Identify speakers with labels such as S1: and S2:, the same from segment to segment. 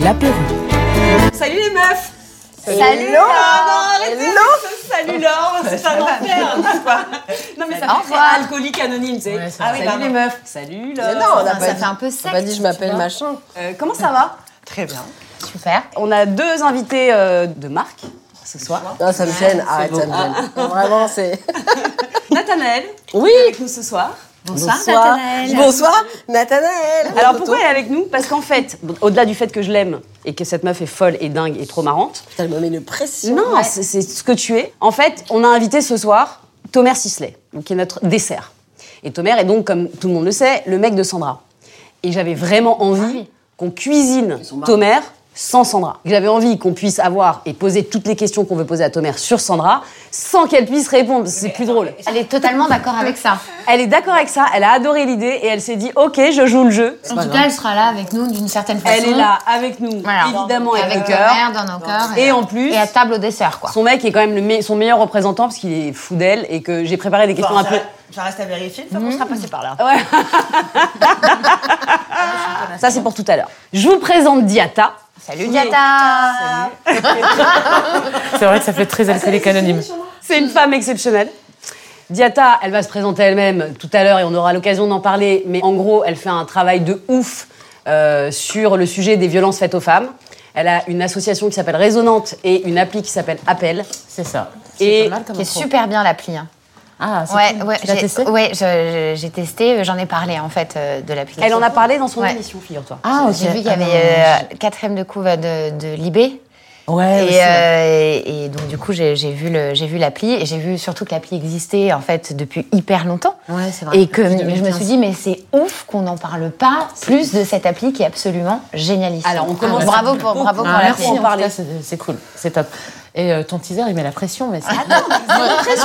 S1: l'apéro.
S2: Salut les meufs
S3: Salut
S2: Laure Salut Laure, c'est un enfer n'est-ce pas Non mais ça
S3: Au
S2: fait très
S3: revoir.
S2: alcoolique anonyme, tu sais.
S1: Ouais, ça va.
S2: ah oui,
S1: Salut
S2: pardon.
S1: les meufs.
S2: Salut
S3: Mais
S2: Laure
S3: non, on a
S2: euh, Ça-
S3: pas
S2: ça
S3: dit-
S2: fait un peu
S3: On
S2: sec.
S3: m'a dit je m'appelle machin.
S2: Euh, comment ça va
S1: Très bien.
S3: Super.
S2: On a deux invités euh, de marque ce soir.
S3: Non, Ah, ça me gêne. Arrête,
S2: bon. Ah.
S3: ça me gêne. Vraiment, c'est.
S2: Nathanaël
S3: Oui.
S2: est avec nous ce soir. Bonsoir, Nathanaël.
S3: Bonsoir, Nathanaël.
S2: Alors pourquoi elle est avec nous Parce qu'en fait, au-delà du fait que je l'aime et que cette meuf est folle et dingue et trop marrante,
S3: Putain, elle me met une pression.
S2: non, c'est c'est ce que tu es. En fait, on a invité ce soir Thomas Sisley, donc qui est notre dessert. Et Thomas est donc, comme tout le monde le sait, le mec de Sandra. Et j'avais vraiment
S4: Ah
S2: envie qu'on cuisine Thomas sans Sandra. J'avais envie qu'on puisse avoir et poser toutes les questions qu'on veut poser à Thomas sur Sandra sans qu'elle puisse répondre. C'est plus drôle.
S4: Elle est totalement d'accord avec ça.
S2: Elle est d'accord avec ça, elle a adoré l'idée et elle s'est dit Ok, je joue le jeu.
S4: En tout cas, elle sera là avec nous d'une certaine façon.
S2: Elle est là avec nous,
S4: Voilà.
S2: évidemment, avec,
S4: avec
S2: le cœur.
S4: mère dans nos cœurs.
S2: Et en plus-
S4: Et à table au dessert, quoi.
S2: Son mec est quand même le me- son meilleur représentant parce qu'il est fou d'elle et que j'ai préparé des questions
S5: Bon,
S2: un
S5: ça,
S2: peu.
S5: ça reste à vérifier, une fois
S4: Hmm.
S5: qu'on sera passé par là.
S2: Ça, c'est pour tout à l'heure. Je vous présente Diata.
S4: Salut, Diata
S6: C'est vrai que ça fait très alcoolique anonyme.
S2: C'est une femme exceptionnelle. Diata, elle va se présenter elle-même tout à l'heure et on aura l'occasion d'en parler. Mais en gros, elle fait un travail de ouf euh, sur le sujet des violences faites aux femmes. Elle a une association qui s'appelle Résonante et une appli qui s'appelle Appel.
S6: C'est ça.
S2: Et
S6: C'est pas mal comme
S4: Qui est
S6: intro.
S4: super bien l'appli. hein.
S6: Ah, c'est
S4: Ouais,
S6: cool.
S4: ouais,
S6: Tu l'as
S4: j'ai-
S6: testé
S4: ouais, je- je- j'ai testé, euh, j'en ai parlé en fait euh, de l'application.
S2: Elle en a parlé dans son
S4: Ouais.
S2: émission, figure-toi.
S6: Ah, ok.
S4: J'ai vu qu'il y
S6: Ah, non,
S4: avait euh, quatrième de couve de, de l'IB.
S6: Ouais, aussi,
S4: Et,
S6: ouais.
S4: euh, et- et donc du coup j'ai j'ai vu le- j'ai vu l'appli et j'ai vu surtout que l'appli existait en fait depuis hyper longtemps
S6: Ouais, c'est vrai.
S4: et que
S6: Depuis
S4: je me
S6: 2015.
S4: suis dit mais c'est ouf qu'on n'en parle pas plus de cette appli qui est absolument génialiste.
S2: Alors, on commence-
S4: bravo pour bravo pour
S6: Ah,
S4: l'appli.
S6: merci, en tout
S2: parler.
S6: cas, c'est c'est cool, c'est top. Et euh, ton teaser, il met la pression,
S5: Ah
S6: mais c'est...
S2: Très
S6: mais-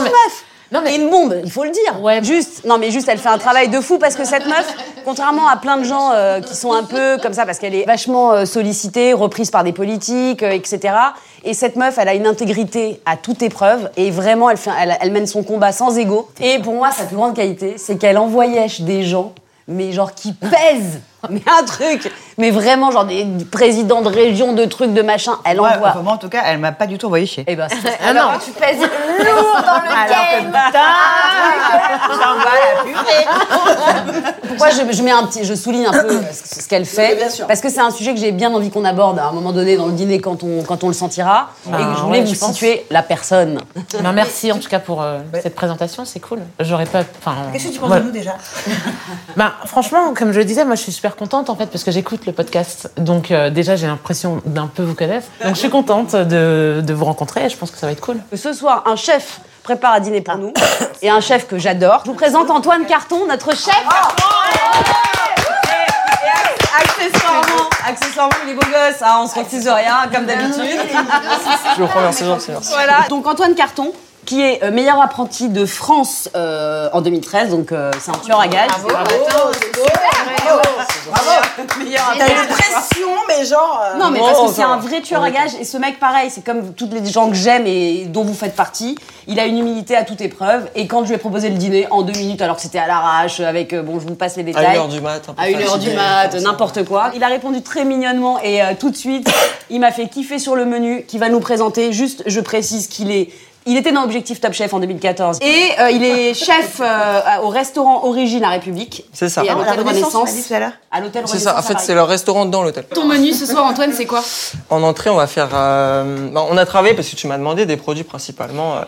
S2: meuf
S6: non, mais-
S2: Et une bombe, il faut le dire.
S6: Ouais.
S2: Juste, non mais juste, elle fait un travail de fou parce que cette meuf, contrairement à plein de gens euh, qui sont un peu comme ça parce qu'elle est vachement euh, sollicitée, reprise par des politiques, euh, etc. Et cette meuf, elle a une intégrité à toute épreuve et vraiment, elle, fait- elle, elle mène son combat sans ego. Et pour moi, sa plus grande qualité, c'est qu'elle envoyèche des gens, mais genre qui pèsent. Mais un truc, mais vraiment genre des présidents de région, de trucs, de machin, elle
S5: Ouais,
S2: envoie.
S5: enfin, moi, en tout cas, elle m'a pas du tout envoyé chier.
S2: Eh ben, c'est-
S4: Ah non, tu pèses lourd dans le game.
S2: Pourquoi je, je mets un petit, je souligne un peu euh, ce ce qu'elle fait, parce que c'est un sujet que j'ai bien envie qu'on aborde à un moment donné dans le dîner quand on, quand on le sentira,
S4: Ah,
S2: et que je voulais
S6: ouais,
S2: vous
S6: je pense.
S2: situer la personne.
S6: Non, Ben, merci en tout cas pour euh, cette présentation, c'est cool. J'aurais pas... Enfin,
S5: Qu'est-ce que tu penses
S6: voilà.
S5: de nous déjà
S6: Bah, franchement, comme je le disais, moi je suis super contente en fait parce que j'écoute le podcast. Donc euh, déjà j'ai l'impression d'un peu vous connaître. Donc je suis contente de, de vous rencontrer et je pense que ça va être cool.
S2: Que ce soir, un chef prépare à dîner
S4: Ah.
S2: pour nous, et un chef que j'adore. Je vous présente Antoine Carton, notre chef. Accessoirement, accessoirement, il est beau gosse, hein, on se refuse de rien, comme d'habitude.
S7: Je vous
S2: Ah,
S7: remercie, merci, merci.
S2: Voilà. Donc Antoine Carton, qui est euh, meilleur apprenti de France euh, en 2013, donc euh, c'est un tueur à gages.
S1: Ah
S8: Ah
S5: T'as une pression, mais genre. euh,
S2: Non, mais
S7: Oh,
S2: parce que c'est
S5: ça
S2: un
S5: va.
S2: vrai tueur à gages. Et ce mec, pareil, c'est comme toutes les gens que j'aime et dont vous faites partie. Il a une humilité à toute épreuve. Et quand je lui ai proposé le dîner en deux minutes, alors que c'était à l'arrache, avec euh, bon, je vous passe les
S7: À
S2: détails.
S7: 1h du mat. un peu
S2: À une heure du
S7: fatigué,
S2: mat,
S7: comme ça.
S2: n'importe quoi. Il a répondu très mignonnement et euh, tout de suite, il m'a fait kiffer sur le menu qu'il va nous présenter. Juste, je précise qu'il est. Il était dans Objectif Top Chef en 2014 et euh, il est chef euh, au restaurant Origine à République.
S7: C'est ça.
S2: Et à
S7: Ah,
S5: la
S2: l'hôtel
S5: Renaissance,
S2: Renaissance.
S5: on m'a dit tout à l'heure.
S2: À l'hôtel
S7: C'est ça, en
S2: Renaissance à
S7: fait,
S2: Paris.
S7: c'est leur restaurant dans l'hôtel.
S9: Ton menu ce soir, Antoine, c'est quoi
S7: En entrée, on va faire. euh, bah, on a travaillé parce que tu m'as demandé des produits principalement. euh,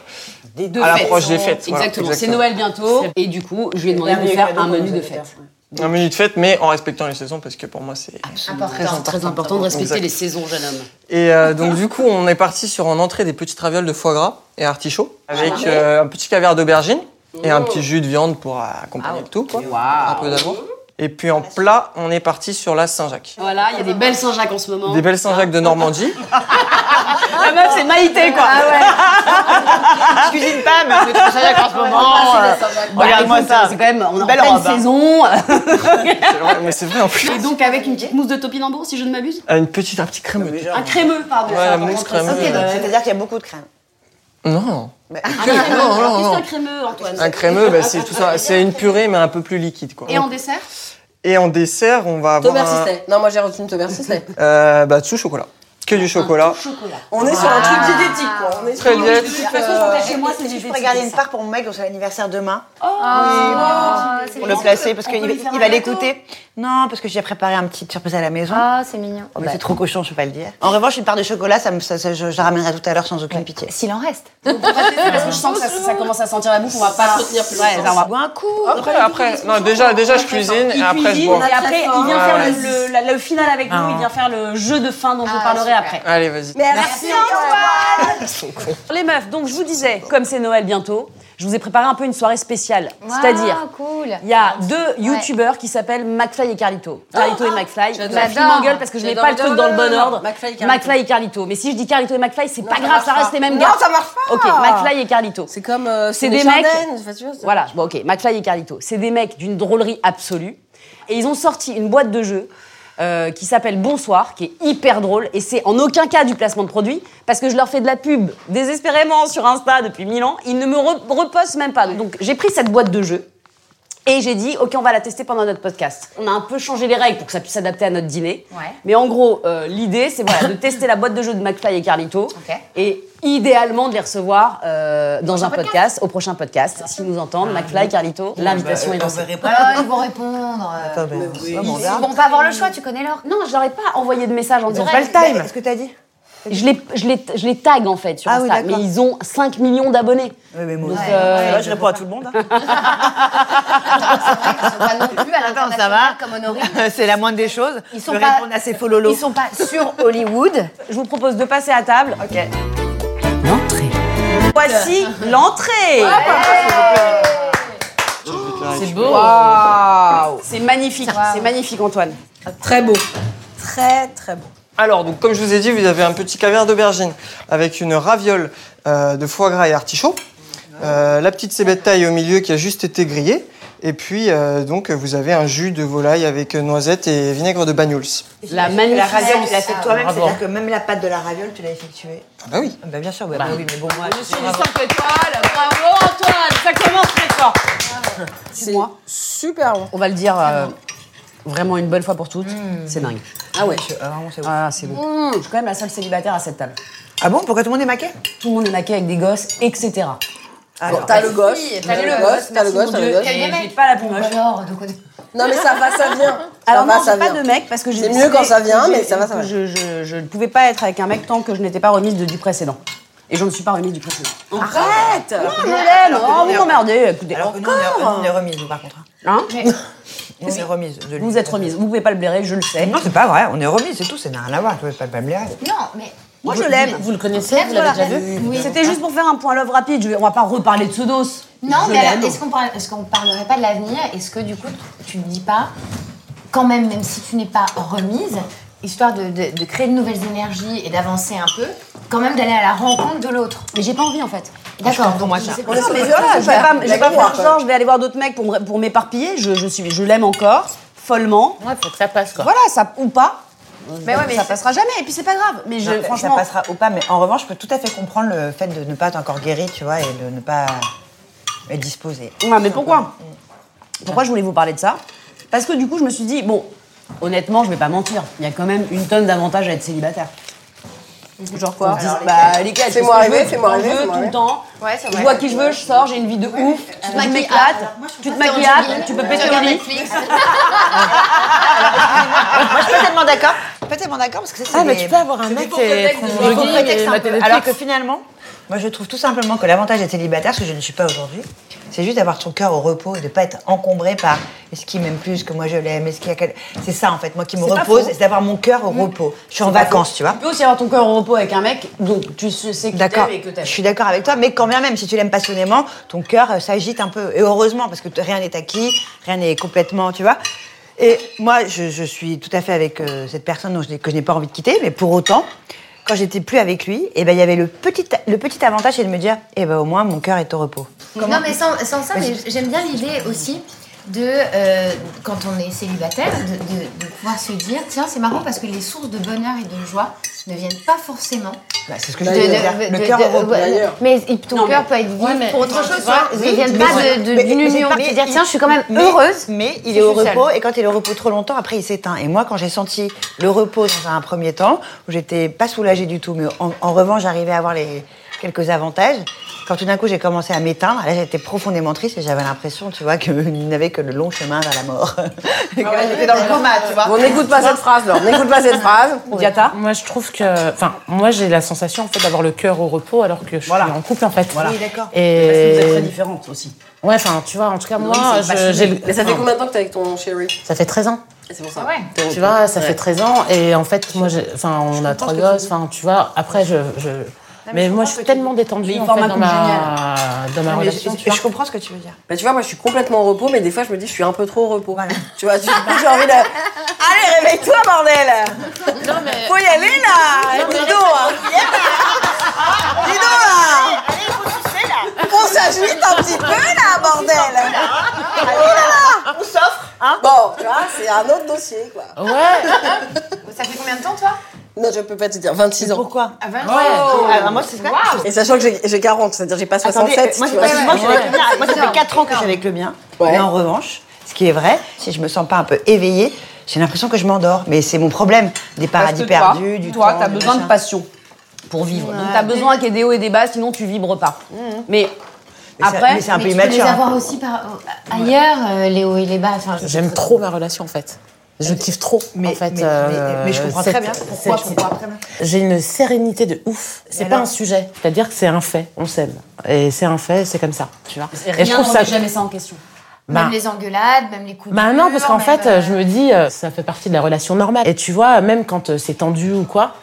S2: Des deux
S7: À
S2: fêtes.
S7: l'approche des fêtes, voilà,
S2: exactement. C'est
S7: exactement.
S2: Noël bientôt. Et du coup, je lui ai demandé de nous faire un menu de fête.
S7: un menu de fête, mais en respectant les saisons parce que pour moi, c'est.
S2: Très, très important de respecter
S7: Exact.
S2: les saisons, jeune homme.
S7: Et euh, donc, du coup, on est parti sur en entrée des petites ravioles de foie gras et artichauts
S2: Ah,
S7: avec euh, un petit caviar d'aubergine et
S2: Oh.
S7: un petit jus de viande pour euh, accompagner
S2: Ah,
S7: le tout. Quoi. Un peu d'amour. Et puis en plat, on est parti sur la Saint-Jacques.
S2: Voilà, il y a des belles Saint-Jacques en ce moment.
S7: Des belles Saint-Jacques
S2: Oh.
S7: de Normandie.
S2: La meuf, c'est Maïté, quoi.
S5: Ah Je cuisine pas, mais je suis en ce moment. euh, Regarde-moi
S2: Écoute,
S5: ça.
S2: C'est quand même, on est en
S5: Belle
S2: pleine
S5: robe, hein.
S2: saison.
S7: C'est vrai, mais c'est vrai en plus.
S2: Et donc, avec une petite mousse de topinambour, si je ne m'abuse.
S7: Ah, Une petite, un petit crémeux.
S2: Un crémeux, pardon.
S7: Ouais, la mousse crémeuse.
S5: Ok, donc c'est-à-dire qu'il y a beaucoup de crème.
S7: Non.
S4: Ah,
S7: bah,
S2: Un crémeux.
S7: Non, non,
S2: Alors, Qu'est-ce
S7: non.
S2: qu'un crémeux, Antoine
S7: Un crémeux, bah, c'est tout ça. C'est une purée, mais un peu plus liquide, quoi.
S9: Et en dessert
S7: Et en dessert, on va avoir
S3: Thomas
S7: un,
S3: Sisley. Non, moi j'ai retenu Thomas Sisley.
S7: euh, bah, sous chocolat. Que du chocolat.
S3: On est sur un truc diététique, quoi. On est sur
S7: Ah.
S3: un
S7: Très
S3: truc
S7: diète.
S3: diététique,
S5: Euh,
S3: Ah. euh,
S5: Chez moi, c'est Je peux garder une part pour mon mec dans son anniversaire demain.
S4: Ah, c'est
S5: Pour le
S4: mignon.
S5: placer, parce
S4: On peut
S5: qu'il
S4: lui faire
S5: il va
S4: un gâteau.
S5: l'écouter. Non, parce que j'ai préparé un petit surprise à la maison. Oh,
S4: Ah, c'est mignon.
S5: Mais
S4: Bah,
S5: c'est trop cochon, je peux pas le dire. En revanche, une part de chocolat, ça me, ça- ça- je, je la ramènerai tout à l'heure sans aucune pitié.
S4: S'il en reste.
S2: Parce que je sens que ça, ça commence à sentir la bouffe, on va pas retenir plus longtemps. on va boire un coup.
S7: Après, après, non, déjà, déjà je cuisine et après je bois.
S2: et après, il vient
S7: Ouais,
S2: faire
S7: ouais.
S2: le, le- la- le final avec nous, il vient faire le jeu de fin dont je vous parlerai après.
S7: Allez, vas-y.
S2: Les meufs, donc je vous disais, comme c'est Noël bientôt, je vous ai préparé un peu une soirée spéciale. C'est-à-dire,
S4: Ah, cool.
S2: il y a deux youtubeurs qui s'appellent McFly et Carlito. Carlito et McFly. Ma fille m'engueule parce que je n'ai
S3: Oh, J'adore.
S2: pas le truc dans le
S3: Non,
S2: bon
S3: non,
S2: ordre.
S3: non, McFly et Carlito.
S2: McFly et Carlito. Mais si je dis Carlito et McFly, c'est pas
S3: ça
S2: grave, ça
S3: marche
S2: reste
S3: pas.
S2: les mêmes
S3: Non,
S2: gars.
S3: ça marche pas.
S2: Ok, McFly et Carlito.
S3: C'est comme. euh,
S2: C'est
S3: Sidney
S2: des mecs-
S3: Chardin, enfin, tu vois, c'est-
S2: Voilà, bon, ok, McFly et Carlito. C'est des mecs d'une drôlerie absolue. Et ils ont sorti une boîte de jeux euh, qui s'appelle Bonsoir, qui est hyper drôle. Et c'est en aucun cas du placement de produit, parce que je leur fais de la pub désespérément sur Insta depuis mille ans. Ils ne me re- repostent même pas. Donc j'ai pris cette boîte de jeux. Et j'ai dit, OK, on va la tester pendant notre podcast. On a un peu changé les règles pour que ça puisse s'adapter à notre dîner.
S4: Ouais.
S2: Mais en gros, euh, l'idée, c'est voilà, de tester la boîte de jeux de McFly et Carlito.
S4: Ok.
S2: Et idéalement, de les recevoir euh, dans un podcast, au prochain podcast. S'ils nous entendent, McFly, Carlito,
S4: Bah,
S2: l'invitation
S6: euh,
S2: est lancée.
S4: Ah, ils vont répondre. euh, Ils vont pas avoir le choix, tu connais leur.
S2: Non, je leur ai pas envoyé de message en direct. Bah,
S6: pas le time.
S5: Qu'est-ce que t'as dit
S2: Je les, je, les, je les tag en fait sur
S5: Ah oui,
S2: Insta,
S5: d'accord.
S2: mais ils ont 5 millions d'abonnés.
S5: mais moi
S2: Donc,
S5: aussi.
S2: euh,
S5: Ouais, je réponds à tout le monde.
S4: Ils sont pas non plus à
S5: Attends,
S4: l'international
S5: ça va
S4: comme Honorine.
S5: C'est la moindre des choses.
S4: Ils sont
S5: de
S4: pas-
S5: répondre à ces fololos.
S4: Ils sont pas sur Hollywood.
S2: Je vous propose de passer à table. OK. L'entrée. Voici l'entrée.
S6: C'est beau.
S2: C'est magnifique, c'est magnifique Antoine.
S3: Très beau. Très, très beau.
S7: Alors, donc, comme je vous ai dit, vous avez un petit caviar d'aubergine avec une raviole euh, de foie gras et artichaut, euh, la petite cébette taille au milieu qui a juste été grillée, et puis euh, donc vous avez un jus de volaille avec noisettes et vinaigre de bagnoles.
S2: La Ah,
S5: La
S2: magnifique.
S5: raviole, tu l'as fait toi-même,
S6: bravo.
S5: c'est-à-dire que même la pâte de la raviole, tu l'as effectuée.
S7: Ah bah oui.
S5: Ah Bah, bien sûr, ouais, bah oui, mais bon, moi, je suis
S2: Bravo Antoine, ça commence très fort.
S3: C'est super bon.
S2: On va le dire euh, vraiment une bonne fois pour toutes, c'est dingue.
S3: Ah ouais.
S2: Mmh. Ah, c'est bon. Je suis quand même la seule célibataire à cette table.
S5: Ah bon Pourquoi tout le monde est maqué
S2: Tout le monde est maqué Ah, avec des gosses, etc.
S5: Alors,
S3: T'as le gosse. T'as
S2: le gosse,
S3: T'as le gosse. T'as le gosse.
S2: Et j'ai pas la plus moche.
S4: Alors, Ah, donc on est-
S3: Non, mais ça va, ça vient. Ça
S2: Alors
S3: va,
S2: non,
S3: ça
S2: j'ai pas
S3: vient.
S2: de mec parce que j'ai
S3: C'est
S2: décidé
S3: mieux quand ça vient,
S2: que
S3: mais
S2: j'ai-
S3: ça va, ça va.
S2: que Je, je- je ne pouvais pas être avec un mec tant que je n'étais pas remise de- du précédent. Et je ne suis pas remise du précédent.
S3: Arrête
S2: Ah, je l'aime Oh, vous m'emmerdez Écoutez,
S5: alors que nous, on est- on est remise, nous, par contre.
S2: hein,
S5: On est remise. de lui.
S2: vous êtes remise. Vous pouvez pas le blairer, je le sais.
S5: Non, c'est pas vrai, on est remise, c'est tout, ça n'a rien à voir, tu peux pas pas me blairer.
S4: Non, mais.
S5: Moi, je l'aime.
S6: Vous le connaissez Vous l'avez déjà vu
S4: Oui.
S2: C'était juste pour faire un point love rapide. Je vais- on va pas reparler de ce dos.
S4: Non,
S2: Je
S4: mais
S2: l'aime.
S4: alors, est-ce qu'on parle- est-ce qu'on parlerait pas de l'avenir Est-ce que du coup, tu- tu ne dis pas, quand même, même si tu n'es pas remise, histoire de, de- de créer de nouvelles énergies et d'avancer un peu, quand même d'aller à la rencontre de l'autre
S2: Mais j'ai pas envie en fait.
S4: D'accord, donc je sais pas.
S2: Non, mais voilà, je vais pas, je vais pas faire genre, je vais aller voir d'autres mecs pour me- pour m'éparpiller. Je, je, suis- je l'aime encore, follement.
S6: Ouais, faut que ça passe quoi.
S2: Voilà, ça ou pas.
S4: Mais ouais, mais
S2: ça
S4: c'est-
S2: passera jamais. Et puis c'est pas grave. Mais je-
S5: Non, ça-
S2: franchement,
S5: Ça passera ou pas, mais en revanche, je peux tout à fait comprendre le fait de ne pas être encore guéri, tu vois, et de ne pas être disposé.
S2: Ouais, Ah, mais pourquoi Pourquoi je voulais vous parler de ça Parce que du coup, je me suis dit, bon, honnêtement, je vais pas mentir, il y a quand même une tonne d'avantages à être célibataire. Genre quoi Bah, les gars, je fais
S3: Fais-moi
S2: ce que je
S3: rêver,
S2: veux,
S3: fais-moi
S2: quand
S3: rêver,
S2: je veux,
S3: fais-moi
S2: tout le
S3: rêver.
S2: temps.
S4: Ouais, c'est
S2: je
S4: vrai.
S2: vois qui je veux, je sors, j'ai une vie de ouf, tu m'éclates, tu te maquilles, tu peux péter au lit.
S5: Moi, je suis pas tellement d'accord. Pas tellement d'accord parce que ça, c'est.
S6: Ah, mais
S5: des-
S6: tu peux avoir un mec euh, qui est trop
S5: des faux
S6: joli
S5: prétextes
S4: hein.
S6: et
S5: un
S6: mater
S5: peu.
S6: Netflix.
S5: Alors que finalement, moi, je trouve tout simplement que l'avantage d'être célibataire, ce que je ne suis pas aujourd'hui, c'est juste d'avoir ton cœur au repos et de pas être encombré par est-ce qu'il m'aime plus que moi je l'aime, est-ce qu'il y a quel... C'est ça en fait, moi qui me
S2: pas
S5: repose,
S2: faux.
S5: c'est d'avoir mon cœur au
S6: Mm.
S5: repos. Je suis en vacances, tu vois.
S2: Tu peux aussi avoir ton cœur au repos avec un mec dont tu sais que
S5: D'accord,
S2: t'aimes et que t'aimes.
S5: je suis d'accord avec toi, mais quand bien même, si tu l'aimes passionnément, ton cœur euh, s'agite un peu. Et heureusement, parce que t- rien n'est acquis, rien n'est complètement, tu vois. Et moi, je, je suis tout à fait avec euh, cette personne dont je n'ai- que je n'ai pas envie de quitter, mais pour autant, quand j'étais plus avec lui, eh ben, il y avait le petit, le petit avantage, c'est de me dire, eh ben, au moins, mon cœur est au repos.
S4: Non, mais sans, sans ça, mais j'aime bien l'idée aussi de, euh, quand on est célibataire, de, de- de pouvoir se dire, tiens, c'est marrant parce que les sources de bonheur et de joie ne viennent pas forcément.
S5: Bah, c'est ce que
S4: de-
S5: je
S4: de-
S5: veux dire.
S4: de-
S5: Le
S4: de-
S5: cœur
S4: de-
S5: européen.
S4: ouais, Mais il- ton cœur peut être vide
S6: mais- hein.
S4: pour autre chose,
S6: tu
S4: tu vois.
S6: vois,
S4: Ils
S5: Oui,
S4: ne viennent
S5: mais
S4: pas
S5: voilà.
S4: de- de-
S5: Mais-
S4: d'une
S5: mais
S4: union.
S5: c'est pas-
S4: Tu dire, tiens, je suis quand même
S5: mais-
S4: heureuse.
S5: Mais il
S4: je
S5: est au
S4: suis seule.
S5: repos, et quand il est au repos trop longtemps, après, il s'éteint. Et moi, quand j'ai senti le repos dans un premier temps, où j'étais pas soulagée du tout, mais en, en revanche, j'arrivais à avoir les, quelques avantages. Quand tout d'un coup, j'ai commencé à m'éteindre, là, j'étais profondément triste et j'avais l'impression, tu vois, qu'il n'avait que le long chemin vers la mort. Et que là, j'étais dans le coma, tu vois.
S3: On n'écoute pas cette phrase, Laure. N'écoute pas cette phrase.
S2: Diata
S6: Moi, je trouve que. Enfin, moi, j'ai la sensation en fait, d'avoir le cœur au repos alors que je suis en couple en fait.
S5: Oui, d'accord.
S6: Et.
S1: Vous êtes très différentes aussi.
S6: ouais, enfin, tu vois, en tout cas, moi, je- j'ai le-
S1: Mais ça fait
S6: enfin,
S1: combien de temps que t'es avec ton chéri
S6: Ça fait 13 ans.
S1: C'est pour ça.
S3: Ah
S4: Ouais.
S6: Tu vois, ça
S1: Ouais.
S6: fait 13 ans et en fait, moi, j'ai- enfin, on a trois gosses, enfin, tu vois, après, je. je- Mais moi, je suis tellement détendue
S2: ils
S6: en
S2: forment
S6: fait,
S2: un
S6: dans,
S2: couple
S6: ma...
S1: Ah,
S6: dans ma
S5: Ah, Mais
S6: relation. tu
S5: je, je
S6: vois.
S5: comprends ce que tu veux dire.
S1: Bah, tu vois, moi je suis complètement au repos, mais des fois je me dis je suis un peu trop au repos. Tu vois, du coup, j'ai envie de. Allez, réveille-toi, bordel Faut y aller là Dis donc hein. Dis donc là On s'agite un petit peu là, bordel On s'offre
S5: hein.
S1: Bon, tu vois, c'est un autre dossier quoi.
S6: Ouais,
S4: Ça fait combien de temps, toi
S1: Non, je peux pas te dire, 26 Ah, ans.
S5: Pourquoi
S4: À 20
S5: Alors, moi, c'est ça.
S4: Waouh
S1: Et sachant que j'ai j'ai 40, c'est-à-dire j'ai pas
S5: Attendez,
S1: 67.
S5: euh, moi,
S1: tu
S5: c'est
S1: vois.
S5: pas- moi, je suis avec le mien. Moi, ça
S4: Énorme.
S5: fait 4 ans que je suis avec le mien.
S1: Ouais.
S5: Mais en revanche, ce qui est vrai, si je me sens pas un peu éveillée, j'ai l'impression que je m'endors. Mais c'est mon problème. Des
S2: Parce
S5: paradis
S2: que toi,
S5: perdus, du
S2: Toi,
S5: temps,
S2: t'as
S5: du
S2: besoin de
S5: machin.
S2: passion pour vivre. Donc t'as besoin qu'il y ait des hauts et des bas, sinon tu vibres pas.
S5: Mais
S2: Mais
S5: c'est-
S2: après,
S5: mais c'est un peu
S4: Mais tu peux les
S5: immature. hein.
S4: avoir aussi par- ailleurs, euh, les hauts et les bas. Enfin, je-
S6: j'aime trop ma relation en fait. Je kiffe trop
S5: Mais-
S6: en fait.
S5: mais-
S6: euh,
S5: mais- mais je comprends très
S6: cette-
S5: bien pourquoi,
S6: cette-
S5: je comprends très bien.
S6: J'ai une sérénité de ouf. C'est pas
S5: alors
S6: un sujet. C'est-à-dire que c'est un fait. On s'aime. Et c'est un fait, c'est comme ça. Tu vois.
S2: rien
S6: et je trouve ça.
S2: remet jamais ça en question.
S6: Bah,
S4: Même les engueulades, même les coups de
S6: Bah non, parce
S4: cœur,
S6: qu'en
S4: même,
S6: fait,
S4: euh,
S6: euh, je me dis, euh, ça fait partie de la relation normale. Et tu vois, même quand euh, c'est tendu ou quoi,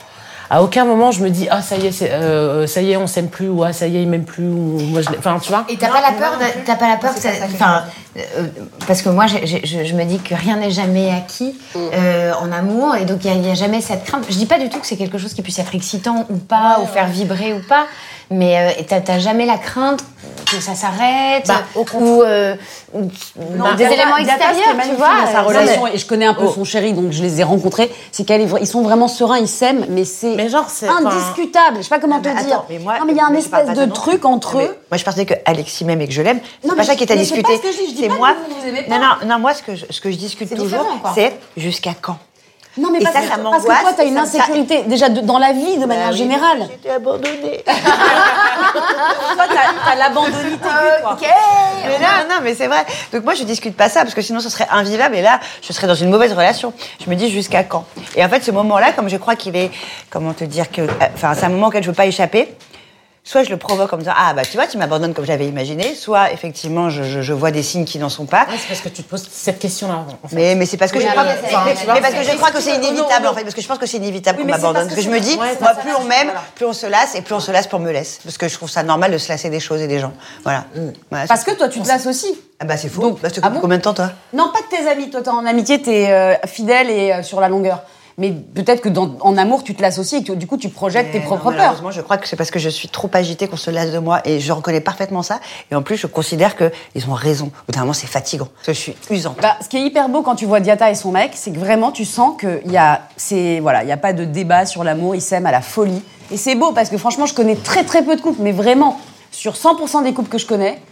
S6: à aucun moment je me dis, ah ça y est, c'est, euh, ça y est, on s'aime plus, ou ah ça y est, il m'aime plus, ou moi je l'ai- Enfin, tu vois.
S4: Et t'as pas la peur, de- t'as pas
S2: Ah,
S4: la peur que ça, enfin, euh, parce que moi, j'ai- j'ai- je, je me dis que rien n'est jamais acquis
S2: Mm.
S4: euh, en amour, et donc il n'y a, jamais cette crainte. Je dis pas du tout que c'est quelque chose qui puisse être excitant ou pas, ou faire vibrer ou pas, mais euh, t'as- t'as jamais la crainte que ça s'arrête
S6: Bah, au contraire.
S4: ou, euh, ou- ou des
S2: Data- Data, ce
S4: éléments
S2: qui est
S4: extérieurs, tu
S2: magnifique
S4: vois.
S2: dans
S4: euh, Oh.
S2: sa relation,
S4: non,
S2: et je connais un peu son chéri, donc je les ai rencontrés, c'est qu'ils ils sont vraiment sereins, ils s'aiment, mais c'est
S6: Mais genre, c'est-
S2: indiscutable. Je sais pas comment te
S5: Mais attends,
S2: dire.
S5: mais moi-
S2: non, mais il y a un
S5: mais je parle
S2: espèce
S5: pas
S2: de
S5: non.
S2: truc
S5: Non,
S2: entre
S5: mais
S2: eux.
S5: Moi, je pensais que Alexis m'aime et que je l'aime.
S2: Non,
S5: C'est
S2: mais
S5: pas ça
S2: je-
S5: qui est à
S2: mais c'est
S5: discuter.
S2: pas ce que je dis, je dis
S5: C'est
S2: pas que
S5: moi.
S2: vous vous aimez pas.
S5: Non, non, non, moi, ce que je, ce que je discute toujours,
S4: différent, quoi.
S5: c'est jusqu'à quand
S2: Non, mais
S5: Et
S2: parce,
S5: ça,
S2: que-
S5: ça
S2: parce que toi,
S5: m'angoisse,
S2: t'as une
S5: ça Ah me- Bah ça-
S2: insécurité, déjà de- dans la vie, de manière générale. hein.
S5: J'étais abandonnée.
S2: Toi, t'as as l'abandonnité. quoi.
S5: Mais non, non, mais c'est vrai. Donc moi, je discute pas ça parce que sinon, ce serait invivable et là, je serais dans une mauvaise relation. Je me dis jusqu'à quand Et en fait, ce moment-là, comme je crois qu'il est, comment te dire que, euh, enfin, c'est un moment auquel je veux pas échapper. Soit je le provoque en me disant ah bah tu vois tu m'abandonnes comme j'avais imaginé, soit effectivement je, je- je vois des signes qui n'en sont pas.
S6: Ouais, c'est parce que tu te poses cette question-là avant. en fait.
S5: Mais, mais c'est parce que je
S4: Oui,
S5: crois
S4: oui,
S5: que,
S4: oui, oui,
S5: mais,
S4: oui,
S5: mais
S4: oui,
S5: parce que
S4: oui,
S5: je
S4: oui,
S5: crois que
S4: oui,
S5: c'est
S4: oui, oui,
S5: inévitable
S4: oui.
S5: en fait parce que je pense que c'est inévitable qu'on
S2: mais c'est
S5: m'abandonne
S2: parce
S5: parce
S2: que
S5: que je me
S2: c'est-
S5: dis
S2: ouais,
S5: moi
S2: ça, ça
S5: plus
S2: marche,
S5: on m'aime
S2: voilà.
S5: plus on se lasse et plus on se lasse plus on me laisse parce que je trouve ça normal de se lasser des choses et des gens voilà. Voilà,
S2: Parce que toi, tu te lasses aussi.
S5: ah bah c'est fou.
S2: Donc,
S5: Là, je te
S2: ah
S5: coupe
S2: bon
S5: combien de temps toi
S2: Non, pas de tes amis. Toi, t'es en amitié, t'es euh, fidèle et euh, sur la longueur. Mais peut-être que dans- en amour, tu te lasses aussi et que du coup, tu projettes tes
S5: Mais
S2: propres
S5: Euh, non,
S2: peurs.
S5: Malheureusement, je crois que c'est parce que je suis trop agitée qu'on se lasse de moi et je reconnais parfaitement ça. Et en plus, je considère que ils ont raison. Au bout d'un moment, c'est fatigant. Parce que je suis usante.
S2: Bah, ce qui est hyper beau quand tu vois Diata et son mec, c'est que vraiment tu sens qu'il y a, c'est voilà, il y a pas de débat sur l'amour, ils s'aiment à la folie. Et c'est beau parce que franchement, je connais très très peu de couples, mais vraiment sur 100% des couples que je connais,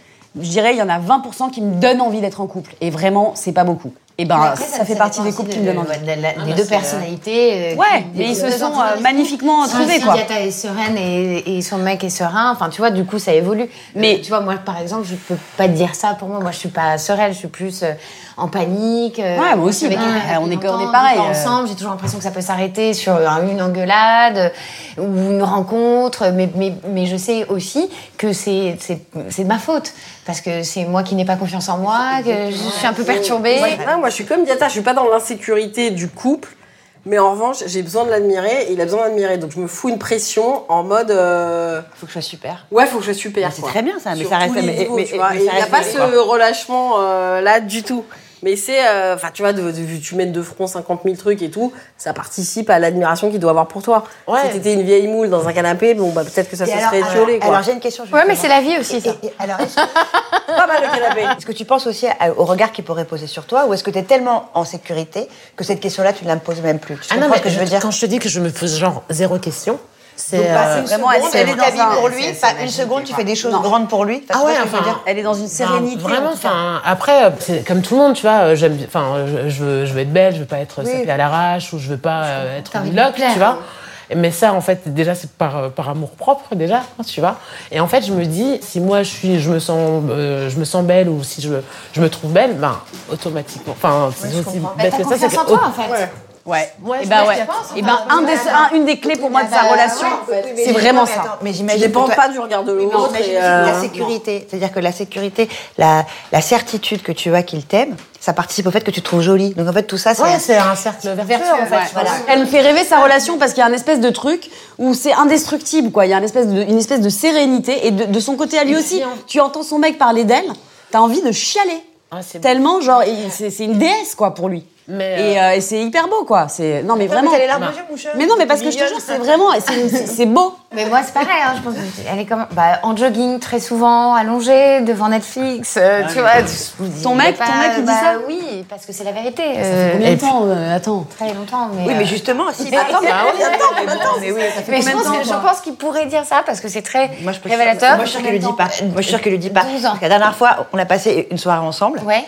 S2: je dirais il y en a 20% qui me donnent envie d'être en couple. Et vraiment, c'est pas beaucoup. Et ben,
S4: mais après,
S2: ça, fait partie
S4: dépend
S2: des couples
S4: aussi
S2: qui me
S4: de-
S2: donnent envie.
S4: de- de- de-
S6: Ah
S4: des deux personnalités. euh,
S2: Ouais,
S4: qui-
S2: mais
S4: des
S2: ils se
S4: deux
S2: sont euh,
S4: sentiments.
S2: magnifiquement
S4: Si-
S2: trouvés
S4: si
S2: quoi.
S4: Agatha est sereine et, et son mec est serein, enfin tu vois, du coup ça évolue.
S2: Mais-
S4: Mais tu vois, moi par exemple, je peux pas te dire ça pour moi. Moi je suis pas sereine, je suis plus euh, en panique. euh,
S2: Ouais, moi aussi,
S4: avec
S2: bah,
S4: un mec
S2: euh, on est-
S4: depuis
S2: on est
S4: longtemps,
S2: pareil,
S4: pas
S2: euh.
S4: ensemble, j'ai toujours l'impression que ça peut s'arrêter sur un- une engueulade euh, ou une rencontre, mais, mais, mais je sais aussi que c'est c'est- c'est de ma faute. Parce que c'est moi qui n'ai pas confiance en moi, que Euh, je suis un peu perturbée.
S1: Moi, je- non, Ah, moi, je suis comme Diata, je suis pas dans l'insécurité du couple, mais en revanche, j'ai besoin de l'admirer et il a besoin d'admirer. Donc je me fous une pression en mode. euh,
S5: Il faut que je sois super.
S1: Ouais, faut que je sois super.
S5: c'est
S1: quoi.
S2: Ah,
S5: très bien, ça, mais
S1: Sur
S5: ça reste-
S1: tous les
S5: mais-
S1: niveaux,
S5: mais-
S1: tu vois.
S5: mais
S1: Et
S5: ça
S1: il n'y a
S5: reste-
S1: pas ce relâchement euh, là du tout. Mais c'est, euh, enfin, tu vois, de- de- tu mènes de front 50 000 trucs et tout, ça participe à l'admiration qu'il doit avoir pour toi.
S6: Ouais.
S1: Si t'étais une vieille moule dans un canapé, bon, bah, peut-être que ça
S5: Et
S1: se
S5: alors,
S1: serait
S5: alors-
S1: étiolé, quoi.
S5: alors, j'ai une question.
S4: Ouais, mais c'est la vie aussi, ça.
S5: Et- et alors, est-ce que,
S1: pas mal le canapé.
S5: est-ce que tu penses aussi à- au regard qu'il pourrait poser sur toi ou est-ce que tu es tellement en sécurité que cette question-là, tu ne la poses même plus Tu
S6: Ah
S5: comprends
S6: non, mais
S5: ce que je veux dire
S6: quand je te dis que je me pose genre zéro question, c'est.
S5: Donc,
S4: bah,
S5: passer
S6: euh,
S5: une
S2: vraiment, elle
S5: seconde,
S2: s'est
S5: elle est
S2: dans
S5: ta vie
S2: un-
S5: pour
S4: elle
S5: lui,
S4: s'est-
S5: pas
S4: s'est
S5: une seconde, tu fais des choses
S2: Non.
S5: grandes pour lui. Enfin,
S6: Ah
S5: tu vois
S6: ouais,
S5: ce que je veux
S6: enfin,
S5: dire
S2: Elle est dans une sérénité.
S6: Enfin, vraiment,
S2: en tout cas.
S6: enfin, après, euh, c'est comme tout le monde, tu vois, euh, j'aime, enfin, euh, je, je veux, je veux être belle, je veux pas être sapée à l'arrache, ou je veux pas euh, être
S4: T'as envie
S6: une
S4: de
S6: loque,
S4: plaire. hein.
S6: tu vois. Mais ça, en fait, déjà, c'est par, euh, par amour propre, déjà, hein, tu vois. Et en fait, je me dis, si moi, je suis, je me sens, euh, je me sens belle, ou si je, je me trouve belle, ben, automatiquement. Enfin, c'est aussi
S4: Bah,
S6: bête
S4: t'as
S6: que ça, c'est
S4: confiance en
S6: que-
S4: toi, en fait.
S2: Ouais.
S6: Ouais,
S5: Eh
S2: et ben
S6: je
S2: ouais.
S4: pense,
S2: et ben
S4: enfin,
S2: un des- un- une des clés pour moi de sa relation, c'est vraiment ça.
S5: Mais
S1: Tu
S5: j'imagine. que
S1: dépends
S5: toi-
S1: pas du regard de
S5: Non,
S1: l'autre.
S5: mais
S1: et,
S5: j'imagine
S1: euh,
S5: la sécurité, c'est-à-dire que la sécurité, la, la certitude que tu as qu'il t'aime, ça participe au fait que tu te trouves jolie. Donc en fait, tout ça, c'est.
S6: Ouais, c'est un cercle vertueux, en fait.
S2: Ouais. Elle me fait rêver sa relation parce qu'il y a un espèce de truc où c'est indestructible, quoi. Il y a une espèce de, une espèce de sérénité et de, de son côté à lui aussi. Tu entends son mec parler d'elle, t'as envie de chialer.
S6: Ah, c'est beau.
S2: Tellement, genre, il- c'est c'est une déesse, quoi, pour lui.
S6: Mais,
S2: Et, euh, et c'est hyper beau, quoi. C'est non,
S5: Ouais, mais
S2: mais vraiment.
S5: t'as les larmes aux yeux, mon chéri.
S2: Mais non, mais parce que je te jure, c'est vraiment, et c'est- c'est c'est beau.
S4: Mais moi, c'est pareil, hein, je pense. que Elle est comme. Bah, en jogging, très souvent, allongée, devant Netflix, euh, tu vois. je-
S2: Ah, Ton
S4: je
S2: mec-
S4: dis pas,
S2: ton mec, il dit
S4: bah,
S2: ça
S4: Oui, parce que c'est la vérité. euh,
S2: Combien
S6: et
S2: de temps euh, Attends.
S4: très longtemps, mais.
S5: Oui,
S4: euh,
S5: mais justement, si.
S4: Attends, mais-
S5: mais oui, ça fait
S4: mais je
S5: combien
S4: pense,
S5: de temps,
S4: que- je
S5: toi
S4: pense qu'il pourrait dire ça parce que c'est très
S5: Moi, je peux
S4: révélateur.
S5: Moi, je suis sûre qu'il le dit pas. Moi, je suis sûre qu'il le dit pas.
S4: 12 ans.
S5: Parce que la dernière fois, on a passé une soirée ensemble.
S4: Ouais.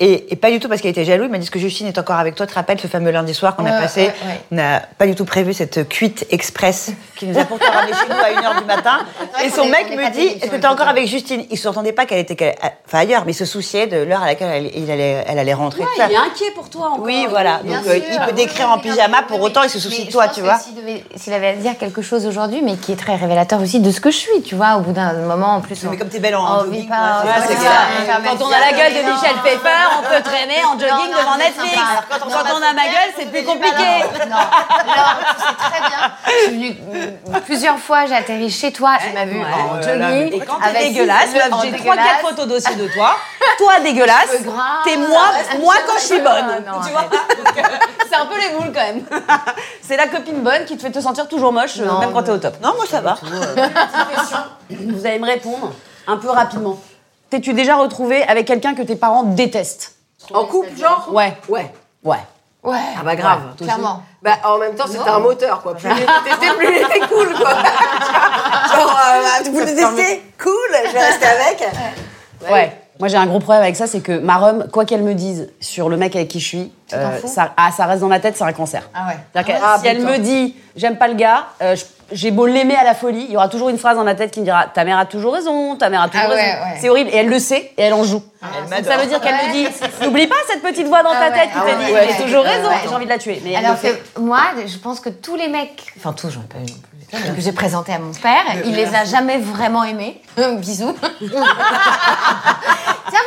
S5: Et, et pas du tout parce qu'il était jaloux. Il m'a dit ce que Justine est encore avec toi. Tu te rappelles ce fameux lundi soir qu'on
S4: Ouais,
S5: a passé
S4: ouais, ouais.
S5: On n'a pas du tout prévu cette cuite express qui nous a pourtant ramené chez nous à 1h du matin.
S4: vrai
S5: Et
S4: qu'on
S5: son
S4: est-
S5: mec
S4: on est
S5: me
S4: pas
S5: dit
S4: terrible
S5: Est-ce
S4: sur
S5: que
S4: le
S5: t'es encore
S4: plateau.
S5: avec Justine Il s'entendait pas qu'elle était qu'à- enfin, ailleurs, mais il se souciait de l'heure à laquelle elle- il allait, elle allait rentrer. tout ça.
S2: Ah, Il est inquiet pour toi encore.
S5: Oui, voilà.
S4: Bien
S5: Donc euh,
S4: sûr.
S5: il peut
S4: Oui,
S5: décrire
S4: oui,
S5: en
S4: oui,
S5: pyjama
S4: oui,
S5: pour
S4: oui.
S5: autant, il se
S4: Mais
S5: soucie de
S4: je
S5: toi,
S4: pense
S5: tu
S4: que
S5: vois.
S4: s'il devait- S'il avait à dire quelque chose aujourd'hui, mais qui est très révélateur aussi de ce que je suis, tu vois, au bout d'un moment, en plus.
S5: Mais
S4: on-
S5: comme t'es belle en
S4: on
S5: jogging,
S4: vit
S2: Ah,
S4: pas-
S5: ouais, c'est
S4: voilà,
S5: ça.
S4: on ferme les
S2: Quand on
S4: yeux,
S2: a la gueule de
S4: mais non.
S2: Michel Pfeiffer, on peut traîner en jogging
S4: non,
S2: devant
S4: c'est
S2: Netflix.
S4: sympa.
S2: Quand
S4: Non,
S2: on a ma gueule, c'est plus compliqué.
S4: Non, alors tu sais très bien. Je suis venue euh, plusieurs fois, j'ai atterri chez toi, tu m'as vu
S2: Oh
S4: en jogging.
S2: Et quand
S4: avec
S2: t'es dégueulasse,
S4: six cheveux
S2: meuf,
S4: en
S2: j'ai trois
S4: dégueulasse.
S2: quatre photos dossier de toi. Toi dégueulasse,
S4: Cheveux gras.
S2: t'es moi,
S4: Ah,
S2: moi
S4: ça,
S2: quand je
S4: ça,
S2: suis
S4: ça,
S2: bonne.
S4: non,
S2: tu vois
S4: arrête.
S2: Donc, euh, C'est un peu les moules quand même. C'est la copine bonne qui te fait te sentir toujours moche, euh,
S4: Non,
S2: même quand t'es au top. euh.
S5: Non, moi ça va.
S2: Vous allez me répondre un peu rapidement. T'es-tu déjà retrouvée avec quelqu'un que tes parents détestent
S1: En couple, genre
S2: Ouais,
S1: Ouais.
S2: ouais.
S4: Ouais.
S1: Ah bah grave.
S4: Clairement.
S1: Bah en même temps, c'était un moteur, quoi. Plus il les détestait, plus il était cool, quoi. genre, euh, bah, vous le détestez Cool, je vais rester avec.
S2: Ouais. Moi, j'ai un gros problème avec ça, c'est que ma rhum, quoi qu'elle me dise sur le mec avec qui je suis, euh,
S4: fous
S2: ça, ah, ça reste dans ma tête, c'est un cancer.
S4: Ah ouais.
S2: C'est-à-dire que
S1: Ah,
S2: si elle
S1: putain.
S2: me dit j'aime pas le gars, euh, je- j'ai beau l'aimer à la folie, il y aura toujours une phrase dans ma tête qui me dira ta mère a toujours raison, ta mère a toujours
S4: Ah ouais,
S2: raison.
S4: ouais.
S2: C'est horrible et elle le sait et elle en joue. Donc ça veut dire qu'elle me dit n'oublie pas cette petite voix dans ta
S4: Ah ouais,
S2: tête qui
S4: ah
S2: t'a
S4: ouais,
S2: dit
S4: ouais.
S2: j'ai toujours
S4: Ouais,
S2: raison,
S4: ouais.
S2: j'ai envie de la tuer. Mais elle le
S4: Alors
S2: fait.
S4: que moi, je pense que tous les mecs, enfin tous, j'en ai pas eu non plus, que j'ai présenté à mon père, il les a jamais vraiment aimés. Bisous. Tiens,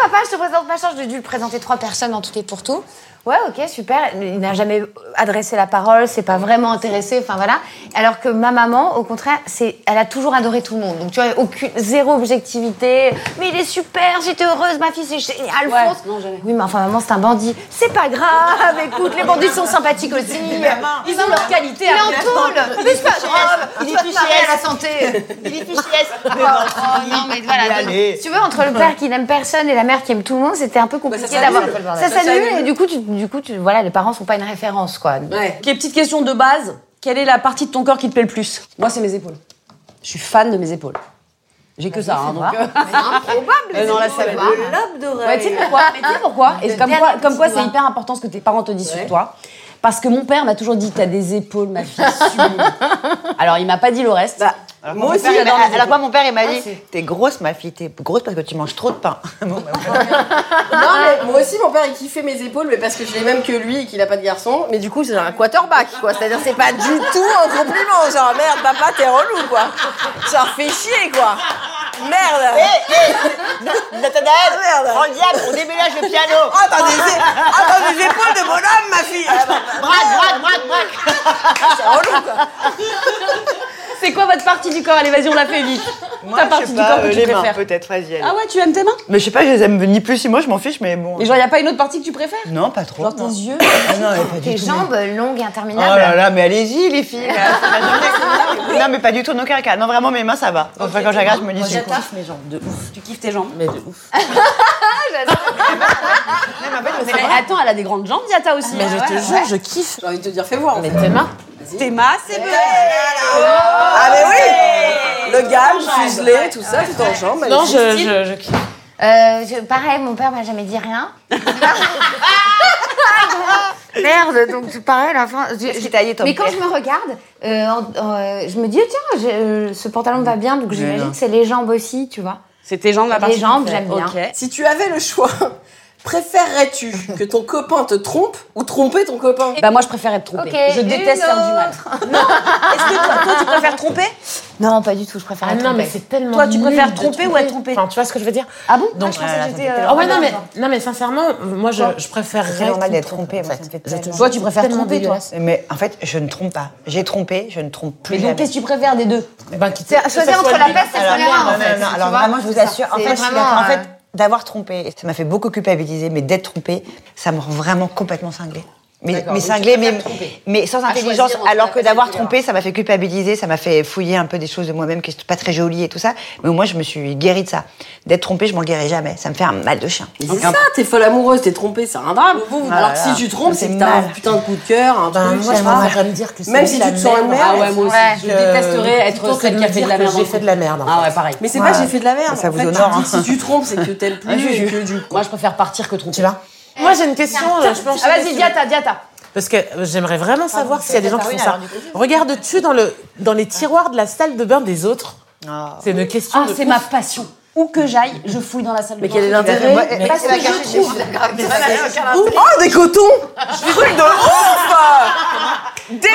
S4: papa, je te présente ma chance. J'ai dû le présenter trois personnes en tout et pour tout. Ouais, ok, super. Il n'a jamais adressé la parole, c'est pas vraiment intéressé, enfin voilà. Alors que ma maman, au contraire, c'est, elle a toujours adoré tout le monde. Donc tu vois, aucune, zéro objectivité. Mais il est super, j'étais heureuse, ma fille, c'est génial,
S2: Ouais,
S4: Alphonse.
S2: non, jamais.
S4: Oui, mais enfin, maman, c'est un bandit. C'est pas grave, écoute, les bandits sont sympathiques aussi.
S2: Ils ont leur qualité.
S4: euh, Il est
S2: après.
S4: en tôle, mais c'est pas grave.
S5: Il est
S4: Toi, te marier
S5: fiché S.
S4: à la santé. Il est fiché S. Oh, oh, non, mais voilà. donc, Tu vois, entre le père qui n'aime personne et la mère qui aime tout le monde, c'était un peu compliqué d'avoir. Ça s'annule et du coup, tu, du coup, tu, voilà, les parents sont pas une référence, quoi.
S1: Ouais.
S2: Ok, petite question de base. Quelle est la partie de ton corps qui te plaît le plus Moi, c'est mes épaules. Je suis fan de mes épaules. J'ai que ça, hein, donc. euh,
S1: Improbable.
S2: non, là, ça
S1: le
S2: va.
S1: lobe d'oreille.
S2: Ouais, tu sais pourquoi Mais tu sais pourquoi Et comme
S4: dernier
S2: quoi,
S4: petit
S2: comme quoi
S1: hein.
S4: doigt.
S2: c'est hyper important ce que tes parents te disent sur toi. Parce que mon père m'a toujours dit T'as des épaules, ma fille. sublime. Alors, il m'a pas dit le reste.
S1: Bah, moi aussi,
S5: Mon père, il
S1: j'adore
S5: m'a-
S1: les
S5: alors moi, mon père, il
S2: Ah,
S5: m'a dit T'es grosse, ma fille, t'es grosse parce que tu manges trop de pain. Bon, bah, voilà.
S1: Non, mais moi aussi, mon père, il kiffait mes épaules, mais parce que je les même que lui et qu'il a pas de garçon. Mais du coup, c'est un quarterback, quoi. C'est-à-dire, c'est pas du tout un compliment. Genre, merde, papa, t'es relou, quoi. Genre, fais chier, quoi. Merde. Ah,
S5: Nathanaël,
S1: Merde.
S5: prends le diable, on déménage le piano.
S1: Ah, t'as des, ah, t'as des épaules de bonhomme, ma fille. Ah, bah, bah,
S5: Braque, braque, braque, braque.
S2: bah,
S1: c'est relou, quoi.
S2: C'est quoi votre partie du corps Allez, vas-y, on la fait vite.
S5: Moi,
S2: ta
S5: je
S2: partie
S5: sais
S2: du
S5: pas,
S2: corps que
S5: euh,
S2: tu
S5: les mains,
S2: préfères
S5: peut-être, vas-y. allez.
S2: Ah ouais, tu aimes tes mains
S5: Mais je sais pas, je les aime ni plus ni moins, je m'en fiche, mais bon.
S2: Et genre, y a pas une autre partie que tu préfères
S5: Non, pas trop.
S2: Genre tes
S5: non.
S2: yeux
S5: Ah non, mais pas du
S4: Tes
S5: tout,
S4: jambes
S5: mais-
S4: longues,
S5: Oh là
S4: interminables.
S5: là, mais allez-y, les filles. là, c'est la journée. non, mais pas du tout, nos caracas. Non, vraiment, mes mains, ça va. Enfin, quand je regarde, je me dis,
S2: Moi, je
S5: c'est cool.
S2: kiffe mes jambes de ouf. Tu kiffes tes jambes
S6: Mais de ouf.
S2: Mais attends, elle a des grandes jambes, Yata aussi. hein.
S6: Mais je te jure, je kiffe.
S1: J'ai envie de te dire, fais voir en
S6: Mais
S1: fait.
S6: tes mains.
S2: Théma, c'est bon.
S1: Ah, mais oui Le gamme, fuselé, tout ça, tout en jambes.
S6: Non, je, je, je kiffe.
S4: Euh, je- pareil, mon père m'a jamais dit rien. Merde, donc pareil, la fin. je- je- mais quand je me regarde, euh, en- en, euh, je me dis, tiens, j'ai- euh, ce pantalon me va bien, donc j'imagine que c'est les jambes aussi, tu vois.
S2: C'est tes jambes la
S4: Les
S2: partie.
S4: jambes,
S2: que tu
S4: j'aime bien.
S2: préfères. Ok.
S1: Si tu avais le choix, préférerais-tu que ton copain te trompe ou tromper ton copain
S2: Bah moi je préfère être trompée.
S4: Ok,
S2: je
S4: une
S2: déteste faire du mal. Non. Est-ce que toi, toi, tu préfères tromper
S4: Non, pas du tout, je préfère
S6: Ah
S4: être
S6: non, mais
S4: trompée.
S6: c'est tellement.
S2: Toi, tu
S6: nul
S2: préfères
S6: de
S2: tromper ou être trompé
S6: Enfin, tu vois ce que je veux dire
S2: Ah bon
S6: Donc,
S2: Ah, je pensais que j'étais. euh,
S6: Ah ouais, non, mais, non, mais sincèrement, moi, je, je préférerais.
S5: C'est normal
S6: qu'il me
S5: d'être
S6: trompe,
S5: trompé,
S6: en
S5: moi, ça
S6: fait.
S5: me fait
S6: Je te
S5: tellement-
S6: jure,
S2: Toi, tu préfères
S6: c'est tellement
S2: tromper, toi.
S6: dégueulasse.
S5: Mais en fait, je ne trompe pas. J'ai trompé, je ne trompe plus.
S2: Mais donc
S5: jamais.
S2: qu'est-ce que tu préfères des deux
S6: Ben, quitte-
S4: C'est- choisir
S6: que ce
S4: entre
S6: soit
S4: la
S6: lui-
S4: peste et le
S5: Alors,
S4: choléra,
S5: non,
S4: en fait.
S5: non, non,
S4: tu
S5: alors
S4: vois.
S5: vraiment, je vous
S4: C'est ça.
S5: assure, en
S4: C'est
S5: fait, je suis
S4: vraiment,
S5: d'accord. En
S4: euh,
S5: fait, d'avoir trompé, ça m'a fait beaucoup culpabiliser, mais d'être trompé, ça me rend vraiment complètement cinglée. Mais, mais cinglée, mais, mais sans intelligence, alors que d'avoir trompé, ça m'a fait culpabiliser, ça m'a fait fouiller un peu des choses de moi-même qui sont pas très jolies et tout ça. Mais au moins, je me suis guérie de ça. D'être trompée, je m'en guéris jamais. Ça me fait un mal de chien.
S1: Mais C'est ça, t'es folle amoureuse, t'es trompée, c'est un drame. Alors que si tu trompes, c'est que t'as un
S5: mal.
S1: putain de coup de cœur, un
S6: Ben,
S1: truc,
S6: moi,
S1: je sais pas.
S6: j'aimerais me dire que c'est
S1: Même si
S6: la
S1: tu te sens la
S6: merde.
S1: merde.
S2: Ah ouais, moi aussi.
S4: Ouais.
S2: Je détesterais
S6: plutôt
S2: être
S6: que de
S2: celle qui a
S6: me
S2: fait de
S6: dire
S2: la
S6: que
S2: merde.
S6: j'ai fait de la merde, en
S2: Ah
S6: fait.
S2: ouais, pareil.
S1: Mais c'est pas j'ai fait de la merde.
S5: Ça
S1: En
S5: vous
S1: fait, tu
S5: honore,
S1: dis
S5: hein.
S1: que Si tu trompes, c'est que t'aimes plus et que du coup.
S2: Moi, je préfère partir que tromper.
S6: Ah, Tu vois Moi, j'ai une question, euh, je pense.
S2: Ah vas-y, Diata, Diata.
S6: Parce que euh, j'aimerais vraiment savoir s'il y a des gens qui font ça. Regardes-tu dans, le, dans les tiroirs de la salle de bain des autres C'est une question.
S2: Ah,
S6: de-
S2: c'est ma passion. Où que j'aille, je fouille dans la salle. Mais
S1: quel est l'intérêt
S2: Parce que je trouve.
S1: Oh, des cotons Truc de ouf Des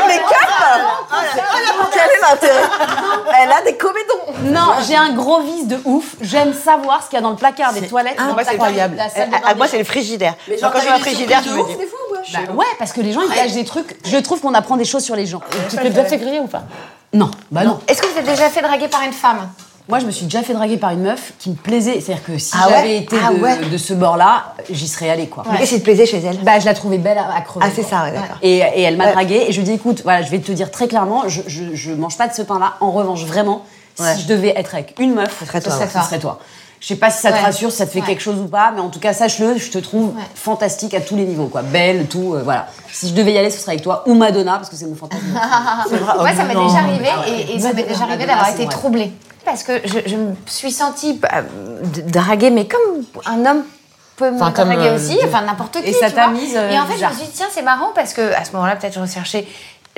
S1: Ah make-up Quel est l'intérêt Elle a des comédons
S2: Non, j'ai un gros vice de ouf. J'aime savoir ce qu'il y a dans le placard des toilettes. dans le
S5: moi, c'est
S2: placard de
S5: incroyable.
S2: La salle de
S5: À, à
S2: bain
S5: moi,
S2: des-
S5: c'est le frigidaire. Donc, quand je vois un frigidaire, je me dis.
S2: Bah ouais, parce que les gens, ils cachent des trucs. Je trouve qu'on apprend des choses sur les gens.
S6: Tu t'es déjà fait griller ou pas
S2: Non, bah non.
S4: Est-ce que vous êtes déjà fait draguer par une femme
S2: Moi, je me suis déjà fait draguer par une meuf qui me plaisait. C'est-à-dire que si
S5: Ah ouais
S2: j'avais été
S5: Ah
S2: de,
S5: ouais.
S2: de ce bord-là, j'y serais allée, quoi.
S5: Mais qu'est-ce qui te plaisait chez elle
S2: Bah, je la trouvais belle à, à crever.
S5: Ah, c'est
S2: quoi.
S5: ça, ouais, d'accord.
S2: Et, et elle m'a draguée et je lui ai dit, écoute, voilà, je vais te dire très clairement, je, je, je mange pas de ce pain-là. En revanche, vraiment,
S5: Ouais.
S2: si je devais être avec une meuf, ce
S5: serait toi, ouais.
S2: ce serait toi. Je sais pas si ça te
S4: Ouais.
S2: rassure, si ça te fait
S4: Ouais.
S2: quelque chose ou pas, mais en tout cas, sache-le, je te trouve
S4: Ouais.
S2: fantastique à tous les niveaux, quoi. Belle, tout, euh, voilà. Si je devais y aller, ce serait avec toi ou Madonna, parce que c'est mon fantasme.
S4: Moi, ça m'est déjà arrivé et, et ça m'est déjà arrivé d'avoir
S2: Ah, c'est
S4: été
S2: vrai.
S4: troublée. Parce que je, je me suis sentie euh, d- draguée, mais comme un homme peut me
S6: Enfin, comme,
S4: draguer
S6: euh,
S4: aussi, enfin n'importe qui.
S2: Et ça
S4: tu
S2: t'a
S4: vois.
S2: mise, euh,
S4: Et en fait, je
S2: bizarre.
S4: me suis dit, tiens, c'est marrant parce que à ce moment-là, peut-être je recherchais.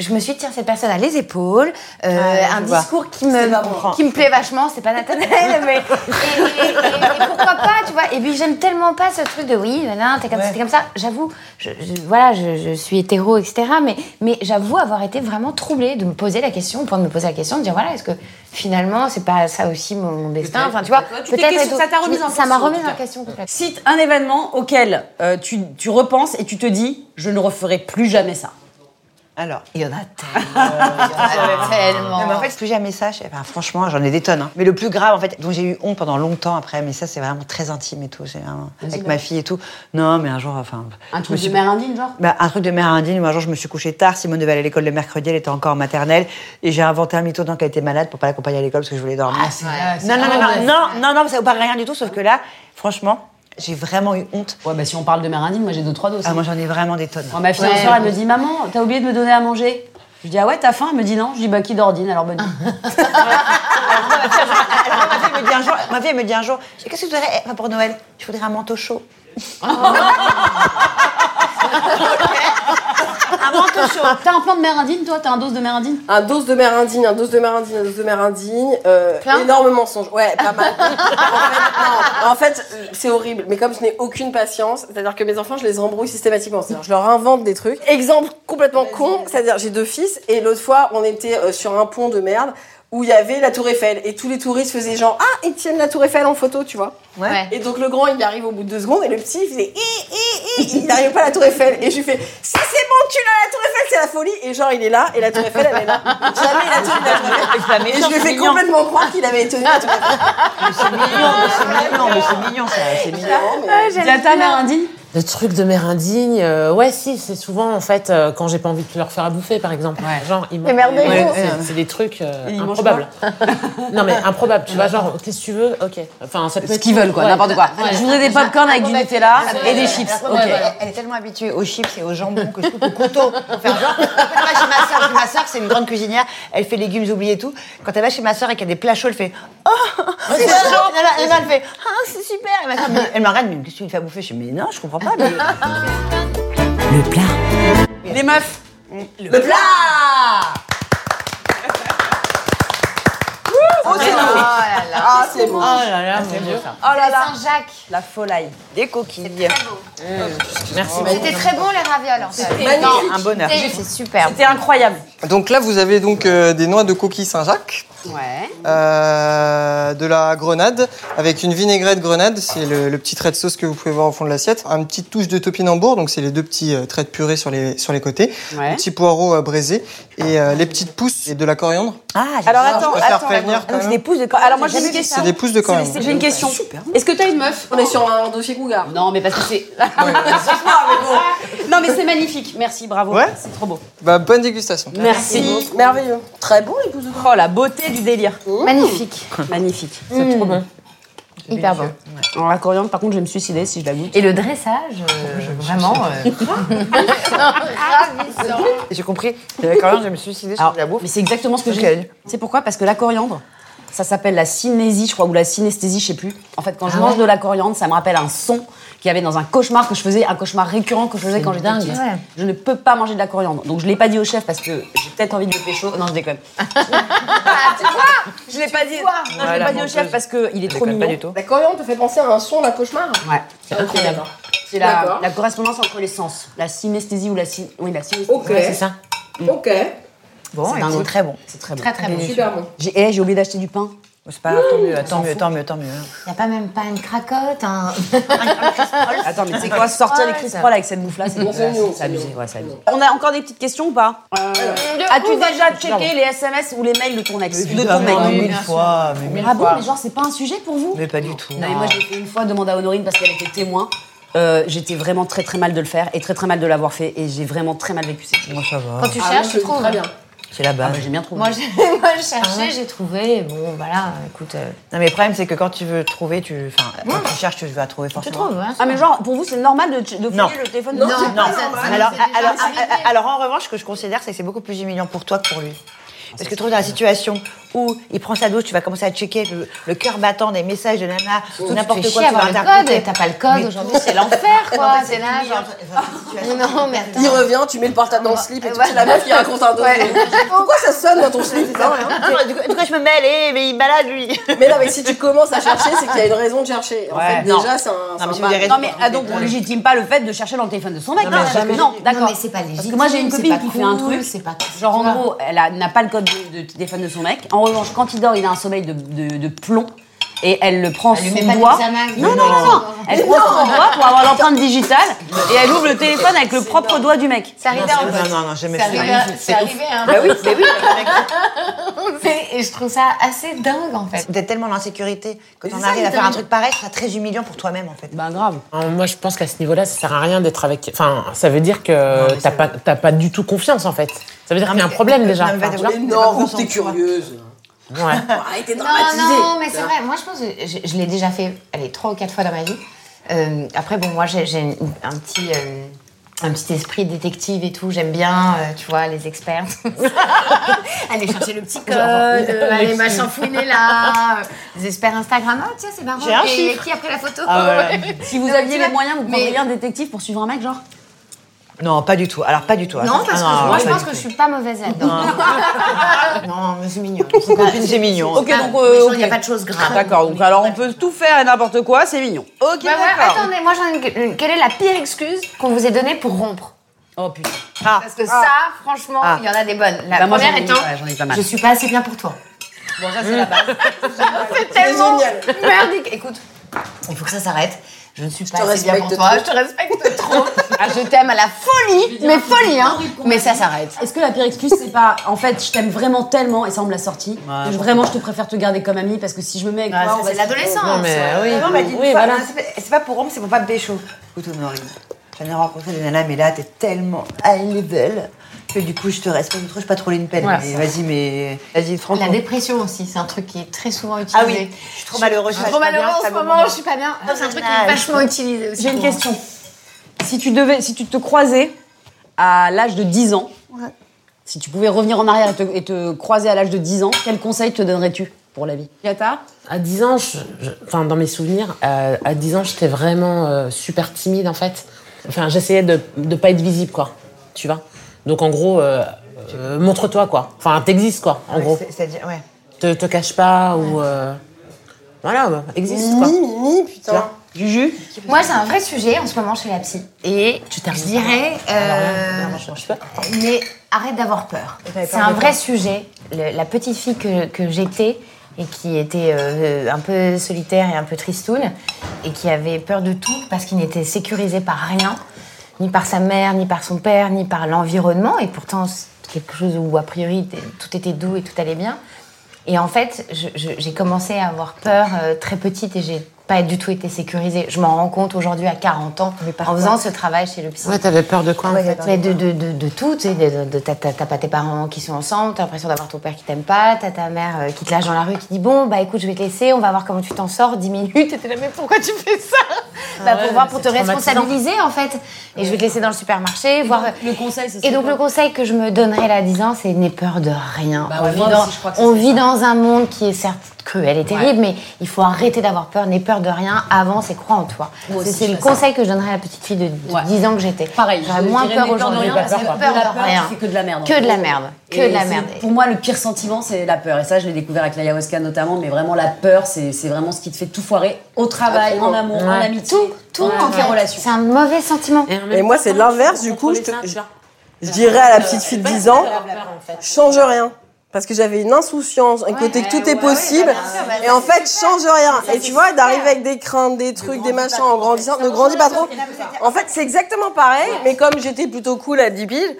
S4: Je me suis dit, tiens, cette personne a les épaules, euh, un
S5: vois.
S4: discours qui me, qui me plaît vachement, c'est pas Nathanaël, mais. Et, et- et- et pourquoi pas, tu vois. Et puis j'aime tellement pas ce truc de oui, nanana, t'es comme ça, t'es comme ça. J'avoue, je, je- voilà, je, je suis hétéro, etc. Mais, mais j'avoue avoir été vraiment troublée de me poser la question, au point de me poser la question, de dire voilà, est-ce que finalement, c'est pas ça aussi mon, mon destin Enfin, tu vois,
S2: Hein, tu t'es question-
S4: et tout.
S2: ça t'a remise en
S4: Ça
S2: question,
S4: m'a
S2: en
S4: remise
S2: tout
S4: en
S2: cas.
S4: question complètement.
S2: Cite un événement auquel euh, tu, tu repenses et tu te dis, je ne referai plus jamais ça.
S5: Alors, il y en a tellement.
S2: Ah.
S4: Tellement.
S5: Non, mais en fait, plus jamais ça. je- enfin, Bah, franchement, j'en ai des tonnes. hein. Mais le plus grave, en fait, dont j'ai eu honte pendant longtemps après, mais ça, c'est vraiment très intime et tout. C'est vraiment avec ma fille et tout. Non, mais un jour, enfin.
S2: bah. Un
S5: je
S2: truc
S5: me suis-
S2: de mère indigne, genre
S5: Bah, un truc de mère indigne. où Un jour, je me suis couchée tard. Simone devait aller à l'école le mercredi. Elle était encore en maternelle. Et j'ai inventé un mytho tant qu'elle était malade pour pas l'accompagner à l'école parce que je voulais dormir.
S2: Ah,
S5: non, non, non, non, non, non, non, ça vous paraît rien du tout. Sauf que là, franchement, j'ai vraiment eu honte.
S2: Ouais, bah si on parle de mère indigne, moi j'ai deux, trois doses.
S5: Ah, moi, j'en ai vraiment des tonnes.
S2: Moi, ma fille, un soir, elle me dit Maman, t'as oublié de me donner à manger Je dis Ah ouais, t'as faim Elle me dit Non. Je dis Bah qui d'ordine Alors bonne nuit.
S5: Alors, ma fille me dit un jour, ma fille elle me dit un jour, Je dis, qu'est-ce que tu voudrais eh, pour Noël Je voudrais un manteau chaud. Ah,
S2: Un manteau chaud. T'as un plan de mère indigne, toi T'as un dose de mère indigne
S1: Un dose de mère indigne, un dose de mère indigne, un dose de mère indigne. euh,
S4: Plein
S1: énorme mensonge. Ouais, pas mal. en fait, non. En fait, euh, c'est horrible. Mais comme je n'ai aucune patience, c'est-à-dire que mes enfants, je les embrouille systématiquement. C'est-à-dire, je leur invente des trucs. Exemple complètement con, c'est-à-dire, j'ai deux fils et l'autre fois, on était euh, sur un pont de merde où il y avait la Tour Eiffel et tous les touristes faisaient genre ah ils tiennent la Tour Eiffel en photo tu vois
S4: Ouais.
S1: et donc le grand il arrive au bout de deux secondes et le petit il faisait hi, hi, hi, il n'arrive pas à la Tour Eiffel et je lui fais si c'est bon tu l'as la Tour Eiffel c'est la folie et genre il est là et la Tour Eiffel elle est là jamais il a tenu la Tour Eiffel et je lui fais complètement croire qu'il avait tenu la Tour Eiffel
S5: Non, mais c'est mignon, ça, c'est mignon.
S2: Diata Merindi
S6: Le truc de mère indigne, euh, ouais, si, c'est souvent en fait euh, quand j'ai pas envie de leur faire à bouffer, par exemple. Genre, ils mangent.
S4: merdez-vous.
S6: Ouais, c'est- C'est des trucs euh, improbables. non, mais improbables. Tu vois, genre, qu'est-ce que tu veux Ok. Enfin, ça peut
S2: Ce qu'ils veulent, quoi, n'importe quoi. Je voudrais des pop-corn avec du Nutella et des chips.
S5: Alors que moi,
S2: Ok.
S5: elle- Elle est tellement habituée aux chips et aux jambons que je coupe au couteau pour faire genre. En fait, elle va chez ma soeur, ma sœur, c'est une grande cuisinière, elle fait légumes oubliés et tout. Quand elle va chez ma soeur et qu'il y a des plats chauds, elle fait Oh, c'est chaud Elle, elle, elle, fait Ah, c'est super Et ma sœur, mais- Elle me regarde, mais qu'est-ce que tu lui fais à bouffer Je dis Mais non, je comprends pas. Mais...
S1: Ah,
S2: Les meufs
S5: Le plat Oh
S1: ah c'est bon
S4: Oh là là. Saint-Jacques.
S2: La folaille.
S5: Des coquilles.
S6: Merci.
S4: C'était très bon les ravioles. en fait.
S5: Non, un bonheur.
S4: C'était- C'est superbe.
S2: C'était incroyable.
S7: Donc là, vous avez donc euh, des noix de coquille Saint-Jacques,
S2: Ouais.
S7: euh, de la grenade, avec une vinaigrette grenade, c'est le, le petit trait de sauce que vous pouvez voir au fond de l'assiette, une petite touche de topinambour, donc c'est les deux petits euh, traits de purée sur les, sur les côtés,
S2: Ouais.
S7: un petit poireau euh, braisé, et euh, les petites pousses et de la coriandre.
S5: Ah, j'adore.
S2: Alors attends,
S7: je préfère
S2: attends.
S7: prévenir
S5: Donc,
S7: quand
S5: c'est
S7: même.
S5: des pouces de
S2: Attends, Alors moi j'ai une
S5: J'avais
S2: question.
S7: C'est des pousses de hein. coriandre.
S2: J'ai une question. Est-ce que t'as une meuf
S1: on est sur un dossier Google
S2: Non, mais parce que c'est. Non, mais c'est magnifique. Merci, bravo.
S7: Ouais.
S2: C'est trop beau.
S7: Bah, bonne dégustation.
S2: Merci.
S1: merveilleux très bon les
S2: Oh, la beauté du délire.
S4: Magnifique.
S2: Mmh. Magnifique. Mmh. C'est trop bon.
S4: Hyper bon.
S2: Alors, la coriandre, par contre, je vais me suicider si je la goûte.
S4: Et le dressage, euh, vraiment. euh,
S5: J'ai compris. J'avais quand même, je me suis suicidée sur
S2: Alors,
S5: de la bouffe.
S2: Mais c'est exactement ce que
S5: Ok.
S2: j'ai dit. C'est pourquoi Parce que la coriandre, ça s'appelle la cinésie, je crois, ou la synesthésie, je sais plus. En fait,
S5: Ah
S2: quand je mange de la coriandre, ça me rappelle un son qu'il y avait dans un cauchemar que je faisais, un cauchemar récurrent que je faisais quand j'étais petite.
S4: Ouais.
S2: Je ne peux pas manger de la coriandre. Donc, je l'ai pas dit au chef parce que j'ai peut-être envie de le pécho. Non, je déconne. Je l'ai pas dit. Non, je l'ai
S5: Voilà,
S2: pas dit au
S5: menteuse.
S2: chef parce qu'il est trop mignon.
S5: Pas du tout.
S1: la coriandre te fait penser à un son d'un cauchemar
S2: Ouais, c'est incroyable. C'est la,
S1: D'accord.
S2: la correspondance entre les sens, la synesthésie ou la syn... oui la synesthésie.
S1: Ok.
S2: Ouais, c'est ça. Mm.
S1: ok
S5: Bon,
S2: C'est
S5: et
S2: dingo.
S5: c'est très bon.
S2: C'est très bon.
S4: Très très bon. Il
S1: super bon
S2: J'ai eh, j'ai oublié d'acheter du pain.
S5: C'est pas grave, tant mieux, tant mieux, tant mieux, tant mieux. hein.
S4: n'y a pas même pas une cracotte, un. Oh,
S2: Attends, mais c'est quoi sortir les
S4: Ouais,
S2: crisps
S4: ça.
S2: là avec cette bouffe là C'est dégueulasse.
S1: c'est mignon,
S2: C'est abusé, ouais, c'est abusé. On a encore des petites questions ou pas
S4: Euh,
S2: As-tu déjà checké les SMS ou les mails de ton ex De ton
S5: Évidemment,
S2: mec
S5: mille fois, mais mille
S2: Ah bon,
S5: fois.
S2: mais genre c'est pas un sujet pour vous
S5: Mais pas du tout.
S2: Non, mais moi j'ai fait une fois demande à Honorine parce qu'elle était témoin. Euh, J'étais vraiment très très mal de le faire et très très mal de l'avoir fait et j'ai vraiment très mal vécu cette chose. Ah,
S5: Moi, ça
S1: Ah.
S5: va.
S4: Quand tu cherches, tu trouves.
S1: très bien
S5: C'est la base.
S2: J'ai bien trouvé.
S4: Moi, j'ai- moi, je cherchais, j'ai trouvé. Bon, voilà, écoute. euh,
S5: Non, mais le problème, c'est que quand tu veux trouver, tu. Enfin, quand tu cherches, tu vas trouver
S4: Tu
S5: forcément.
S4: trouves, hein
S2: Ah mais genre pour vous c'est normal de, de fouiller
S5: Non.
S2: le téléphone
S5: Non,
S2: de-
S5: non.
S4: normal.
S5: Alors,
S4: Ah, C'est déjà
S5: alors,
S4: arrivé.
S5: alors, alors, en revanche, ce que je considère, c'est que c'est beaucoup plus humiliant pour toi que pour lui. Parce que tu te trouves dans la situation où il prend sa douche, tu vas commencer à checker le, le cœur battant des messages de nana, tout n'importe
S4: Oh, Fais
S5: quoi,
S4: chier
S5: tu vas
S4: avoir le
S5: interpréter.
S4: code, t'as pas le code aujourd'hui, c'est l'enfer quoi, c'est là genre. Non mais attends.
S1: il revient tu mets le portable dans le slip et tout
S4: Ouais.
S1: c'est la meuf qui raconte un dossier pourquoi ça sonne dans ton slip hein Non, rien.
S5: Du coup, du coup, je me mêle, eh, mais il balade lui.
S1: Mais non, mais si tu commences à chercher, c'est qu'il y a une raison de chercher. En
S5: Ouais.
S1: fait,
S2: Non.
S1: déjà, c'est un. c'est
S5: mais
S1: un
S5: si
S1: bar-
S5: vous avez-
S2: Non mais ah, donc on légitime pas le fait de chercher dans le téléphone de son mec. Non, parce que
S5: jamais.
S2: non
S4: Non
S2: d'accord.
S4: mais c'est pas légitime.
S2: Parce que moi j'ai une
S4: c'est
S2: copine
S4: pas
S2: qui
S4: cool,
S2: fait un truc,
S4: c'est pas
S2: genre en gros elle a- n'a pas le code de, de téléphone de son mec. En revanche quand il dort il a un sommeil de, de- de plomb et elle le prend
S4: Elle lui
S2: sous
S4: met
S2: son
S4: pas de
S2: doigt.
S4: Xanax,
S2: Non
S4: mais
S2: non non,
S4: non.
S2: non. elle prend son doigt pour avoir l'empreinte digitale et elle ouvre le téléphone avec le propre doigt du mec.
S4: C'est arrivé en
S5: Non,
S4: fait.
S5: non, non, jamais
S4: C'est arrivé,
S5: ça.
S4: c'est arrivé hein. Bah oui, c'est oui. Et je trouve ça assez dingue en fait.
S5: D'être tellement dans l'insécurité que t'en arrives à faire un truc pareil, ce sera très humiliant pour toi-même en fait.
S4: Bah,
S2: Ben grave.
S6: Euh, Moi, je pense qu'à ce niveau-là, ça sert à rien d'être avec. Enfin, ça veut dire que t'as pas, t'as pas du tout confiance en fait. Ça veut dire qu'il y a un problème déjà.
S5: Non, mais
S6: Enfin,
S5: t'as-
S6: tu vois
S5: t'as
S1: Mais
S5: pas
S1: Non,
S5: confiance en
S1: t'es
S5: toi.
S1: curieuse.
S6: Ouais.
S1: Arrêtez de
S4: Non,
S1: dramatiser.
S4: non, mais c'est vrai. Moi, je pense que je, je l'ai déjà fait, allez, trois ou quatre fois dans ma vie. Euh, après, bon, moi, j'ai j'ai une- un petit... euh, un petit esprit détective et tout, j'aime bien, euh, tu vois, les experts. aller chercher le petit code, euh, aller machin fouiner
S2: Ah
S4: là, euh, les experts Instagram, ah tiens, c'est marrant,
S5: J'ai un
S4: et-
S5: chiffre.
S4: qui a pris la photo
S2: Si vous
S4: Non, mais
S2: aviez
S4: tu vois,
S2: les moyens vous
S4: mais-
S2: prendriez un détective pour suivre un mec genre.
S5: Non, pas du tout. Alors, pas du tout.
S4: Non, parce que
S5: Ah,
S4: moi,
S5: non,
S4: je
S5: pas
S4: pense
S5: du
S4: que
S5: tout.
S4: je suis pas mauvaise là-dedans.
S5: Non, mais c'est mignon. C'est copine, c'est mignon.
S2: Ok
S4: Ah,
S2: donc euh,
S4: mais il n'y a
S2: ok.
S4: pas de choses graves.
S2: D'accord donc alors on peut tout faire et n'importe quoi c'est mignon. Ok
S4: Bah ouais,
S2: d'accord.
S4: attendez, moi j'en ai une- une- Quelle est la pire excuse qu'on vous ait donnée pour rompre
S2: Oh putain.
S5: Ah,
S4: Parce que ça, franchement, il y en a des bonnes. La
S2: Bah, moi,
S4: première
S2: j'en ai-
S4: étant,
S2: ouais, j'en ai pas mal.
S4: je suis pas assez bien pour toi. Bon, ça, c'est la base. c'est tellement merdique. Écoute, il faut que ça s'arrête. Je ne suis pas assez Bah, bien pour
S1: respecte
S4: toi. Je te respecte trop. Ah, je t'aime à la folie, mais folie, hein. Mais ça s'arrête.
S2: Est-ce que la pire excuse, c'est pas en fait, je t'aime vraiment tellement, et ça on me l'a sorti, que je- vraiment je te préfère te garder comme amie parce que si je me mets avec toi, on va
S4: Ah, C'est
S2: se-
S4: l'adolescence.
S6: Non, mais oui.
S5: Non, mais elle dit
S6: oui,
S5: pas-
S6: voilà.
S5: non, c'est pas- C'est pas pour rompre, c'est pour pas me pécho. Écoute, Honorine, j'en ai rencontré des nanas, mais là, t'es tellement high level que du coup, je te respecte. Je trouve pas trop une peine.
S6: Voilà,
S5: mais
S6: c'est
S5: vas-y, mais. Vas-y, franco.
S4: La dépression aussi, c'est un truc qui est très souvent utilisé.
S5: Ah oui, je suis trop malheureuse.
S4: Je suis trop malheureuse en ce moment, Ah, je suis pas bien. C'est un truc qui est vachement utilisé aussi.
S2: J'ai une
S4: pour-
S2: question. Si tu devais, si tu te croisais à l'âge de 10 ans, si tu pouvais revenir en arrière et te, et te croiser à l'âge de 10 ans, quel conseil te donnerais-tu pour la vie Yata
S6: À 10 ans, je- je- enfin dans mes souvenirs, euh, à 10 ans, j'étais vraiment euh, super timide en fait. Enfin, j'essayais de ne pas être visible quoi, tu vois. Donc en gros, euh, euh, montre-toi quoi. Enfin, t'existes quoi, en gros.
S5: C'est-à-dire, ouais.
S6: Te, te cache pas ou euh, voilà, bah, existe quoi.
S1: Mimi, Mimi, putain.
S6: Juju,
S4: Moi, c'est un vrai sujet en ce moment chez la psy. Et je, dirais,
S2: bah
S4: euh,
S6: je sais pas.
S4: mais arrête d'avoir peur.
S5: t'avais
S4: C'est
S5: peur
S4: un
S5: de
S4: vrai sujet. Le- la petite fille que, que j'étais et qui était euh, un peu solitaire et un peu tristoune et qui avait peur de tout parce qu'il n'était sécurisé par rien, ni par sa mère, ni par son père, ni par l'environnement. Et pourtant, c'est quelque chose où a priori t- tout était doux et tout allait bien. Et en fait, je- je- j'ai commencé à avoir peur euh, très petite et j'ai pas du tout été sécurisée. Je m'en rends compte aujourd'hui à 40 ans en faisant ce travail chez le psy.
S6: Ouais, t'avais peur de quoi en fait
S4: Mais de, de, de, de tout, tu sais, de- de- de- t'as t'as- t'as pas tes parents qui sont ensemble, t'as l'impression d'avoir ton père qui t'aime pas, t'as ta mère euh, qui te lâche dans la rue, qui dit bon bah écoute je vais te laisser, on va voir comment tu t'en sors, 10 minutes, et t'es là mais pourquoi tu fais ça Bah
S6: Ah ouais,
S4: pour voir,
S6: mais
S4: pour te
S6: c'est traumatisant.
S4: responsabiliser en fait, et je vais te laisser dans le supermarché, voir...
S2: Le conseil, ce
S4: Et donc le conseil que je me donnerais là à 10 ans, c'est n'aie peur de rien.
S2: Bah,
S4: on
S2: ouais,
S4: vit,
S2: moi
S4: dans,
S2: aussi, je crois que
S4: on
S2: c'est
S4: vit dans un monde qui est certes cruel et terrible, mais il faut arrêter d'avoir peur, n'aie peur de rien, avance et crois en toi.
S2: Moi
S4: C'est
S2: aussi,
S4: c'est
S2: je
S4: le
S2: fais ça.
S4: conseil que je donnerais à la petite fille de d-
S2: Ouais.
S4: 10 ans que j'étais.
S2: Pareil,
S4: j'aurais
S2: je
S4: moins
S2: dirais,
S4: peur
S2: n'aie de
S4: aujourd'hui
S2: rien,
S4: parce que
S2: parce que
S4: peur
S2: de la
S4: de rien.
S2: tu fais que de la merde.
S4: Que de la merde, que
S2: Et
S4: de la
S2: c'est-
S4: merde.
S2: Pour moi, le pire sentiment, c'est la peur. Et ça, je l'ai découvert avec l'ayahuasca notamment, mais vraiment la peur, c'est c'est vraiment ce qui te fait tout foirer au travail, en amour, en
S6: Ouais.
S2: amitié,
S4: Tout
S2: dans
S4: en
S2: toutes les
S4: fait,
S2: relations.
S4: c'est un mauvais sentiment.
S6: en
S1: Et
S6: même
S1: moi, c'est
S6: temps,
S1: l'inverse,
S6: tu
S1: du
S6: rentres
S1: coup,
S6: les
S1: je te-
S6: seins, tu vois.
S1: Je dirais à la petite fille de 10 ans, change rien. Parce que j'avais une insouciance, un côté que tout est
S5: bah,
S1: possible, et en fait, change rien. Et tu vois, d'arriver avec des craintes, des trucs, des machins, en grandissant, ne grandis pas trop. En fait, c'est exactement pareil, mais comme j'étais plutôt cool à 10 piges,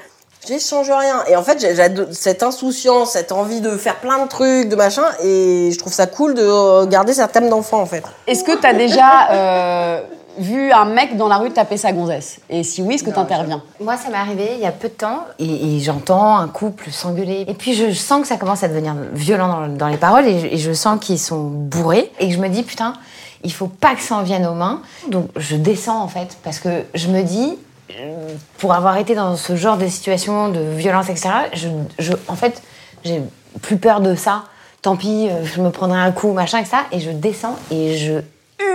S1: j'ai change rien. Et en fait, j'ai- j'adore cette insouciance, cette envie de faire plein de trucs, de machins, et je trouve ça cool de euh, garder certains thèmes d'enfant, en fait.
S2: Est-ce que t'as déjà euh, vu un mec dans la rue taper sa gonzesse Et si oui, est-ce que t'interviens
S4: Moi, ça m'est arrivé il y a peu de temps et, et j'entends un couple s'engueuler. Et puis je sens que ça commence à devenir violent dans, dans les paroles et je, et je sens qu'ils sont bourrés et que je me dis putain, il faut pas que ça en vienne aux mains. Donc je descends en fait parce que je me dis euh, pour avoir été dans ce genre de situation de violence etc. Je, je- en fait j'ai plus peur de ça. Tant pis, euh, je me prendrai un coup machin etc. Et je descends et je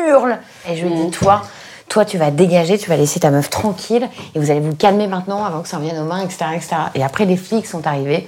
S4: hurle. Et je lui
S6: Mm.
S4: dis, toi, toi, tu vas dégager, tu vas laisser ta meuf tranquille et vous allez vous calmer maintenant avant que ça revienne aux mains, etc., etc. Et après, les flics sont arrivés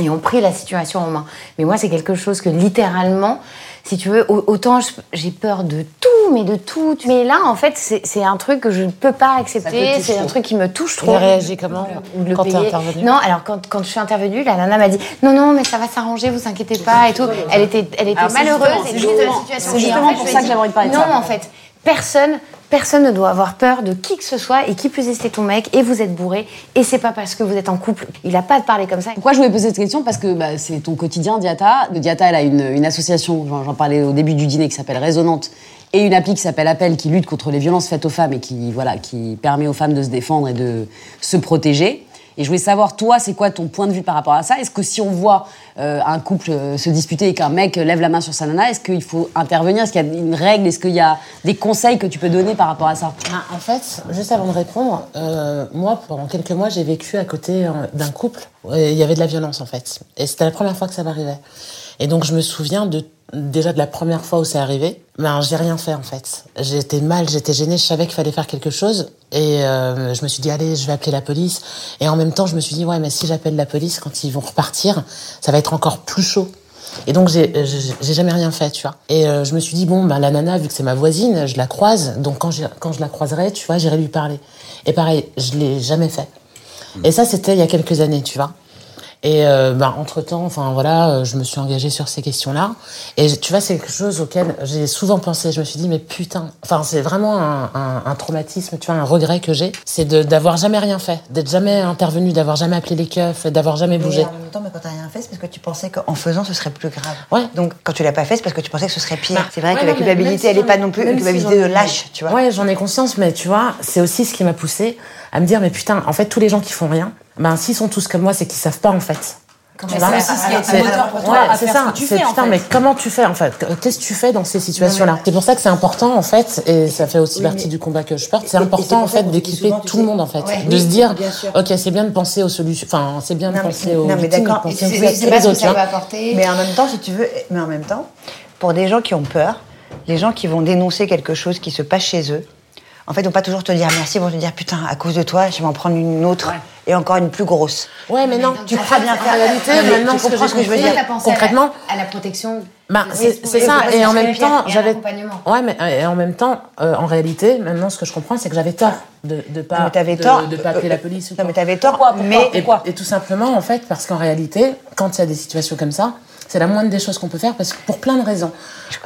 S4: et ont pris la situation en main. Mais moi, c'est quelque chose que littéralement, si tu veux, au- autant je- j'ai peur de tout, mais de tout. Mais là, en fait, c'est c'est un truc que je ne peux pas accepter. C'est un truc qui me touche trop.
S6: Il a réagi comment
S4: Ou de le
S6: quand t'es
S4: payer.
S6: intervenu
S4: Non, alors quand, quand je suis intervenue, la nana m'a dit non, non, mais ça va s'arranger, vous inquiétez pas et tout. Elle était, elle était
S2: Alors, c'est justement,
S4: malheureuse
S2: c'est
S4: et triste de la
S2: justement- c'est
S4: situation. Et en
S2: justement
S4: fait,
S2: pour ça
S4: je lui ai
S2: que j'avais envie de parler de
S4: Non,
S2: ça.
S4: en fait, personne, personne ne doit avoir peur de qui que ce soit et qui plus est, c'était ton mec et vous êtes bourré et c'est pas parce que vous êtes en couple. Il a pas à te parler comme ça.
S2: Pourquoi je voulais poser cette question Parce que bah, c'est ton quotidien, Diata. Diata, elle a une, une association, j'en j'en parlais au début du dîner, qui s'appelle Résonante, et une appli qui s'appelle Appel, qui lutte contre les violences faites aux femmes et qui, voilà, qui permet aux femmes de se défendre et de se protéger. Et je voulais savoir, toi, c'est quoi ton point de vue par rapport à ça Est-ce que si on voit euh, un couple euh, se disputer et qu'un mec lève la main sur sa nana, est-ce qu'il faut intervenir Est-ce qu'il y a une règle Est-ce qu'il y a des conseils que tu peux donner par rapport à ça
S6: Ah, en fait, juste avant de répondre, euh, moi, pendant quelques mois, j'ai vécu à côté euh, d'un couple. Et Il y avait de la violence, en fait. Et c'était la première fois que ça m'arrivait. Et donc, je me souviens de, déjà de la première fois où c'est arrivé. Ben, j'ai rien fait, en fait. J'étais mal, j'étais gênée, je savais qu'il fallait faire quelque chose. Et euh, je me suis dit, allez, je vais appeler la police. Et en même temps, je me suis dit, ouais, mais si j'appelle la police, quand ils vont repartir, ça va être encore plus chaud. Et donc j'ai euh, j'ai- j'ai jamais rien fait, tu vois. Et euh, je me suis dit bon, bah la nana vu que c'est ma voisine, je la croise, donc quand je, quand je la croiserai, tu vois, j'irai lui parler. Et pareil, je l'ai jamais fait. Et ça c'était il y a quelques années, tu vois. Et euh, bah, entre-temps, enfin voilà, euh, je me suis engagée sur ces questions-là. Et je- tu vois, c'est quelque chose auquel j'ai souvent pensé. Je me suis dit, mais putain, enfin c'est vraiment un, un- un traumatisme, tu vois, un regret que j'ai, c'est de- d'avoir jamais rien fait, d'être jamais intervenu, d'avoir jamais appelé les keufs, d'avoir jamais
S5: Mais
S6: bougé.
S5: en même temps, mais quand t'as rien fait, c'est parce que tu pensais qu'en faisant, ce serait plus grave.
S6: Ouais.
S5: Donc, quand tu l'as pas fait, c'est parce que tu pensais que ce serait pire.
S6: Bah,
S5: c'est vrai
S6: ouais,
S5: que la
S6: non, mais même si
S5: culpabilité, elle est
S6: j'en-
S5: pas non plus
S6: même
S5: une
S6: si
S5: culpabilité
S6: j'en
S5: de
S6: ai-
S5: lâche, tu vois.
S6: Ouais, j'en ai conscience, mais tu vois, c'est aussi ce qui m'a poussée à me dire, mais putain, en fait, tous les gens qui font rien, ben s'ils sont tous comme moi, c'est qu'ils savent pas en fait. Tu
S4: Mais
S6: vois
S4: c'est aussi ce qui est
S6: C'est-
S4: moteur pour toi
S6: ouais,
S4: à
S6: c'est
S4: faire
S6: ça.
S4: ce que tu
S6: C'est,
S4: fais, en
S6: putain,
S4: fait.
S6: mais comment tu fais en fait Qu'est-ce que tu fais dans ces situations-là C'est pour ça que c'est important en fait, et ça fait aussi partie du combat que je porte. C'est
S5: et- et c'est
S6: important
S5: pour
S6: en
S5: ça
S6: fait
S5: qu'on dit
S6: d'équiper
S5: souvent, tu
S6: tout le
S5: sais-
S6: monde en fait,
S5: Ouais.
S6: de se dire,
S5: Bien sûr.
S6: ok, c'est bien de penser aux solutions, enfin, c'est bien de
S5: Non, mais-
S6: penser aux
S5: non, mais
S6: victimes, de
S5: d'accord,
S6: penser
S5: c'est-
S6: aux
S5: oui,
S4: C'est pas
S6: les
S4: ce que
S6: autres. tu
S4: ça va
S6: vois.
S4: apporter.
S5: Mais en même temps, si tu veux, mais en même temps, pour des gens qui ont peur, les gens qui vont dénoncer quelque chose qui se passe chez eux, en fait, ils vont pas toujours te dire merci, ils vont te dire putain, à cause de toi, je vais en prendre une autre et encore une plus grosse.
S6: Ouais, mais non, tu crois bien faire. En réalité,
S5: Non, mais
S6: maintenant,
S5: tu
S6: ce que
S5: comprends
S6: j'ai
S5: ce que je veux
S4: Toi,
S5: dire.
S6: compris,
S4: t'as pensé à la-
S6: concrètement,
S4: à la protection.
S6: Bah,
S4: de-
S6: c'est c'est
S4: de-
S6: ça.
S4: de-
S6: Et en
S4: de-
S6: même
S4: de-
S6: temps,
S4: et un
S6: j'avais.
S4: accompagnement.
S6: Ouais, mais euh, et en même temps, euh, en réalité, maintenant, ce que je comprends, c'est que j'avais tort de de
S5: Non,
S6: pas
S5: mais t'avais
S6: de,
S5: tort.
S6: de pas appeler la
S5: Euh,
S6: police. ou
S5: Non,
S6: quoi.
S5: mais t'avais tort.
S2: Pourquoi, pourquoi
S5: mais
S6: et, et tout simplement, en fait, parce qu'en réalité, quand il y a des situations comme ça, c'est la moindre des choses qu'on peut faire, parce que pour plein de raisons.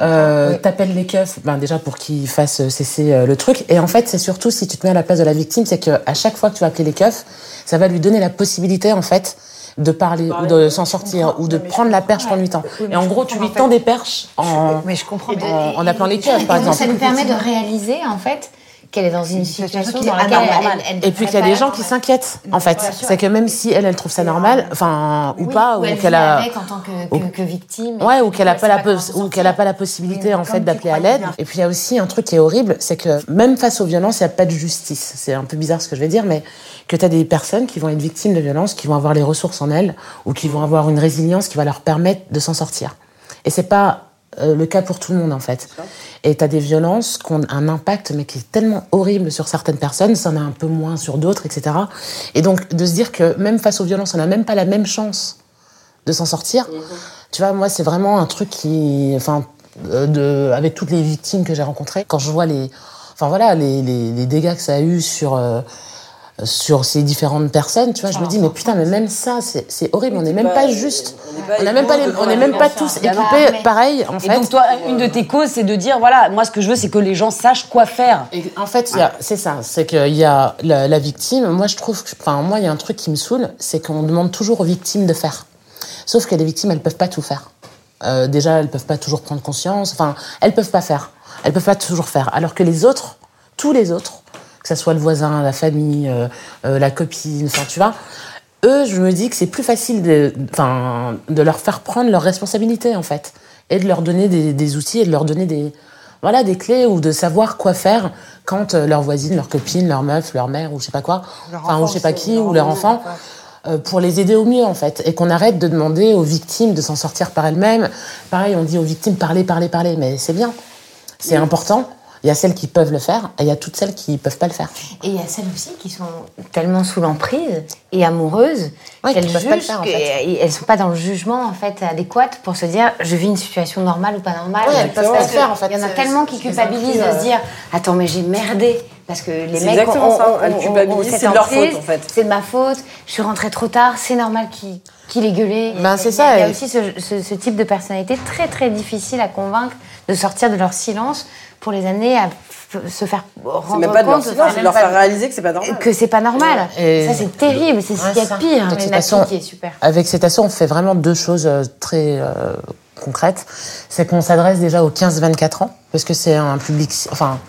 S6: Euh, T'appelles les keufs, ben déjà pour qu'ils fassent euh, cesser euh, le truc. Et en fait, c'est surtout si tu te mets à la place de la victime, c'est que à chaque fois que tu vas appeler les keufs, ça va lui donner la possibilité, en fait, de parler ou de s'en sortir ou de prendre la perche pendant 8 ans. Et en gros, tu lui tends des perches en,
S5: Mais je comprends. mais-
S6: en, en appelant les keufs,
S4: Et
S6: par
S4: donc,
S6: exemple.
S4: Ça nous permet de réaliser en fait qu'elle est dans une
S5: situation
S4: situation
S5: qui
S4: dans
S5: est
S4: laquelle
S5: anormale.
S4: elle- elle- elle
S6: Et puis qu'il y a
S4: devrait
S6: des
S4: pas
S6: gens
S4: être
S6: qui
S4: normale.
S6: s'inquiètent, en fait. C'est que même si elle, elle trouve ça normal, enfin, ou
S4: Oui,
S6: pas,
S4: ou
S6: ou
S4: elle
S6: qu'elle
S4: vit
S6: a.
S4: avec en tant que, que- que victime. et
S6: Ouais,
S4: que
S6: ou
S4: du
S6: qu'elle
S4: coup,
S6: n'a
S4: elle
S6: pas,
S4: sait
S6: la
S4: comment
S6: pos-
S4: s'en
S6: ou
S4: sortir.
S6: qu'elle a pas la possibilité en fait
S5: tu
S6: d'appeler à
S5: crois
S6: l'aide.
S5: bien.
S6: Et puis il y a aussi un truc qui est horrible, c'est que même face aux violences, il n'y a pas de justice. C'est un peu bizarre ce que je vais dire, mais que tu as des personnes qui vont être victimes de violences, qui vont avoir les ressources en elles, ou qui vont avoir une résilience qui va leur permettre de s'en sortir. Et c'est pas euh, le cas pour tout le monde en fait. Et tu as des violences qui ont un impact mais qui est tellement horrible sur certaines personnes, ça en a un peu moins sur d'autres, etc. Et donc de se dire que même face aux violences, on n'a même pas la même chance de s'en sortir. Tu vois, moi, c'est vraiment un truc qui. Enfin, euh, de, avec toutes les victimes que j'ai rencontrées, quand je vois les. Enfin, voilà, les, les- les dégâts que ça a eu sur. euh, sur ces différentes personnes, tu vois, je me dis mais putain, mais même ça, Ah, c'est c'est horrible. On n'est
S2: Bah,
S6: même pas juste, on n'est même pas, les- on n'est même pas tous équipés pareil en
S2: Et
S6: fait.
S2: donc toi, une de tes causes, c'est de dire voilà, moi ce que je veux, c'est que les gens sachent quoi faire.
S6: Et en fait, il y a- c'est ça, c'est qu'il y a la, la victime. Moi, je trouve, que- enfin, moi, il y a un truc qui me saoule, c'est qu'on demande toujours aux victimes de faire. Sauf que les victimes, elles peuvent pas tout faire. Euh, déjà, elles peuvent pas toujours prendre conscience. Enfin, elles peuvent pas faire. Elles peuvent pas toujours faire. Alors que les autres, tous les autres, que ça soit le voisin, la famille, euh, euh, la copine, enfin, tu vois. Eux, je me dis que c'est plus facile de, enfin, de leur faire prendre leurs responsabilités, en fait. Et de leur donner des, des outils et de leur donner des, voilà, des clés ou de savoir quoi faire quand euh, leur voisine, leur copine, leur meuf, leur mère ou je sais pas quoi, enfin, ou je sais pas qui, ou leur enfant, euh, pour les aider au mieux, en fait. Et qu'on arrête de demander aux victimes de s'en sortir par elles-mêmes. Pareil, on dit aux victimes, parlez, parlez, parlez, mais c'est bien. C'est important. Il y a celles qui peuvent le faire et il y a toutes celles qui peuvent pas le faire.
S4: Et il y a celles aussi qui sont tellement sous l'emprise et amoureuses
S6: Ouais,
S4: qu'elles
S6: qui peuvent pas le
S4: jugent,
S6: faire, en
S4: que- et elles sont pas dans le jugement en fait adéquat pour se dire je vis une situation normale ou pas normale.
S6: Ouais, elles peuvent
S4: Parce
S6: pas le
S4: que
S6: faire, en fait.
S4: Il y en a
S6: C'est-
S4: tellement
S6: c'est-
S4: qui
S6: c'est les
S4: culpabilisent
S6: intrigues,
S4: à se dire attends mais j'ai merdé parce que les
S1: C'est
S4: mecs
S1: exactement
S4: ont-
S1: ça,
S4: ont-
S1: elles
S4: ont- ont-
S1: culpabilisent,
S4: ont
S1: c'est
S4: cette
S1: de leur faute,
S4: emprise,
S1: en fait.
S4: C'est de ma faute. Je suis rentrée trop tard. C'est normal qu'il qu'il ait gueulé.
S6: Ben,
S4: Et-
S6: c'est
S4: et
S6: ça,
S4: Il y a
S6: et-
S4: aussi ce, ce- ce type de personnalité très très difficile à convaincre de sortir de leur silence pour les amener à f- se faire rendre
S1: C'est même pas de leur
S4: compte, enfin,
S1: silence, c'est de leur
S4: même pas
S1: faire réaliser que c'est pas normal.
S4: que c'est pas normal.
S6: Et-
S4: Ça, c'est terrible, c'est ce qu'il y a de pire.
S6: De toute
S4: Il y en a
S6: façon-
S4: qui est super.
S6: Avec cet assaut, on fait vraiment deux choses euh, très euh, concrètes. C'est qu'on s'adresse déjà aux 15-24 ans, parce que c'est un public... Enfin,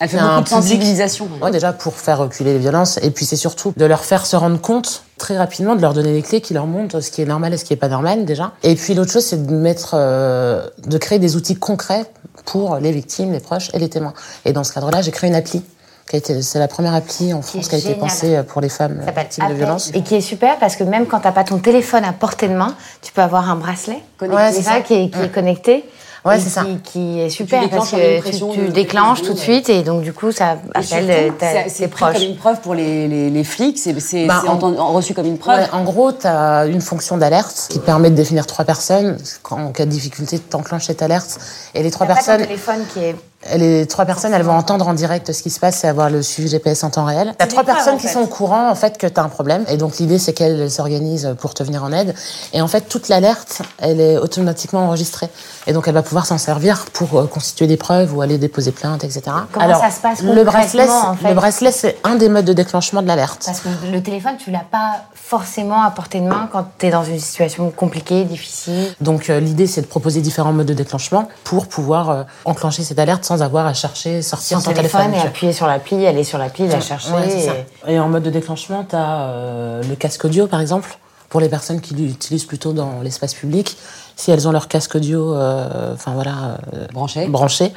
S2: Elle fait
S6: c'est
S2: beaucoup
S6: un
S2: de
S6: public-
S2: sensibilisation.
S6: Ouais, déjà pour faire reculer les violences, et puis c'est surtout de leur faire se rendre compte très rapidement, de leur donner les clés qui leur montrent ce qui est normal et ce qui est pas normal déjà. Et puis l'autre chose, c'est de mettre, euh, de créer des outils concrets pour les victimes, les proches et les témoins. Et dans ce cadre-là, j'ai créé une appli. qui a été- C'est la première appli en France qui a été
S4: géniale.
S6: pensée euh, pour les femmes
S4: Ça s'appelle
S6: victimes de
S4: Appel,
S6: violences.
S4: Et qui est super parce que même quand t'as pas ton téléphone à portée de main, tu peux avoir un bracelet.
S2: Connecté.
S4: Ouais, c'est ça, qui est, qui est connecté.
S6: Ouais,
S4: et
S6: c'est ça.
S4: Qui, qui est super
S2: déclenches
S4: parce
S2: une
S4: que
S2: pression
S4: tu, tu
S2: de-
S4: déclenches tout de
S2: de-
S4: suite et donc du coup ça
S2: Et surtout,
S4: appelle euh, ta-
S2: c'est-
S4: tes
S2: C'est pris
S4: proches.
S2: comme une preuve pour les, les, les flics, c'est c'est-
S6: Bah,
S2: c'est
S6: en-
S2: entendu- reçu comme une preuve.
S6: Ouais, en gros, tu as une fonction d'alerte qui te permet de définir trois personnes. En cas de difficulté, tu enclenches cette alerte. Et les trois
S4: T'as pas ton
S6: personnes.
S4: téléphone qui est
S6: Les trois personnes, elles vont entendre en direct ce qui se passe et avoir le suivi GPS en temps réel. T'as trois personnes qui sont au courant, en fait, que t'as un problème. Et donc, l'idée, c'est qu'elles elles s'organisent pour te venir en aide. Et en fait, toute l'alerte, elle est automatiquement enregistrée. Et donc, elle va pouvoir s'en servir pour euh, constituer des preuves ou aller déposer plainte, etc.
S4: Comment ça se passe
S6: le bracelet,
S4: concrètement,
S6: c'est-
S4: en fait
S6: le bracelet, c'est un des modes de déclenchement de l'alerte.
S4: Parce que le téléphone, tu l'as pas forcément à portée de main quand tu es dans une situation compliquée, difficile.
S6: Donc euh, l'idée, c'est de proposer différents modes de déclenchement pour pouvoir euh, enclencher cette alerte sans avoir à chercher, sortir
S4: Sur
S6: son
S4: ton
S6: téléphone.
S4: téléphone et
S6: tu vois.
S4: appuyer sur l'appli, aller sur l'appli, la chercher.
S6: Ouais, c'est ça.
S4: et-
S6: et... en mode de déclenchement, tu as le casque audio, par exemple, pour les personnes qui l'utilisent plutôt dans l'espace public. Si elles ont leur casque audio, euh, enfin voilà, euh,
S2: Branché.
S6: branché,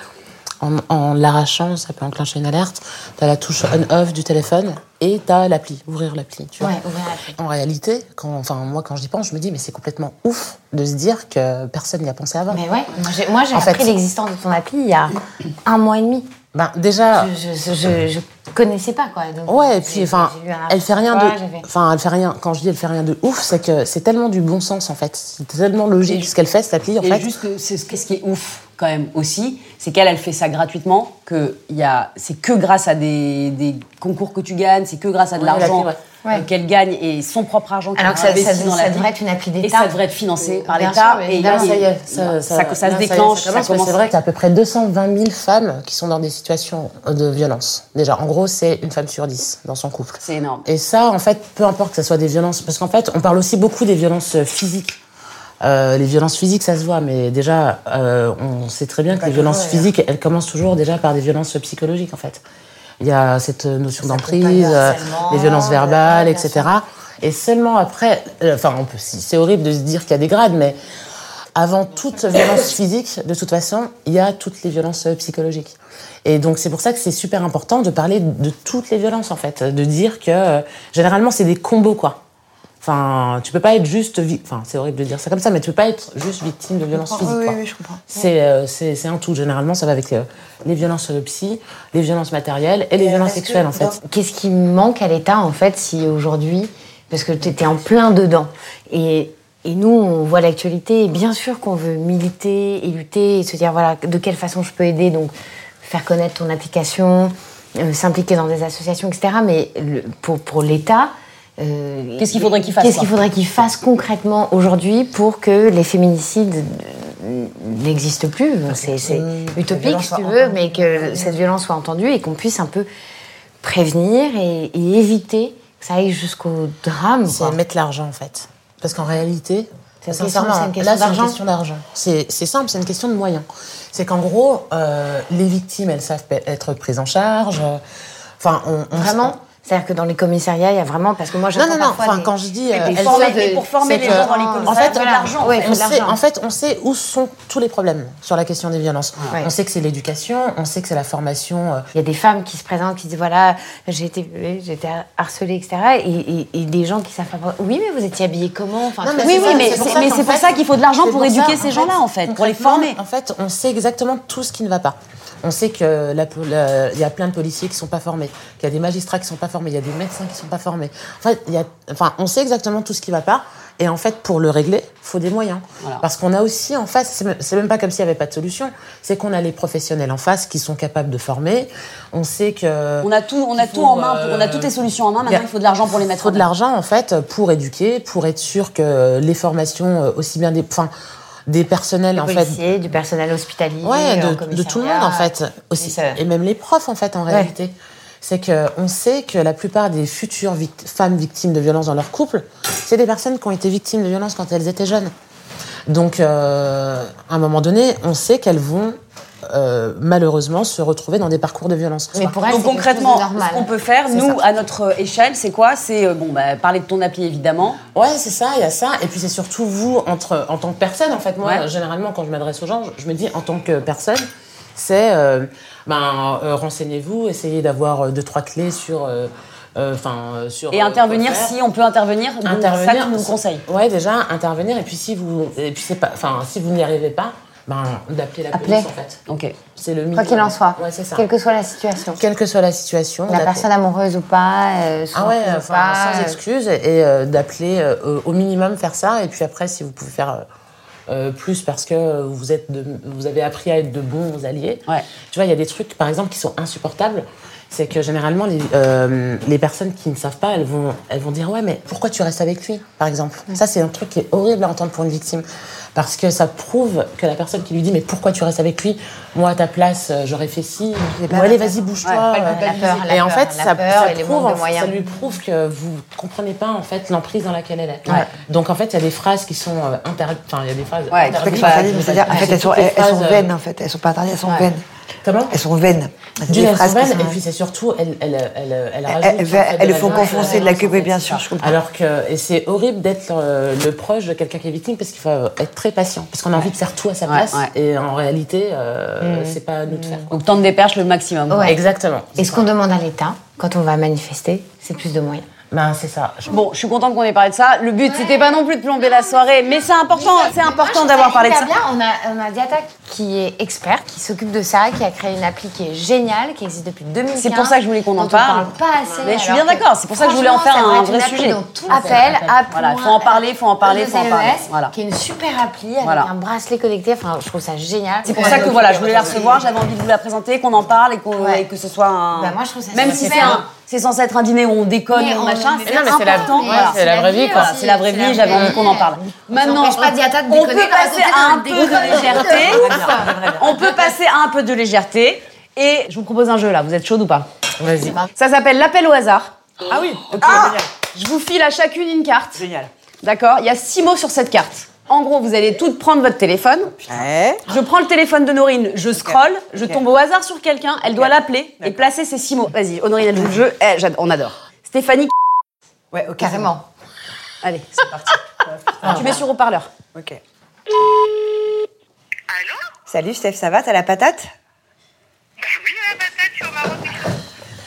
S6: en, en l'arrachant, ça peut enclencher une alerte. Tu as la touche on/off du téléphone et tu as l'appli, ouvrir l'appli. Tu vois.
S4: Ouais, ouvrir l'appli.
S6: En réalité, quand, enfin moi quand j'y pense, je me dis mais c'est complètement ouf de se dire que personne n'y a pensé avant.
S4: Mais ouais, moi, j'ai- moi j'ai
S6: En fait-
S4: appris l'existence de ton appli il y a un mois et demi.
S6: Ben déjà,
S4: Je, je, je, je connaissais pas quoi. Donc,
S6: Ouais, et puis
S4: j'ai-
S6: enfin,
S4: j'ai eu un
S6: elle fait rien
S4: rapport,
S6: de,
S4: j'avais-
S6: enfin, elle fait rien. Quand je dis elle fait rien de ouf, c'est que c'est tellement du bon sens en fait, c'est tellement logique ce qu'elle fait cette appli en
S2: Et
S6: fait.
S2: juste que c'est ce qui- ce qui est ouf quand même aussi, c'est qu'elle elle fait ça gratuitement, que il y a c'est que grâce à des, des concours que tu gagnes, c'est que grâce à de
S6: Ouais,
S2: l'argent
S6: la fille,
S4: ouais.
S2: euh, qu'elle gagne et son propre argent qu'elle
S4: Alors que ça,
S2: investit
S4: ça,
S2: dans
S4: ça
S2: la
S4: devrait
S2: vie.
S4: être une appli
S2: Et
S4: d'État.
S2: ça devrait être financé par
S4: Bien
S2: l'État.
S4: sûr,
S2: et
S4: évidemment.
S2: là,
S4: Ça y est,
S2: ça, ça- ça se déclenche, ça, commence.
S6: C'est vrai qu'il y a à peu près 220 000 femmes qui sont dans des situations de violence. Déjà, en gros, c'est une femme sur dix dans son couple.
S2: C'est énorme.
S6: Et ça, en fait, peu importe que ce soit des violences, parce qu'en fait, on parle aussi beaucoup des violences euh, physiques. Euh, les violences physiques, ça se voit, mais déjà, euh, on sait très bien que les violences physiques, elles commencent toujours déjà par des violences psychologiques, en fait. Il y a cette notion d'emprise,
S4: le
S6: euh,
S4: harcèlement,
S6: les violences
S4: euh,
S6: verbales,
S4: bien
S6: etc. Et seulement après, euh, enfin, on peut, si- c'est horrible de se dire qu'il y a des grades, mais avant toute violence physique, de toute façon, il y a toutes les violences euh, psychologiques. Et donc c'est pour ça que c'est super important de parler de toutes les violences en fait, de dire que euh, généralement c'est des combos quoi. Enfin, tu peux pas être juste, vi- enfin c'est horrible de dire ça comme ça, mais tu peux pas être juste victime de violences physiques. quoi.
S5: je comprends.
S6: C'est euh, c'est c'est un tout. Généralement ça va avec euh, les violences euh, psy, les violences matérielles et les violences
S5: parce que
S6: sexuelles en fait.
S5: dans-
S4: Qu'est-ce qui manque à l'État en fait si aujourd'hui, parce que tu étais en plein dedans, et, et nous on voit l'actualité, et bien sûr qu'on veut militer et lutter et se dire voilà de quelle façon je peux aider, donc faire connaître ton application, euh, s'impliquer dans des associations, etc. Mais le- pour, pour l'État, euh,
S2: Qu'est-ce qu'il faudrait qu'il fasse,
S4: Qu'est-ce
S2: quoi
S4: qu'il faudrait qu'il fasse concrètement aujourd'hui pour que les féminicides euh, n'existent plus C'est c'est
S2: Mmh,
S4: utopique, si tu veux, mais que cette violence soit entendue et qu'on puisse un peu prévenir et, et éviter que ça aille jusqu'au drame.
S6: C'est
S4: quoi.
S6: mettre l'argent en fait. Parce qu'en réalité,
S4: C'est une
S6: sincèrement,
S4: question- c'est une question
S6: là c'est une
S4: d'argent.
S6: question d'argent. C'est c'est simple, c'est une question de moyens. C'est qu'en gros, euh, les victimes, elles savent pa- être prises en charge. euh, Enfin, on, on-
S4: Vraiment c'est-à-dire que dans les commissariats, il y a vraiment. Parce que moi,
S6: Non,
S4: j'entends
S6: non, non.
S4: parfois
S6: Enfin,
S4: des-
S6: quand je dis, euh,
S2: Et
S6: elles
S2: pour former,
S6: savent-
S2: et pour former
S6: c'est
S2: les
S6: que-
S2: gens dans les
S6: en
S2: commissariats,
S6: fait,
S4: de
S2: de l'argent.
S4: ouais, il faut
S6: on
S4: de
S6: sait,
S4: l'argent.
S6: en fait, on sait où sont tous les problèmes sur la question des violences.
S4: Ouais.
S6: On sait que c'est l'éducation, on sait que c'est la formation. euh,
S4: Il y a des femmes qui se présentent, qui disent voilà, j'ai été violée, j'ai été harcelée, etc. Et, et- et des gens qui savent pas. Oui, mais vous étiez habillée comment enfin, tu vois,
S2: oui,
S6: c'est
S2: oui,
S6: ça,
S2: mais
S6: c'est pour
S2: c'est-
S6: ça
S2: mais
S6: qu'en
S2: c'est pour
S6: fait-
S2: ça qu'il faut de l'argent
S6: c'est
S2: pour
S6: ça,
S2: éduquer
S6: en
S2: ces
S6: fait,
S2: gens-là, en fait, pour les
S6: concrètement,
S2: former.
S6: En fait, on sait exactement tout ce qui ne va pas. On sait que la po- la- il y a plein de policiers qui sont pas formés, qu'il y a des magistrats qui sont pas formés, il y a des médecins qui sont pas formés. En fait, il y a- enfin, on sait exactement tout ce qui va pas. Et en fait, pour le régler, faut des moyens.
S2: Voilà.
S6: Parce qu'on a aussi en face, c'est même- c'est même pas comme s'il n'y avait pas de solution. C'est qu'on a les professionnels en face qui sont capables de former. On sait que
S2: On a tout, on a tout
S6: faut,
S2: en main, pour- on a
S6: euh,
S2: toutes les solutions en main. Maintenant,
S6: bien.
S2: il faut de l'argent pour les
S6: il
S2: mettre.
S6: faut
S2: en
S6: de
S2: œuvre.
S6: l'argent en fait pour éduquer, pour être sûr que les formations, euh, aussi bien des, enfin, des personnels en fait,
S4: policiers, du personnel hospitalier,
S6: ouais,
S4: en
S6: de, de tout le monde en
S4: commissariat. euh,
S6: fait, aussi,
S4: ça-
S6: et même les profs en fait en réalité. C'est que on sait que la plupart des futures vict- femmes victimes de violences dans leur couple, c'est des personnes qui ont été victimes de violences quand elles étaient jeunes. Donc, euh, à un moment donné, on sait qu'elles vont euh, malheureusement se retrouver dans des parcours de violence.
S4: Mais pour elle,
S2: Donc
S4: c'est quelque
S2: concrètement,
S4: chose de normal.
S2: ce qu'on peut faire,
S6: C'est
S2: nous,
S6: ça.
S2: à notre échelle, c'est quoi C'est euh, bon, bah, parler de ton appli évidemment.
S6: Ouais, c'est ça, il y a ça. Et puis c'est surtout vous, entre, en tant que personne, en fait. Moi,
S2: Ouais.
S6: généralement, quand je m'adresse aux gens, je, je me dis en tant que personne, c'est euh, ben, euh, renseignez-vous, essayez d'avoir euh, deux, trois clés sur. euh, euh, enfin, euh, sur
S2: Et
S6: euh,
S2: intervenir
S6: quoi faire.
S2: si on peut intervenir. donc
S6: intervenir.
S2: ça, tu nous conseilles.
S6: Ouais, déjà, intervenir. Et puis si vous, et puis c'est pas, enfin, si vous n'y arrivez pas, ben, d'appeler la
S4: Appeler.
S6: police, en fait.
S2: Ok.
S6: C'est le mieux.
S4: Quoi qu'il en soit,
S6: Ouais, c'est ça.
S4: quelle que soit la situation,
S6: Quelle que soit la situation.
S4: la
S6: d'appeler-
S4: personne amoureuse ou pas, euh, sous
S6: Ah ouais,
S4: emprise ou
S6: enfin,
S4: pas,
S6: sans
S4: euh,
S6: excuse et euh, d'appeler euh, au minimum faire ça et puis après si vous pouvez faire euh, euh, plus parce que vous, êtes de- vous avez appris à être de bons alliés.
S2: Ouais.
S6: Tu vois, il y a des trucs, par exemple, qui sont insupportables. C'est que généralement, les, euh, les personnes qui ne savent pas, elles vont, elles vont dire Ouais, mais pourquoi tu restes avec lui Par exemple. Ça, c'est un truc qui est horrible à entendre pour une victime. Parce que ça prouve que la personne qui lui dit Mais pourquoi tu restes avec lui Moi, à ta place, euh, j'aurais fait ci. Ou allez, vas-y, bouge-toi.
S4: le
S6: Euh,
S4: La peur, la
S6: et en
S4: peur,
S6: fait,
S4: la
S6: ça,
S4: peur
S6: ça
S4: et les
S6: prouve,
S4: manques de
S6: en fait,
S4: moyens.
S6: ça lui prouve que vous comprenez pas en fait l'emprise dans laquelle elle est. Donc en fait, il y a des phrases qui sont euh, inter- enfin, il y a des phrases.
S2: Ouais,
S6: interdites.
S5: C'est pas que c'est c'est-à-dire, en fait,
S6: C'est
S5: elles sont,
S6: toutes les
S5: elles, elles sont
S6: phrases, euh,
S5: vaines, en fait. Elles sont pas interdites, elles sont
S4: Ouais.
S5: vaines.
S6: Comment
S5: Elles sont vaines. C'est
S6: euh, D'une, elles
S5: des
S6: sont
S5: phrases qui
S6: vaines,
S5: sont-
S6: et puis c'est surtout, elles, elles, elles,
S2: Eh,
S6: elles
S5: Elles-
S6: rajoutent.
S5: elles-
S6: en fait,
S5: elles
S6: de
S5: le font
S6: violence,
S5: confoncer de la queue,
S6: violence, en fait,
S5: bien
S6: c'est
S5: sûr,
S6: ça.
S5: je comprends.
S6: Alors que et c'est horrible d'être euh, le proche de quelqu'un qui est victime parce qu'il faut être très patient, parce qu'on a envie de faire tout à sa place,
S2: ouais.
S6: et en réalité, euh,
S5: Mm.
S6: c'est pas à nous de faire. quoi.
S2: Donc tente des perches le maximum.
S4: Ouais.
S6: Exactement.
S4: Et ce qu'on demande à l'État, quand on va manifester, c'est plus de moyens.
S6: Ben c'est ça. Je-
S2: Bon, je suis contente qu'on ait parlé de ça. Le but, c'était pas non plus de plomber la soirée, mais c'est important, c'est important d'avoir parlé de ça.
S4: Bien, on, a, on a Diata qui est experte, qui s'occupe de ça, qui a créé une appli qui est géniale, qui existe depuis 2015.
S2: C'est pour ça que je voulais qu'on en
S4: dont on
S2: parle.
S4: pas assez.
S2: Mais je suis
S4: alors
S2: bien d'accord, c'est pour ça que je voulais en faire
S4: franchement,
S2: un
S4: ça devrait
S2: vrai
S4: être une
S2: sujet.
S4: appli dont tout Appel, appel.
S2: Voilà, faut en parler, faut en parler, faut en parler. Voilà.
S4: E Qui est une super appli avec
S2: Voilà.
S4: un bracelet connecté. Enfin, je trouve ça génial.
S2: C'est pour ça que voilà, je voulais la
S6: euh,
S2: recevoir, j'avais envie de vous la présenter, qu'on en parle et, qu'on-
S4: Ouais.
S2: et que ce soit un.
S4: Bah, moi, je trouve ça
S2: Même
S4: super.
S2: si c'est un- c'est censé être un dîner où on déconne,
S4: Mais
S2: où
S4: on-
S2: machin,
S4: mais
S2: c'est
S4: non,
S6: mais c'est la-
S2: important.
S6: ouais,
S2: voilà.
S6: c'est la vraie vie, quoi.
S2: Voilà, C'est la vraie vie, j'avais envie qu'on en parle. Maintenant,
S4: n'empêche pas Diata de
S2: on
S4: déconner
S2: peut
S4: pas à
S2: passer
S4: côté
S2: à
S4: d'un
S2: un peu
S4: déconner. Ah,
S2: de légèreté. On peut passer à un peu de légèreté. Et je vous propose un jeu là, vous êtes chaude ou pas
S6: Vas-y.
S2: Ça s'appelle l'appel au hasard.
S6: Ah oui.
S2: Je vous file à chacune une carte. Génial. D'accord Il y a six mots sur cette carte. En gros, vous allez toutes prendre votre téléphone.
S1: Ouais.
S2: Je prends le téléphone de Norine, je scrolle, je tombe au hasard sur quelqu'un, elle doit l'appeler et placer ces six mots. Vas-y, Honorine, elle joue le jeu. Eh, j'ad- on adore. Stéphanie,
S5: Ouais, ok. Ah.
S4: Carrément.
S2: allez, c'est parti. tu mets sur haut-parleur.
S5: Ok. Allô Salut Steph, ça va T'as la patate Oui, la patate, je suis au Maroc.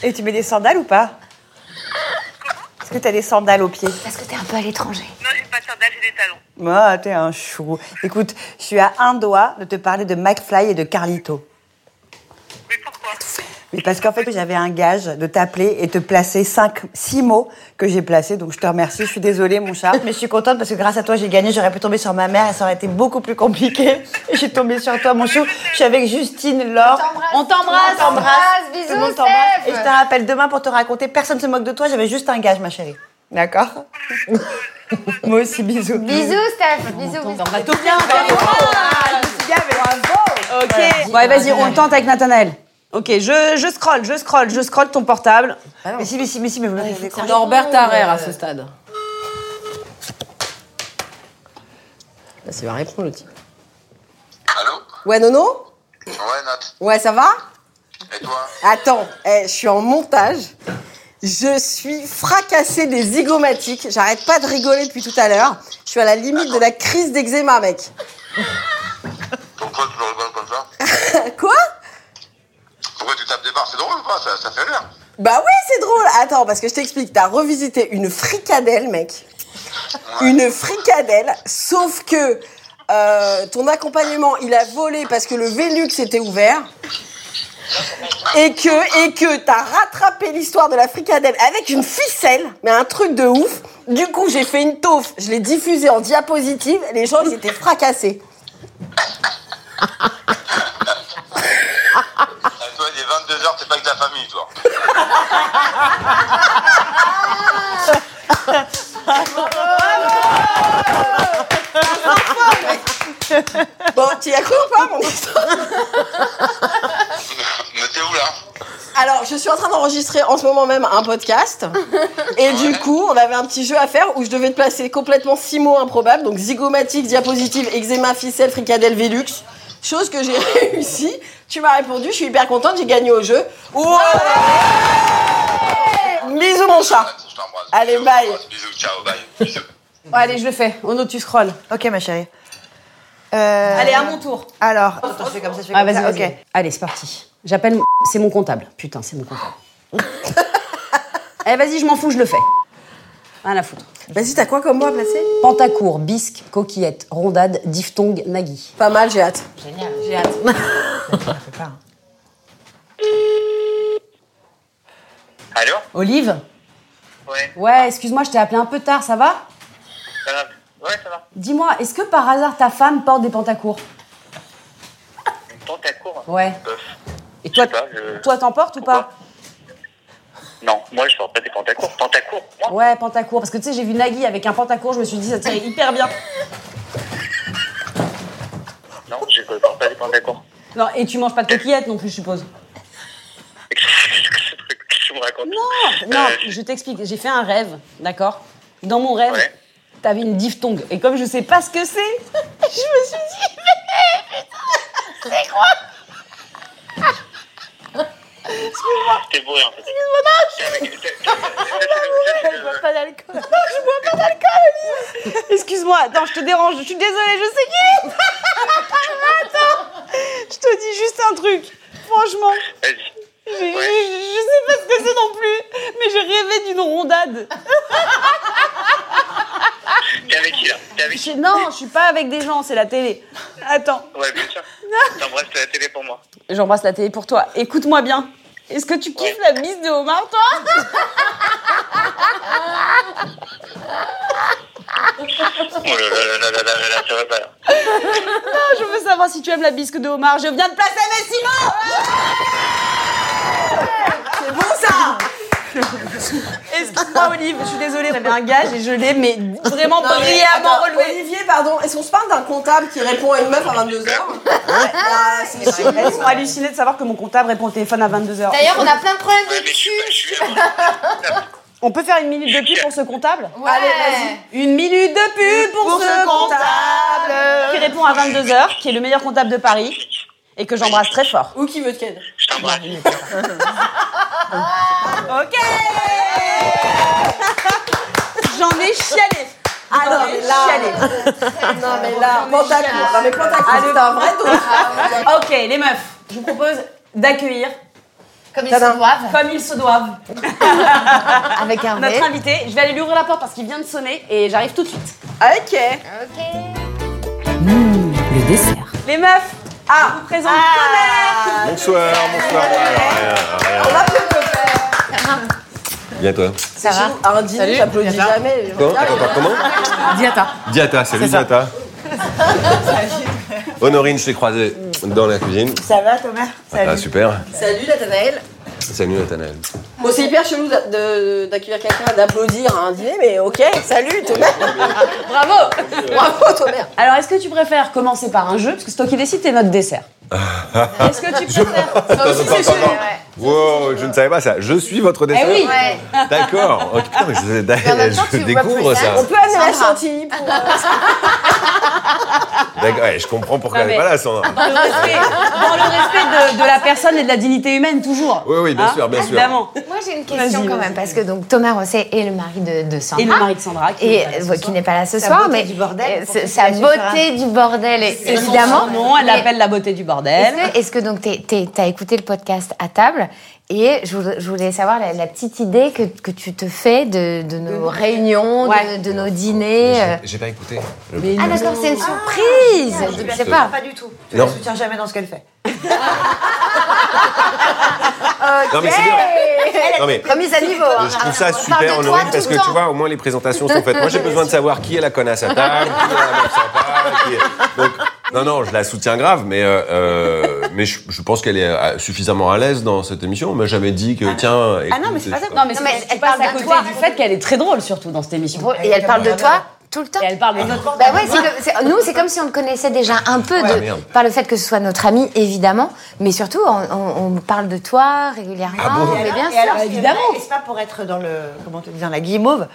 S5: Et tu mets des sandales ou pas Est-ce que t'as des sandales aux pieds
S4: Parce que t'es un peu à l'étranger.
S5: Moi, t'es un chou. Écoute, je suis à un doigt de te parler de McFly et de Carlito. Mais pourquoi Mais parce qu'en fait, j'avais un gage de t'appeler et te placer cinq, six mots que j'ai placés. Donc, je te remercie. Je suis désolée, mon chat. Mais je suis contente parce que grâce à toi, j'ai gagné. J'aurais pu tomber sur ma mère et ça aurait été beaucoup plus compliqué. Et je suis tombée sur toi, mon chou. Je suis avec Justine, Laure.
S2: On t'embrasse.
S4: On t'embrasse.
S5: Tout le
S4: Bisous,
S5: monde t'embrasse.
S4: Steph.
S5: Et je te rappelle demain pour te raconter. Personne se moque de toi. J'avais juste un gage, ma chérie. D'accord Moi aussi, bisous.
S4: Bisous, Steph. Bisous, bisous.
S2: Ok. Ouais, vas-y, on le tente avec Nathanaël. Ok, je, je scrolle, je scrolle, je scrolle ton portable.
S1: Ah
S5: Mais si, mais si, mais si, mais vous l'avez fait quoi
S1: Norbert Tarrer
S2: Euh,
S1: à ce stade. Bah, ça va répondre le type.
S9: Allô
S1: Ouais, Nono
S9: Ouais, Nat.
S1: Ouais, ça va
S9: Et toi
S1: Attends, eh, je suis en montage. Je suis fracassée des zygomatiques. J'arrête pas de rigoler depuis tout à l'heure. Je suis à la limite de la crise d'eczéma, mec.
S9: Pourquoi tu me rigoles comme ça
S1: Quoi
S9: Pourquoi tu tapes des barres C'est drôle ou pas ça, ça fait rire.
S1: Bah ouais, c'est drôle. Attends, parce que je t'explique. T'as revisité une fricadelle, mec. Une fricadelle, sauf que euh, ton accompagnement, il a volé parce que le Velux était ouvert. Et que, et que t'as rattrapé l'histoire de la fricadelle avec une ficelle, mais un truc de ouf. Du coup, j'ai fait une taufe, je l'ai diffusée en diapositive, les gens, ils étaient
S9: Et
S1: fracassés.
S9: toi, il est 22h, t'es pas avec ta famille, toi.
S1: Ah. Bon, tu y as cru ou pas, mon histoire
S9: Mais t'es où là
S1: Alors, je suis en train d'enregistrer en ce moment même un podcast. Et du coup, on avait un petit jeu à faire où je devais te placer complètement six mots improbables. Donc, zygomatique, diapositive, eczéma, ficelle, fricadelle, Velux. Chose que j'ai réussi. Tu m'as répondu, je suis hyper contente, j'ai gagné au jeu. Ouais Bisous mon chat
S9: Je t'embrasse.
S1: Allez,
S9: Bisous,
S1: bye.
S9: je t'embrasse. Bisous, ciao, bye. Bisous.
S2: Ouais, allez, je le fais. Ono, tu scrolles.
S5: Ok, ma chérie. Euh,
S2: Allez, à mon tour.
S5: Alors, attends, je fais comme ça, je fais
S2: Ah,
S5: comme
S2: vas-y,
S5: ça.
S2: vas-y.
S5: ok.
S2: Allez, c'est parti. J'appelle. mon- C'est mon comptable. Putain, c'est mon comptable. Allez, vas-y, je m'en fous, je le fais. Rien à foutre.
S1: Vas-y, t'as quoi comme mot à placer
S2: Pantacourt, bisque, coquillette, rondade, diphtongue, nagui.
S1: Pas mal, j'ai hâte.
S4: Génial.
S9: Allô
S2: Olive
S9: Ouais,
S2: Ouais, excuse-moi, je t'ai appelé un peu tard, ça va
S9: ça va
S10: Ouais, ça va.
S2: Dis-moi, est-ce que par hasard ta femme porte des pantacours
S10: Tant qu'à court.
S2: Ouais.
S10: Bof.
S2: Et toi,
S10: Je sais pas, je-
S2: toi t'en portes ou pas
S10: Non, moi, je sors pas des pantacours. Pantacours, moi
S2: Ouais, pantacourt. Parce que tu sais, j'ai vu Nagui avec un pantacourt, je me suis dit ça tirait hyper bien.
S10: Non, je ne sors pas des pantacours.
S2: Non, et tu manges pas de coquillettes non plus, je suppose.
S10: Qu'est-ce que tu me racontes Euh,
S2: Non, non, je t'explique. J'ai fait un rêve, d'accord Dans mon rêve,
S10: Ouais.
S2: t'avais une diphtongue. Et comme je sais pas ce que c'est, je me suis dit,
S10: T'es bourré, en fait.
S2: excuse-moi, attends, je te dérange, je suis désolée, je sais qui Attends, je te dis juste un truc. Franchement,
S10: Vas-y.
S2: je, je- je sais pas ce que c'est non plus, mais j'ai rêvé d'une rondade.
S10: T'es avec qui, là T'es avec
S2: Je- non, je suis pas avec des gens, c'est la télé. Attends.
S10: Ouais, bien sûr. T'embrasses la télé pour moi.
S2: J'embrasse la télé pour toi. Écoute-moi bien. Est-ce que tu kiffes la bise de Omar, toi
S10: Oh là là là là là là là là, ça va pas, là.
S2: Je veux savoir si tu aimes la bise que de Omar. Je viens de placer mes ciments C'est bon, ça Excuse-moi, Olive, Ah, je suis désolée, j'avais un gage et je l'ai, mais vraiment brillamment
S1: Attends,
S2: relevé.
S1: Olivier, pardon, est-ce qu'on se parle d'un comptable qui répond à une meuf à 22h C'est chiant.
S2: Ah, Elles sont hallucinées de savoir que mon comptable répond au téléphone à 22h.
S4: D'ailleurs, on a plein de problèmes
S10: Ouais, mais
S4: de
S10: je
S4: cul.
S10: suis pas- je suis
S2: On peut faire une minute de pub pour ce comptable
S4: Ouais.
S1: Allez, vas-y.
S2: Une minute de pub pour,
S1: Pour
S2: ce,
S1: ce
S2: comptable qui répond à 22h, qui est le meilleur comptable de Paris et que j'embrasse très fort.
S1: Ou qui veut te ken
S10: Je t'embrasse.
S2: Ok J'en ai chialé
S1: Ah non, mais là, non, mais là, Pantacourt. Non, mais Pantacourt, c'est un vrai dos.
S2: Ok, les meufs, je vous propose d'accueillir,
S4: Comme ils se doivent.
S2: comme ils se doivent,
S5: Avec un
S2: notre invité. Je vais aller lui ouvrir la porte parce qu'il vient de sonner et j'arrive tout de suite.
S1: Ok.
S2: Les meufs, ah, je vous présente Connor.
S11: Bonsoir, bonsoir.
S1: On a plus que faire.
S11: Bien toi.
S1: Chez nous, Un dîner, j'applaudis jamais.
S11: Comment Attends, attends, comment Diata. Diata, salut Diata. Honorine, je t'ai croisée dans la cuisine.
S5: Ça va, Thomas
S11: Ah, super.
S1: Salut, Nathanaël.
S11: Salut Nathanaël.
S1: Bon, c'est hyper chelou d'a- de- d'accueillir quelqu'un, d'applaudir hein, à un dîner, mais ok, salut, Thomas.
S11: Bah,
S1: Bravo. Bravo, Thomas.
S2: Alors, est-ce que tu préfères commencer par un jeu Parce que c'est toi qui décides, t'es notre dessert. Est-ce que tu préfères
S11: Attends, attends, attends, attends. Wow, je ne savais pas ça. Je suis votre
S2: Eh
S11: dessert.
S2: oui
S4: Ouais.
S11: D'accord. Oh, putain, mais
S4: même temps,
S11: je, je
S4: tu vois
S11: découvre
S4: plus
S11: ça.
S1: On peut aller à
S4: Sandra.
S1: Chantilly pour. euh,
S11: D'accord, ouais, je comprends pourquoi
S1: Bah,
S2: Non,
S11: elle
S2: mais-
S11: n'est pas là, Sandra.
S2: Dans le respect, dans le respect de, de la personne et de la dignité humaine, toujours. Ah.
S11: Oui, oui, bien sûr, bien sûr.
S2: Évidemment.
S4: Moi, j'ai une question
S2: Vas-y,
S4: quand
S2: vas-y.
S4: même parce que donc Thomas Rosset est le mari de, de Sandra.
S2: Et le mari de Sandra. qui
S4: et
S2: est là ce
S4: euh, qui
S2: soir.
S4: n'est pas là ce
S5: Sa
S4: soir,
S5: beauté
S4: mais
S5: du bordel,
S4: euh,
S5: pour
S4: ce-
S5: que tu
S4: sa
S5: la suivras.
S4: beauté du bordel, et-
S2: C'est son
S4: évidemment.
S2: nom, elle
S4: Mais
S2: l'appelle la beauté du
S4: Est-ce
S2: bordel.
S4: que, est-ce que donc t'es- t'es- t'as écouté le podcast à table et je voulais, je voulais savoir la, la petite idée que, que tu te fais de, de nos réunions, de-
S2: Ouais.
S4: de, nos dîners. euh.
S11: J'ai pas écouté.
S4: Ah d'accord, c'est une surprise. je sais pas.
S5: Pas du tout. Je
S11: Non.
S5: ne soutiens jamais dans ce qu'elle fait.
S11: Non, mais c'est bien. Non, mais
S5: Remise à niveau. hein.
S11: Je trouve ça
S4: parle de
S11: super
S4: toi
S11: honoré
S4: tout
S11: parce
S4: le
S11: que tu
S4: temps.
S11: vois, au moins les présentations sont faites. Moi, j'ai besoin de savoir qui est la connasse à table, qui est la meuf sympa, qui est- Donc, non, non, je la soutiens grave, mais, euh, euh, mais je, je pense qu'elle est euh, suffisamment à l'aise dans cette émission. On m'a jamais dit que, tiens.
S2: Ah non, mais c'est pas ça. Non, mais,
S4: Non,
S2: c'est
S4: mais
S2: parce que
S4: elle
S2: tu passes
S4: parle
S2: à
S4: de
S2: côté
S4: toi.
S2: du fait qu'elle est très drôle, surtout, dans cette émission.
S4: Et elle parle de toi tout le temps.
S2: Et elle parle de notre
S4: Bah ouais, c'est comme- c'est- nous, c'est comme si on le connaissait déjà un peu, de-
S11: merde.
S4: par le fait que ce soit notre ami, évidemment, mais surtout, on, on- on parle de toi régulièrement,
S11: Ah
S4: mais bien sûr.
S5: alors,
S2: évidemment.
S5: Et c'est pas pour être dans le, comment te dire, dans la guimauve.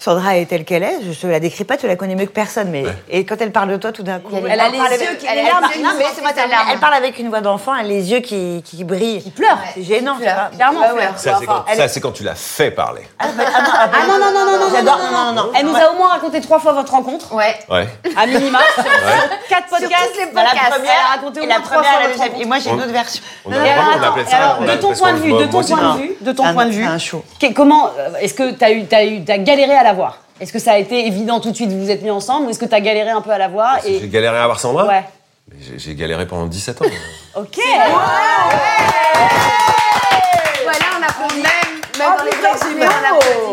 S5: Sandra est telle qu'elle est, je te la décris pas, tu la connais mieux que personne, mais et quand elle parle de toi, tout d'un coup,
S4: Elle
S2: a les
S5: parle
S2: yeux
S5: avec-
S2: qui-
S5: elle
S2: les
S5: parle-
S2: larmes
S5: non, mais laisse-moi
S4: qui
S5: terminer.
S4: sortent.
S5: Elle parle avec une voix d'enfant, elle a les yeux qui, qui brillent, qui
S2: pleure.
S5: C'est gênant, tu vois.
S2: Clairement,
S5: Ouais, ouais.
S2: pleure.
S11: Ça, c'est quand,
S5: Elle-
S11: ça, c'est quand tu l'as fait parler.
S5: Ah, bah, ah, non, ah, bah,
S2: Ah non, non, non, non, non, non,
S5: J'adore.
S2: non,
S5: Non, non, non.
S2: Elle nous a au moins raconté trois fois votre rencontre,
S4: Ouais.
S11: Ouais.
S2: à minima, sur quatre podcasts.
S4: tous les
S2: Dans la
S4: podcasts.
S2: première, elle a raconté au
S5: Et la
S2: moins trois
S5: première,
S2: fois
S5: elle a
S2: votre
S5: déjà
S2: rencontre.
S5: Et moi, j'ai une autre version.
S11: On
S5: Non,
S11: a-
S5: non,
S2: Et alors,
S11: vraiment, on
S2: attends,
S11: appelait
S2: et alors,
S11: ça. on a-
S2: de ton
S11: parce
S2: point
S11: qu'on-
S2: de vue,
S11: moi-
S2: de
S11: moi
S2: ton
S11: aussi,
S2: point
S11: non.
S2: de vue, de ton
S5: Un-
S2: point de vue,
S5: un show.
S2: qu'est- comment euh, est-ce que t'as eu, t'as eu, t'as galéré à la voir Est-ce que ça a été évident tout de suite, vous vous êtes mis ensemble, ou est-ce que t'as galéré un peu à la voir
S11: J'ai
S2: et
S11: galéré à voir Sandra
S2: ouais,
S11: Mais j'ai- J'ai galéré pendant 17 ans.
S2: ok.
S4: Voilà, on a même,
S1: Oh, Ah, putain, c'est bien beau.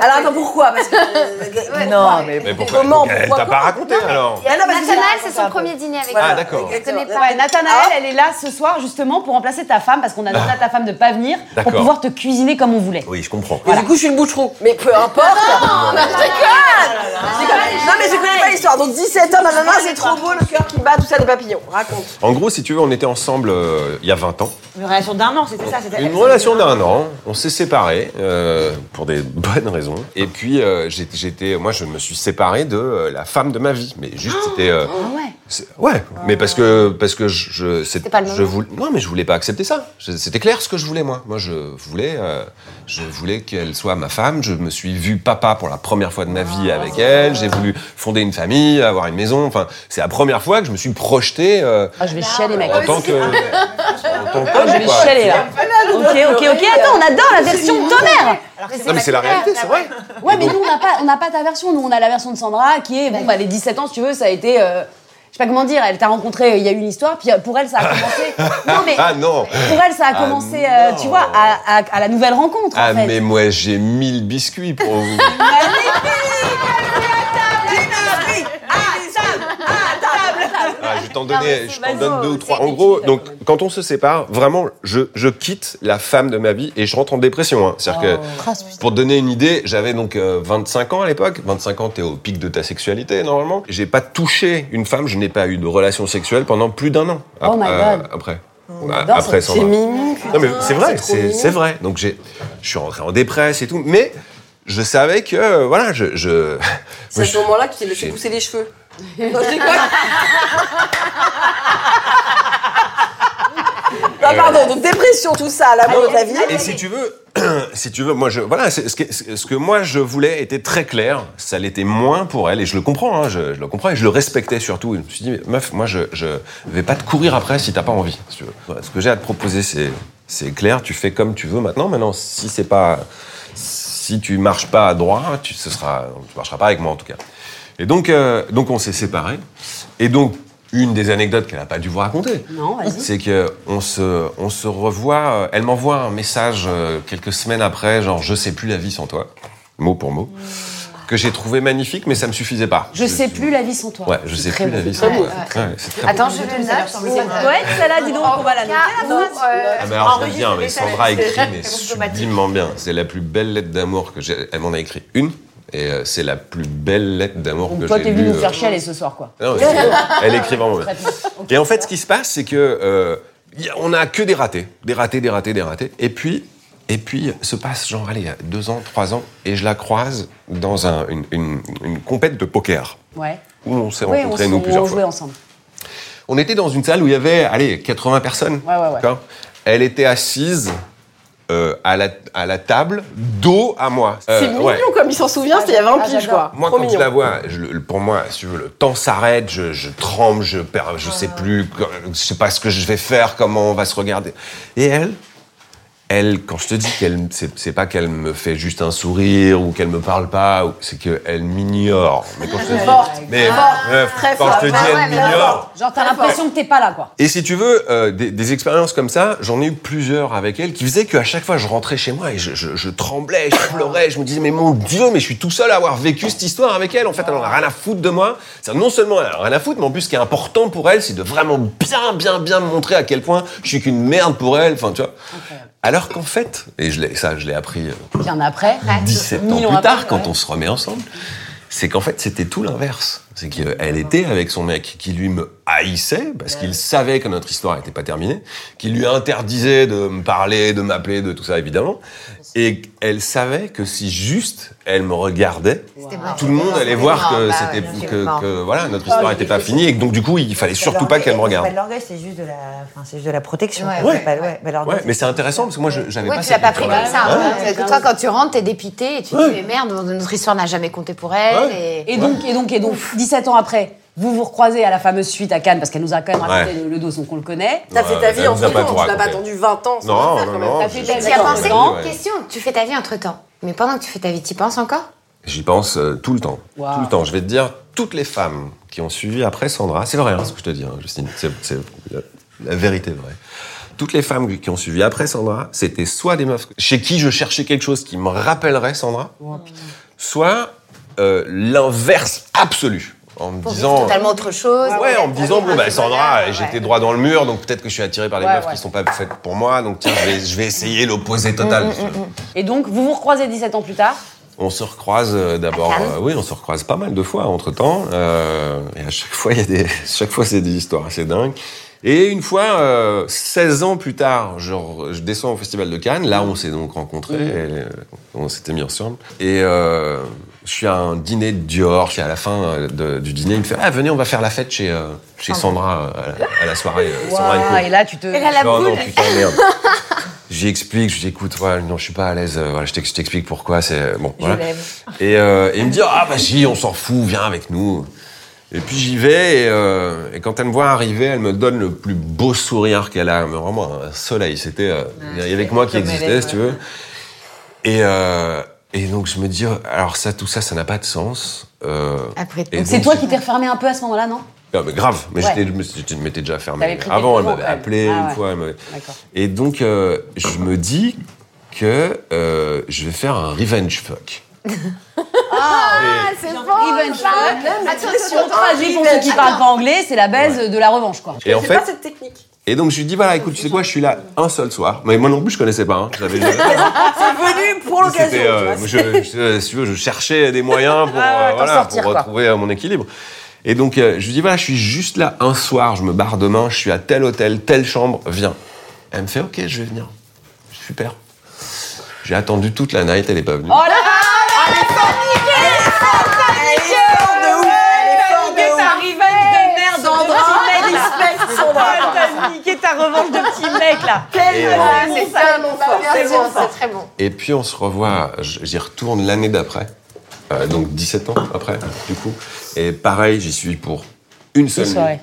S1: Alors attends, pourquoi Parce que. euh,
S12: Ouais.
S1: Non,
S11: mais pourquoi,
S1: Comment
S11: Elle
S1: pourquoi,
S11: t'a pas raconté alors
S1: Ah non, parce que-
S12: Nathanaël, c'est son premier dîner avec
S11: Ah,
S12: moi.
S11: d'accord.
S12: Je connais pas.
S2: Ouais, Nathanaël, elle est là ce soir justement pour remplacer ta femme parce qu'on a demandé à ta femme de pas venir pour
S11: Ah. D'accord.
S2: pouvoir te cuisiner comme on voulait.
S11: Oui, je comprends.
S1: Mais du coup, je suis une boucheron. Mais peu importe. Non, mais je déconne. Non, mais je connais pas l'histoire. Donc 17 ans, nanana, c'est trop beau, le cœur qui bat, tout ça, des papillons. Raconte.
S11: En gros, si tu veux, on était ensemble euh, il y a 20 ans.
S5: Une relation d'un an, c'était ça c'était-
S11: Une relation d'un an, on s'est séparés euh, pour des bonnes raisons. Et puis euh, j'ai- j'étais, moi je me suis séparé de euh, la femme de ma vie, mais juste
S2: Ah
S11: c'était, euh, c'est- ouais, mais parce que parce que je, je c'est-
S12: pas le moment.
S11: je voulais, non mais je voulais pas accepter ça. Je- C'était clair ce que je voulais moi. Moi je voulais, euh, je voulais qu'elle soit ma femme. Je me suis vu papa pour la première fois de ma vie
S2: Ah.
S11: avec elle. J'ai voulu fonder une famille, avoir une maison. Enfin, c'est la première fois que je me suis projeté euh,
S2: Ah, je vais chialer, mec.
S11: en tant que en tant
S2: Ah, je
S11: qu'homme.
S2: vais
S11: quoi.
S2: chialer là. Ok, ok, ok. Attends, on
S1: euh,
S2: adore la version de tonnerre.
S11: Non mais c'est la réalité, c'est vrai.
S2: Ouais, mais nous, on n'a pas, on n'a pas ta version. Nous, on a la version de Sandra qui est, bon, bah, les 17 ans, si tu veux, ça a été. euh, je sais pas comment dire, elle t'a rencontré, euh, il y a eu une histoire, puis euh, pour elle, ça a commencé. non, mais
S11: Ah non
S2: pour elle, ça a commencé, euh, tu vois, à, à- à la nouvelle rencontre,
S11: Ah
S2: en fait.
S11: mais moi j'ai mille biscuits pour vous.
S1: Ah,
S11: Ah, je t'en donnais- je t'en donne deux ou trois. En gros, donc quand on se sépare, vraiment, je, je quitte la femme de ma vie et je rentre en dépression. hein.
S6: Oh.
S11: C'est-à-dire
S2: Oh.
S11: que pour te donner une idée, j'avais donc euh, 25 ans à l'époque. 25 ans, t'es au pic de ta sexualité normalement. J'ai pas touché une femme, je n'ai pas eu de relation sexuelle pendant plus d'un an.
S2: Oh my
S11: euh,
S2: God.
S11: après.
S2: adore
S11: après
S2: ça.
S11: Sandra.
S2: C'est
S11: Non mais c'est vrai, c'est c'est vrai. Donc j'ai, je suis rentré en dépresse et tout, mais je savais que euh, voilà, je, je
S1: C'est à ce moment-là qu'il
S11: J'ai-
S1: laissé pousser les cheveux. Non, je déconne. Non,
S11: Euh,
S1: pardon, donc dépression, tout ça, l'amour de la vie.
S11: Et si tu veux, si tu veux, moi je voilà, c'est- ce que, ce que moi je voulais était très clair. Ça l'était moins pour elle et je le comprends. hein, je, je le comprends et je le respectais surtout. Je me suis dit, meuf, moi je je vais pas te courir après si t'as pas envie. si tu veux. Voilà, ce que j'ai à te proposer, c'est c'est clair. Tu fais comme tu veux maintenant. Maintenant, si c'est pas si tu marches pas à droit, tu ce sera tu marcheras pas avec moi en tout cas. Et donc euh, donc on s'est séparés. Et donc une des anecdotes qu'elle n'a pas dû vous raconter,
S2: Non, vas-y.
S11: c'est que on se, on se revoit. euh, Elle m'envoie un message euh, quelques semaines après, genre je sais plus la vie sans toi, mot pour mot,
S5: Ah.
S11: que j'ai trouvé magnifique, mais ça me suffisait pas.
S2: Je sais plus la vie sans toi.
S11: Ouais, je sais
S2: C'est très
S11: plus
S2: beau.
S11: la vie sans
S2: Ouais.
S11: toi. Ouais, c'est très beau.
S12: Attends, je le note.
S2: Ouais, celle-là, dis donc, on va la noter. la
S12: Ou,
S2: date.
S12: euh,
S11: Ah, mais alors, je l'aime
S5: Enregistre
S11: bien, mais
S5: les
S11: Sandra
S5: messages,
S11: écrit mais
S5: c'est automatique.
S11: sublimement bien. C'est la plus belle lettre d'amour que j'ai. Elle m'en a écrit une, et euh, c'est la plus belle lettre d'amour que
S2: Toi,
S11: j'ai
S2: t'es venu
S11: lue.
S2: nous
S11: euh,
S2: faire chialer ce soir, quoi.
S11: Non, mais c'est- elle écrit vraiment bien. Et en fait, ce qui se passe, c'est que euh, y a- on a que des ratés, des ratés, des ratés, des ratés. Et puis, et puis, se passe genre allez deux ans, trois ans, et je la croise dans un- une, une, une compète de poker
S2: Ouais.
S11: où on s'est
S2: Oui, on,
S11: rencontrés
S2: s-
S11: nous
S2: on
S11: plusieurs
S2: jouait
S11: fois.
S2: ensemble.
S11: On était dans une salle où il y avait allez 80 personnes.
S2: Ouais, ouais, ouais.
S11: d'accord Elle était assise. euh, à, la, à la table, dos à moi. Euh,
S1: C'est mignon,
S11: ouais.
S1: comme il s'en souvient, c'était il y avait un pige, quoi.
S11: Moi,
S1: Trop
S11: quand je
S1: mignon.
S11: la vois, je le- pour moi, si tu veux, le temps s'arrête, je, je tremble, je perds, je
S1: Ah.
S11: sais plus, que- je sais pas ce que je vais faire, comment on va se regarder. Et elle, elle, quand je te dis qu'elle, c'est, c'est pas qu'elle me fait juste un sourire ou qu'elle me parle pas, ou- c'est qu'elle m'ignore. Mais quand je te dis, mais
S2: Ah,
S11: meuf,
S1: Ah. très
S11: quand
S1: forte.
S2: Bah
S11: je te dis,
S1: Ouais,
S11: elle m'ignore.
S2: Genre, t'as l'impression que t'es pas là, quoi.
S11: Et si tu veux, euh, des, des expériences comme ça, j'en ai eu plusieurs avec elle, qui faisaient qu'à chaque fois je rentrais chez moi et je, je- je tremblais, je pleurais, je me disais mais mon Dieu, mais je suis tout seul à avoir vécu cette histoire avec elle. En fait, elle en a rien à foutre de moi. C'est-à-dire, non seulement elle en a rien à foutre, mais en plus ce qui est important pour elle, c'est de vraiment bien, bien, bien me montrer à quel point je suis qu'une merde pour elle. Enfin, tu vois. Alors qu'en fait, et je l'ai- ça, je l'ai appris euh,
S2: Bien après,
S11: 17 ans
S2: mille
S11: plus tard,
S2: après,
S11: quand
S2: ouais.
S11: on se remet ensemble, c'est qu'en fait, c'était tout l'inverse. C'est qu'elle était avec son mec qui lui me haïssait parce qu'il savait que notre histoire n'était pas terminée, qui lui interdisait de me parler, de m'appeler, de tout ça, évidemment. Et elle savait que si juste elle me regardait, tout le monde allait voir que
S5: Bah ouais,
S11: c'était
S5: bien sûr,
S11: que,
S5: mort.
S11: que, voilà notre histoire n'était pas finie et que donc du coup il fallait surtout pas qu'elle me regarde.
S5: C'est pas de l'orgueil, c'est juste de la, enfin, c'est juste de la protection.
S4: Ouais.
S5: quoi. C'est pas- ouais, bah, l'orgueil,
S11: Ouais, mais c'est intéressant parce que moi je- j'avais
S4: Oui,
S11: pas
S4: tu l'as
S11: cette
S4: pas pris
S11: culture-là.
S4: comme ça. hein. Parce que toi, quand tu rentres, t'es dépité et tu te dis, mais merde, notre histoire n'a jamais compté pour elle. et-
S2: Et donc, et donc, et donc, 17 ans après, vous vous recroisez à la fameuse suite à Cannes, parce qu'elle nous a quand même raconté
S11: Ouais.
S2: le, le dos, donc on le connaît.
S1: T'as fait ta
S11: Ouais,
S1: vie
S11: elle
S1: en
S11: nous a pas tout
S1: prison, tu n'as pas
S11: raconté.
S1: attendu 20 ans. sans
S11: Non,
S1: faire,
S11: non,
S1: quand
S11: non,
S1: même.
S11: je-
S1: T'as fait
S4: Tu y
S1: ta
S4: as
S1: vie en
S4: pensé
S11: Ouais.
S4: Question, tu fais ta vie entre temps. Mais pendant que tu fais ta vie, tu penses encore
S11: J'y pense euh, tout le temps.
S2: Wow.
S11: Tout le temps. Je vais te dire, toutes les femmes qui ont suivi après Sandra, c'est vrai hein, ce que je te dis, hein, Justine, c'est c'est la, la vérité vraie. Toutes les femmes qui ont suivi après Sandra, c'était soit des meufs chez qui je cherchais quelque chose qui me rappellerait Sandra, soit euh, l'inverse absolu. En me disant.
S4: totalement autre chose.
S11: euh, Ouais, en me disant, bon,
S2: Ah,
S11: bah, Sandra, j'étais droit dans le mur, donc peut-être que je suis attiré par les
S2: Ouais,
S11: meufs
S2: ouais.
S11: qui sont pas faites pour moi, donc tiens, je vais, je vais essayer l'opposé
S2: Mm,
S11: total.
S2: Et donc, vous vous recroisez 17 ans plus tard.
S11: On se recroise euh, d'abord, euh, oui, on se recroise pas mal de fois entre temps, et à chaque fois, il y a des, chaque fois, c'est des histoires assez dingues. Et une fois, euh, 16 ans plus tard, je, re- je descends au Festival de Cannes. Là, on s'est donc rencontrés,
S7: Mhm.
S11: et, euh, on s'était mis ensemble. Et euh, je suis à un dîner de Dior, puis à la fin euh, de- du dîner, il me fait Ah, venez, on va faire la fête chez, euh, chez Sandra euh, à, la, à la soirée. euh, Sandra
S2: Ouah,
S11: Co.
S2: et là, tu te.
S11: Je fais, Oh non, putain, merde. J'y explique, je lui dis écoute, ouais, non, je suis pas à l'aise, euh, voilà, je t'ex- je t'explique pourquoi, c'est. Bon, voilà. Et euh, et il me dit ah bah si, on s'en fout, viens avec nous. Et puis j'y vais, et, euh, et quand elle me voit arriver, elle me donne le plus beau sourire qu'elle a, mais vraiment un soleil, c'était. euh, Il y avait que moi qui
S13: comme elle
S11: existait,
S13: est,
S11: si tu veux. Et, euh, et donc je me dis, alors ça, tout ça, ça n'a pas de sens. euh,
S2: Ah.
S4: Après
S11: et
S2: C'est
S11: donc,
S2: toi qui t'es refermé un peu à ce moment-là, non
S11: non, mais grave, mais
S2: Ouais.
S11: j'étais- je me suis- je m'étais déjà fermé.
S2: T'avais pris tes
S11: Avant, elle
S2: devants,
S11: m'avait
S2: quand même.
S11: appelé
S2: Ah
S11: une
S2: ouais.
S11: fois. elle m'avait-
S2: D'accord.
S11: Et donc, euh, je me dis que euh, je vais faire un revenge fuck.
S12: Ah, c'est bon.
S2: Revenge
S12: ça.
S2: fuck. Si on
S12: Attention,
S2: traduit pour ceux qui parlent pas anglais, c'est la baise de la revanche, quoi.
S11: Et en fait,
S1: technique.
S11: et donc je lui dis voilà, écoute, tu sais quoi, je suis là un seul soir. Mais moi non plus, je connaissais pas. hein. J'avais-
S1: C'est venu pour l'occasion.
S11: C'était, euh,
S1: tu vois.
S11: je, je- si tu veux, je cherchais des moyens pour,
S1: Ah ouais,
S11: euh,
S1: t'en
S11: voilà,
S1: sortir,
S11: pour
S1: quoi.
S11: retrouver euh, mon équilibre. Et donc, euh, je lui dis, voilà, je suis juste là un soir, je me barre demain, je suis à tel hôtel, telle chambre, viens. Elle me fait, ok, je vais venir. Super. J'ai attendu toute la night, elle n'est pas venue.
S2: Oh là là
S1: Ah, Elle est paniquée Elle est forte de ouf Elle Ah, est forte de ouf
S2: ta revenge de merde
S1: Sandra,
S2: de petit mec.
S1: respect, Sandra.
S2: Oh, T'as niqué ta revanche de petit mec, là.
S1: Ah,
S11: Et,
S2: Quel
S11: euh,
S2: mal,
S4: c'est
S2: ça,
S4: ça,
S2: mon
S4: mon
S2: fort,
S4: bien
S2: c'est
S4: sûr,
S2: mon fort.
S4: c'est très bon.
S11: Et puis, on se revoit, j- j'y retourne l'année d'après, Euh, donc 17 ans après, du coup. Et pareil, j'y suis pour une seule nuit.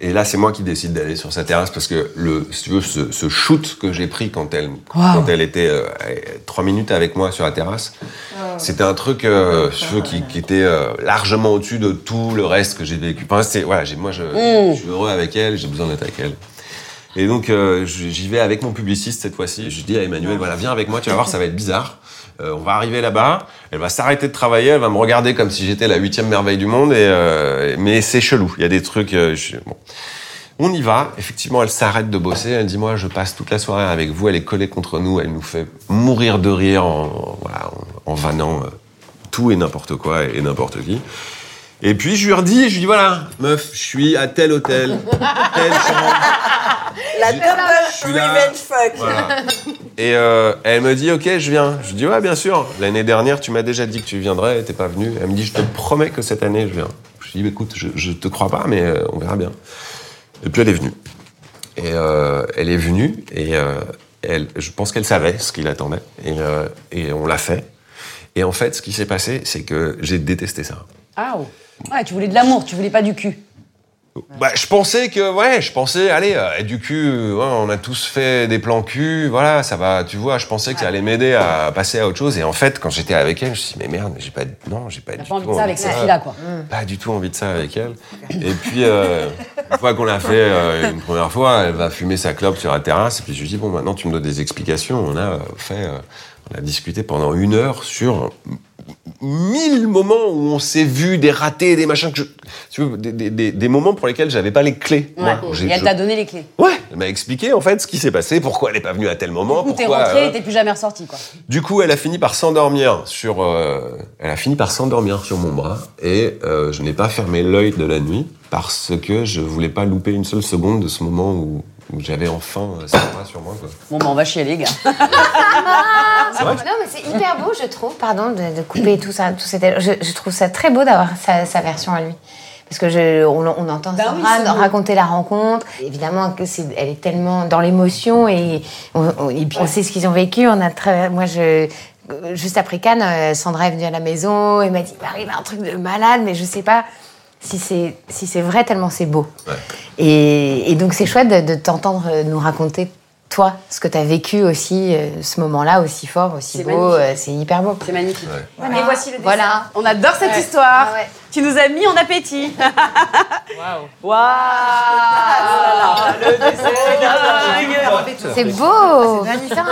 S11: Et là, c'est moi qui décide d'aller sur sa terrasse parce que, le, si tu veux, ce, ce shoot que j'ai pris quand elle, quand elle était euh, euh, trois minutes avec moi sur la terrasse, c'était un truc, euh, si tu veux, qui, qui était euh, largement au-dessus de tout le reste que j'ai vécu. Enfin, c'est, voilà, j'ai, moi, je,
S2: Mm.
S11: je suis heureux avec elle, j'ai besoin d'être avec elle. Et donc, euh, j- j'y vais avec mon publiciste cette fois-ci. Je dis à Emmanuel, voilà, viens avec moi, tu vas voir, ça va être bizarre. Euh, on va arriver là-bas, elle va s'arrêter de travailler, elle va me regarder comme si j'étais la huitième merveille du monde, et, euh, mais c'est chelou. Il y a des trucs. euh, je- bon. On y va. Effectivement, elle s'arrête de bosser. Elle dit Moi, je passe toute la soirée avec vous. Elle est collée contre nous. Elle nous fait mourir de rire en, voilà, en, en vannant euh, tout et n'importe quoi et, et n'importe qui. Et puis, je lui redis Je lui dis Voilà, meuf, je suis à tel hôtel. telle chambre.
S1: La
S11: suis
S1: double
S11: là.
S1: revenge fuck.
S11: Voilà. Et euh, elle me dit Ok, je viens. Je lui dis Ouais, bien sûr. L'année dernière, tu m'as déjà dit que tu viendrais. T'es pas venu. Elle me dit Je te promets que cette année, je viens. Je lui dis "Bah, Écoute, je, je te crois pas, mais euh, on verra bien. Et puis elle est venue. Et euh, elle est venue et euh, elle, je pense qu'elle savait ce qu'il attendait. Et, euh, et on l'a fait. Et en fait, ce qui s'est passé, c'est que j'ai détesté ça.
S2: Ah ouais. Ouais, tu voulais de l'amour, tu voulais pas du cul.
S11: Bah, je pensais que, ouais, je pensais, allez, euh, du cul, ouais, on a tous fait des plans cul, voilà, ça va, tu vois, je pensais que ça allait m'aider à passer à autre chose. Et en fait, quand j'étais avec elle, je me suis dit, mais merde, j'ai pas, non, j'ai pas
S2: T'as
S11: du
S2: pas envie
S11: tout
S2: de ça avec cette fille-là, quoi.
S11: Pas du tout envie de ça avec elle. Et puis, euh, une fois qu'on l'a fait euh, une première fois, elle va fumer sa clope sur la terrasse, et puis je lui dis, bon, maintenant, tu me donnes des explications. On a euh, fait, euh, on a discuté pendant une heure sur mille moments où on s'est vu des ratés, des machins que je... Tu veux, des, des- des- des moments pour lesquels j'avais pas les clés. moi.
S2: Ouais.
S11: J'ai-
S2: Et elle
S11: je-
S2: t'a donné les clés.
S11: Ouais, elle m'a expliqué en fait ce qui s'est passé, pourquoi elle est pas venue à tel moment,
S2: Où t'es
S11: pourquoi,
S2: rentré
S11: euh,
S2: et t'es plus jamais ressorti, quoi.
S11: Du coup, elle a fini par s'endormir sur euh, elle a fini par s'endormir sur mon bras et euh, je n'ai pas fermé l'œil de la nuit parce que je voulais pas louper une seule seconde de ce moment où, où j'avais enfin euh, son bras sur moi quoi.
S2: Bon, bah, on va chier, les gars.
S11: C'est vrai
S4: Non, mais c'est hyper beau, je trouve, pardon, de, de couper tout ça, tout cet élo- je, je trouve ça très beau d'avoir sa, sa version à lui. Parce que je, on, on entend
S2: Bah oui,
S4: Sandra
S2: c'est beau.
S4: raconter la rencontre. Évidemment, que c'est- elle est tellement dans l'émotion et on, on- et puis on sait ce qu'ils ont vécu. On a travers- moi, je, juste après Cannes, euh, Sandra est venue à la maison et m'a dit il m'arrive un truc de malade, mais je sais pas si c'est si c'est vrai, tellement c'est beau. Et, et donc, c'est chouette de, de t'entendre euh, nous raconter toi, ce que tu as vécu aussi, euh, ce moment-là aussi fort, aussi
S2: C'est
S4: beau,
S2: magnifique.
S4: euh, c'est hyper beau.
S2: C'est magnifique.
S4: Voilà.
S2: Et voici le dessin.
S4: Voilà.
S2: On adore cette
S4: Ouais.
S2: histoire.
S4: Ah ouais.
S2: Tu nous as mis en appétit. Waouh. Ah,
S4: C'est beau.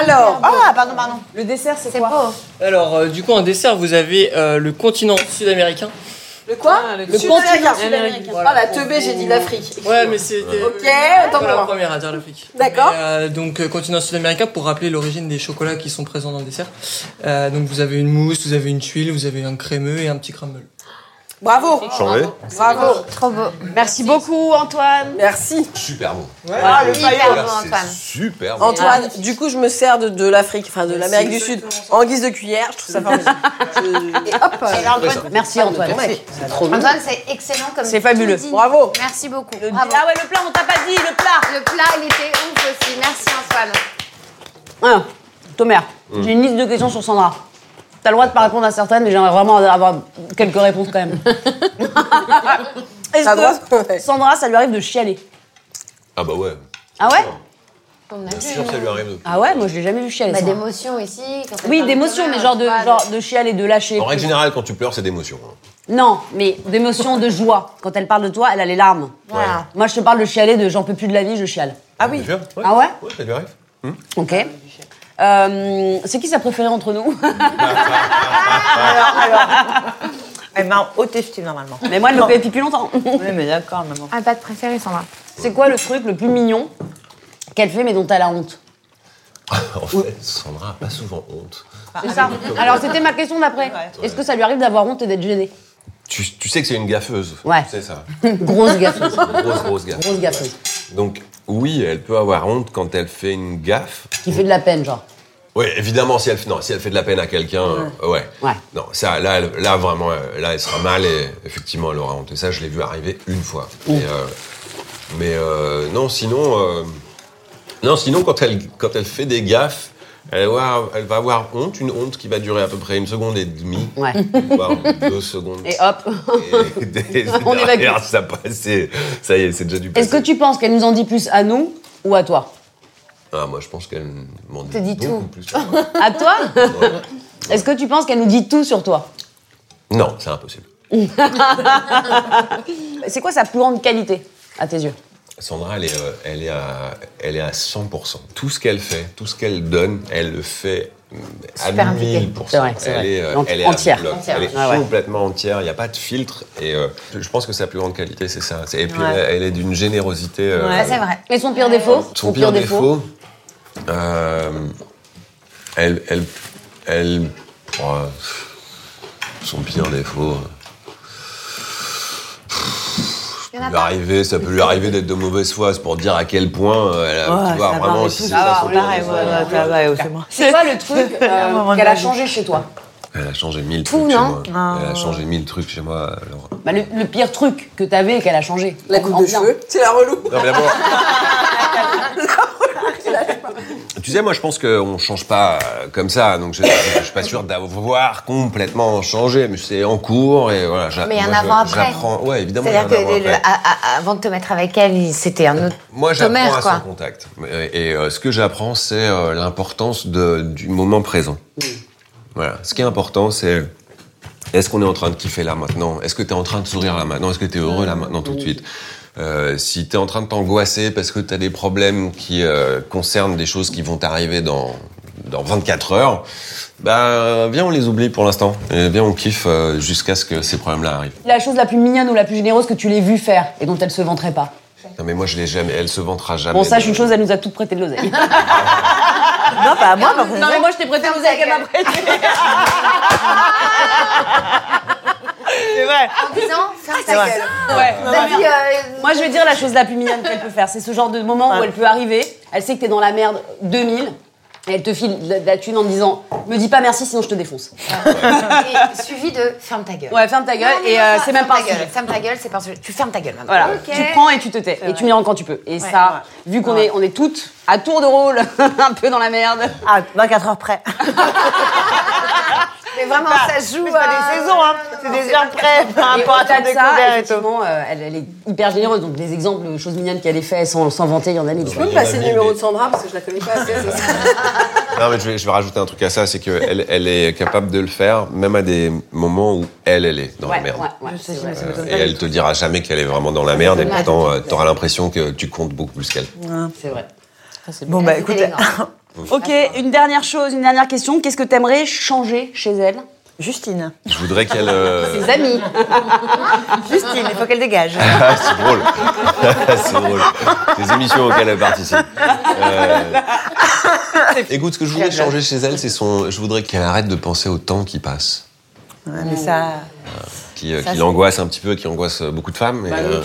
S5: Alors, ah, pardon, pardon.
S2: Le dessert, c'est
S4: quoi
S13: Alors, euh, du coup, en dessert, vous avez euh, le continent sud-américain.
S1: Le quoi
S5: Ah,
S13: le continent
S1: sud-américain. Ah la teubé, j'ai dit l'Afrique.
S13: Ouais, Ah, mais c'était.
S1: Ok,
S13: Pas
S1: Eh, attends
S13: la
S1: moi.
S13: première à dire l'Afrique.
S1: D'accord.
S13: Mais, euh, donc euh, continent sud-américain pour rappeler l'origine des chocolats qui sont présents dans le dessert. Euh, donc vous avez une mousse, vous avez une tuile, vous avez un crémeux et un petit crumble.
S1: Bravo.
S11: Changé.
S1: Bravo.
S4: Trop beau.
S2: Merci beaucoup, Antoine.
S1: Merci.
S11: Super bon.
S1: Ah, le
S11: Super
S1: paillot.
S11: bon,
S1: Antoine.
S11: C'est super bon.
S1: Antoine, du coup, je me sers de, de l'Afrique, enfin de l'Amérique du Sud, en guise de cuillère. Je trouve ça formidable. Et hop.
S2: Merci, Antoine.
S1: C'est trop bien.
S4: Antoine, c'est excellent comme
S2: C'est fabuleux.
S4: cuisine.
S1: Bravo.
S4: Merci beaucoup.
S2: Ah ouais, le plat, on t'a pas dit, le plat.
S4: Le plat, il était ouf aussi. Merci Antoine.
S2: Ah, Thomas,
S11: Hum.
S2: j'ai une liste de questions sur Sandra. T'as le droit de pas répondre à certaines, mais j'aimerais vraiment avoir quelques réponses quand même. Est-ce
S1: T'as le
S2: que Sandra, ça lui arrive de chialer
S11: Ah bah ouais.
S2: Ah ouais
S4: On a
S11: Bien
S4: vu,
S11: sûr,
S4: hein.
S11: ça lui arrive. de-
S2: Ah ouais, moi je l'ai jamais vu chialer.
S4: Bah,
S2: Sandra.
S4: d'émotion ici. quand elle
S2: Oui,
S4: parle
S2: d'émotion,
S4: comme
S2: mais
S4: ça,
S2: genre de,
S4: pas
S2: genre de chialer, de lâcher.
S11: En règle générale, quand tu pleures, c'est d'émotion. hein.
S2: Non, mais d'émotion, de joie. Quand elle parle de toi, elle a les larmes.
S11: Voilà.
S2: Moi, je te parle de chialer, de j'en peux plus de la vie, je chiale.
S11: Ah oui.
S2: Ah ouais
S11: Ouais, ça lui arrive.
S2: Ok. Euh, c'est qui sa préférée entre nous
S5: Alors, alors. Elle m'a haute estime normalement.
S2: Mais moi, elle me
S5: Non.
S2: fait pipi longtemps.
S5: Oui, mais d'accord, maman.
S4: Un pas de préféré, Sandra.
S2: C'est quoi le truc le plus mignon qu'elle fait mais dont elle a honte
S11: En fait, Sandra a pas souvent honte.
S2: Ah,
S11: euh,
S2: C'est ça. Alors c'était ma question d'après. Est-ce que ça lui arrive d'avoir honte et d'être gênée
S11: Tu, tu sais que c'est une gaffeuse.
S2: Ouais.
S11: Tu sais ça.
S2: Grosse gaffeuse.
S11: Grosse, grosse gaffe.
S2: Grosse gaffeuse.
S11: Donc, oui, elle peut avoir honte quand elle fait une gaffe.
S2: Qui fait de la peine, genre.
S11: Oui, évidemment, si elle, non, si elle fait de la peine à quelqu'un, euh, ouais.
S2: Ouais.
S11: Non, ça, là, elle- là vraiment, euh, là, elle sera mal et effectivement, elle aura honte. Et ça, je l'ai vu arriver une fois. Et, euh, mais euh, non, sinon, euh, non, sinon, quand elle, quand elle fait des gaffes, elle va, elle va avoir honte, une honte qui va durer à peu près une seconde et demie,
S2: Ouais.
S11: voire deux secondes.
S1: Ah.
S2: Et hop.
S11: Et dès-
S2: On évacue.
S11: derrière, ça passe, c'est- ça y est, c'est déjà du passé.
S2: Est-ce que tu penses qu'elle nous en dit plus à nous ou à toi
S11: Ah, moi, je pense qu'elle m'en dit,
S2: Te dit
S11: beaucoup
S2: tout.
S11: plus.
S2: À toi Est-ce que tu penses qu'elle nous dit tout sur toi
S11: Non, c'est impossible.
S2: C'est quoi sa plus grande qualité à tes yeux
S11: Sandra, elle est, euh, elle, est à, elle est à 100%. Tout ce qu'elle fait, tout ce qu'elle donne, elle le fait mm, à
S2: Super impliquée.
S11: 1000%.
S2: C'est vrai, c'est
S11: elle,
S2: vrai.
S11: est, euh,
S2: Ent-
S11: elle est à
S2: entière.
S11: bloc.
S2: Entière.
S11: Elle est
S2: Ah ouais.
S11: complètement entière, il n'y a pas de filtre. Et euh, je pense que sa plus grande qualité, c'est ça. C'est- Et puis,
S2: Ouais.
S11: elle, elle est d'une générosité. euh,
S4: vrai.
S2: Et son pire défaut
S11: Son pire, défaut, euh, elle, elle, elle, oh, son pire défaut.
S4: Il y en
S11: Ça peut
S4: a
S11: lui
S4: pas.
S11: arriver, ça peut lui arriver d'être de mauvaise foi, c'est pour dire à quel point euh, elle a,
S5: Ouais,
S11: tu vois,
S5: ça
S11: vraiment
S5: m'arrive
S11: si
S5: tous,
S11: c'est
S5: ça
S11: ça
S5: va,
S11: son
S5: on
S11: pire
S5: l'arrête,
S11: défaut,
S5: ouais,
S11: euh,
S5: ouais, ouais, ouais, c'est moi.
S2: C'est quoi le truc euh,
S5: À un moment
S2: qu'elle a
S5: donné.
S2: changé chez toi
S11: Elle a changé mille
S2: Tout,
S11: trucs chez
S2: non
S11: moi. Elle a changé mille trucs chez moi. alors.
S2: Bah, le, le pire truc que t'avais et qu'elle a changé.
S1: La coupe de cheveux, c'est la relou.
S11: Non, mais d'abord- tu sais, moi, je pense qu'on change pas euh, comme ça, donc je, je suis pas sûr d'avoir complètement changé, mais c'est en cours et voilà. j'a-
S4: Mais il y en
S11: moi,
S4: a
S11: je-
S4: avant, après.
S11: j'apprends- Ouais, évidemment.
S4: C'est-à-dire
S11: il y en a
S4: que
S11: avant,
S4: le-
S11: après.
S4: à- à- avant de te mettre avec elle, il- c'était un autre.
S11: Euh, Moi,
S4: Tonnerre,
S11: j'apprends à
S4: quoi.
S11: son contact. Et, et, euh, ce que j'apprends, c'est euh, l'importance de- du moment présent. Voilà. Ce qui est important, c'est est-ce qu'on est en train de kiffer là maintenant Est-ce que tu es en train de sourire là maintenant Est-ce que tu es heureux là maintenant tout de suite Euh, si tu es en train de t'angoisser parce que tu as des problèmes qui euh, concernent des choses qui vont t'arriver dans, dans 24 heures, bah, viens, on les oublie pour l'instant. Et viens, on kiffe euh, jusqu'à ce que ces problèmes-là arrivent.
S2: La chose la plus mignonne ou la plus généreuse que tu l'aies vue faire et dont elle se vanterait pas.
S11: Non, mais moi, je l'ai jamais, elle se vantera jamais.
S2: Bon, sache
S11: de-
S2: une chose, elle nous a toutes prêté de
S5: Non,
S2: l'oseille.
S5: pas à moi, par
S2: Ah, non, mais moi, je t'ai prêté l'oseille qu'elle m'a prêté.
S5: C'est vrai.
S4: En disant,
S2: Ah,
S4: ferme ta
S5: Ouais.
S4: gueule.
S2: Ouais.
S4: Vas-y, euh,
S2: Moi, je vais dire la chose la plus mignonne qu'elle peut faire. C'est ce genre de moment où elle peut arriver. Elle sait que t'es dans la merde 2000. Et elle te file de la, de la thune en te disant Me dis pas merci, sinon je te défonce.
S4: euh, et suivi de ferme ta gueule.
S2: Ouais, ferme ta gueule.
S4: Non, mais
S2: et
S4: non,
S2: euh,
S4: ça,
S2: c'est même
S4: ferme
S2: pas
S4: ta
S2: un
S4: gueule.
S2: sujet.
S4: Ferme ta gueule, c'est pas un sujet. Tu fermes ta gueule maintenant.
S2: Voilà.
S4: Ok.
S2: Tu prends et tu te tais. Et tu me rends quand tu peux. Et ça, vu qu'on est, on est toutes à tour de rôle, un peu dans la merde.
S5: Ah, 24 heures près.
S4: Mais vraiment, ça joue.
S5: Pas des
S4: euh,
S5: saisons, hein, herbes, c'est des hein, herbes près par rapport à ta découverte.
S2: effectivement, euh, elle, elle est hyper généreuse. Donc, des exemples, de choses mignonnes qu'elle ait fait, sans, sans vanter, il y en a mille.
S1: Tu peux me passer le numéro de Sandra parce que je la connais pas assez. ça serait-
S11: Non, mais je vais, je vais rajouter un truc à ça, c'est qu'elle elle est capable de le faire, même à des moments où elle, elle est dans la
S2: Ouais,
S11: merde.
S2: ouais, ouais, c'est vrai.
S11: Euh, et elle te dira jamais qu'elle est vraiment dans la merde, et pourtant, euh, t'auras l'impression que tu comptes beaucoup plus qu'elle.
S2: C'est vrai.
S5: Bon, bah écoute,
S2: Ok, une dernière chose, une dernière question. Qu'est-ce que t'aimerais changer chez elle
S5: Justine.
S11: Je voudrais qu'elle. euh,
S2: Ses amis.
S5: Justine, il faut qu'elle dégage.
S11: Ah, c'est drôle. c'est drôle. Des émissions auxquelles elle participe. Euh, Écoute, ce que je voudrais changer chez elle, c'est son. Je voudrais qu'elle arrête de penser au temps qui passe,
S5: Ouais, Ah, mais ça.
S11: qui, euh,
S5: Ça,
S11: qui
S5: c'est-
S11: l'angoisse un petit peu, qui angoisse beaucoup de femmes. et,
S1: Bah,
S11: euh,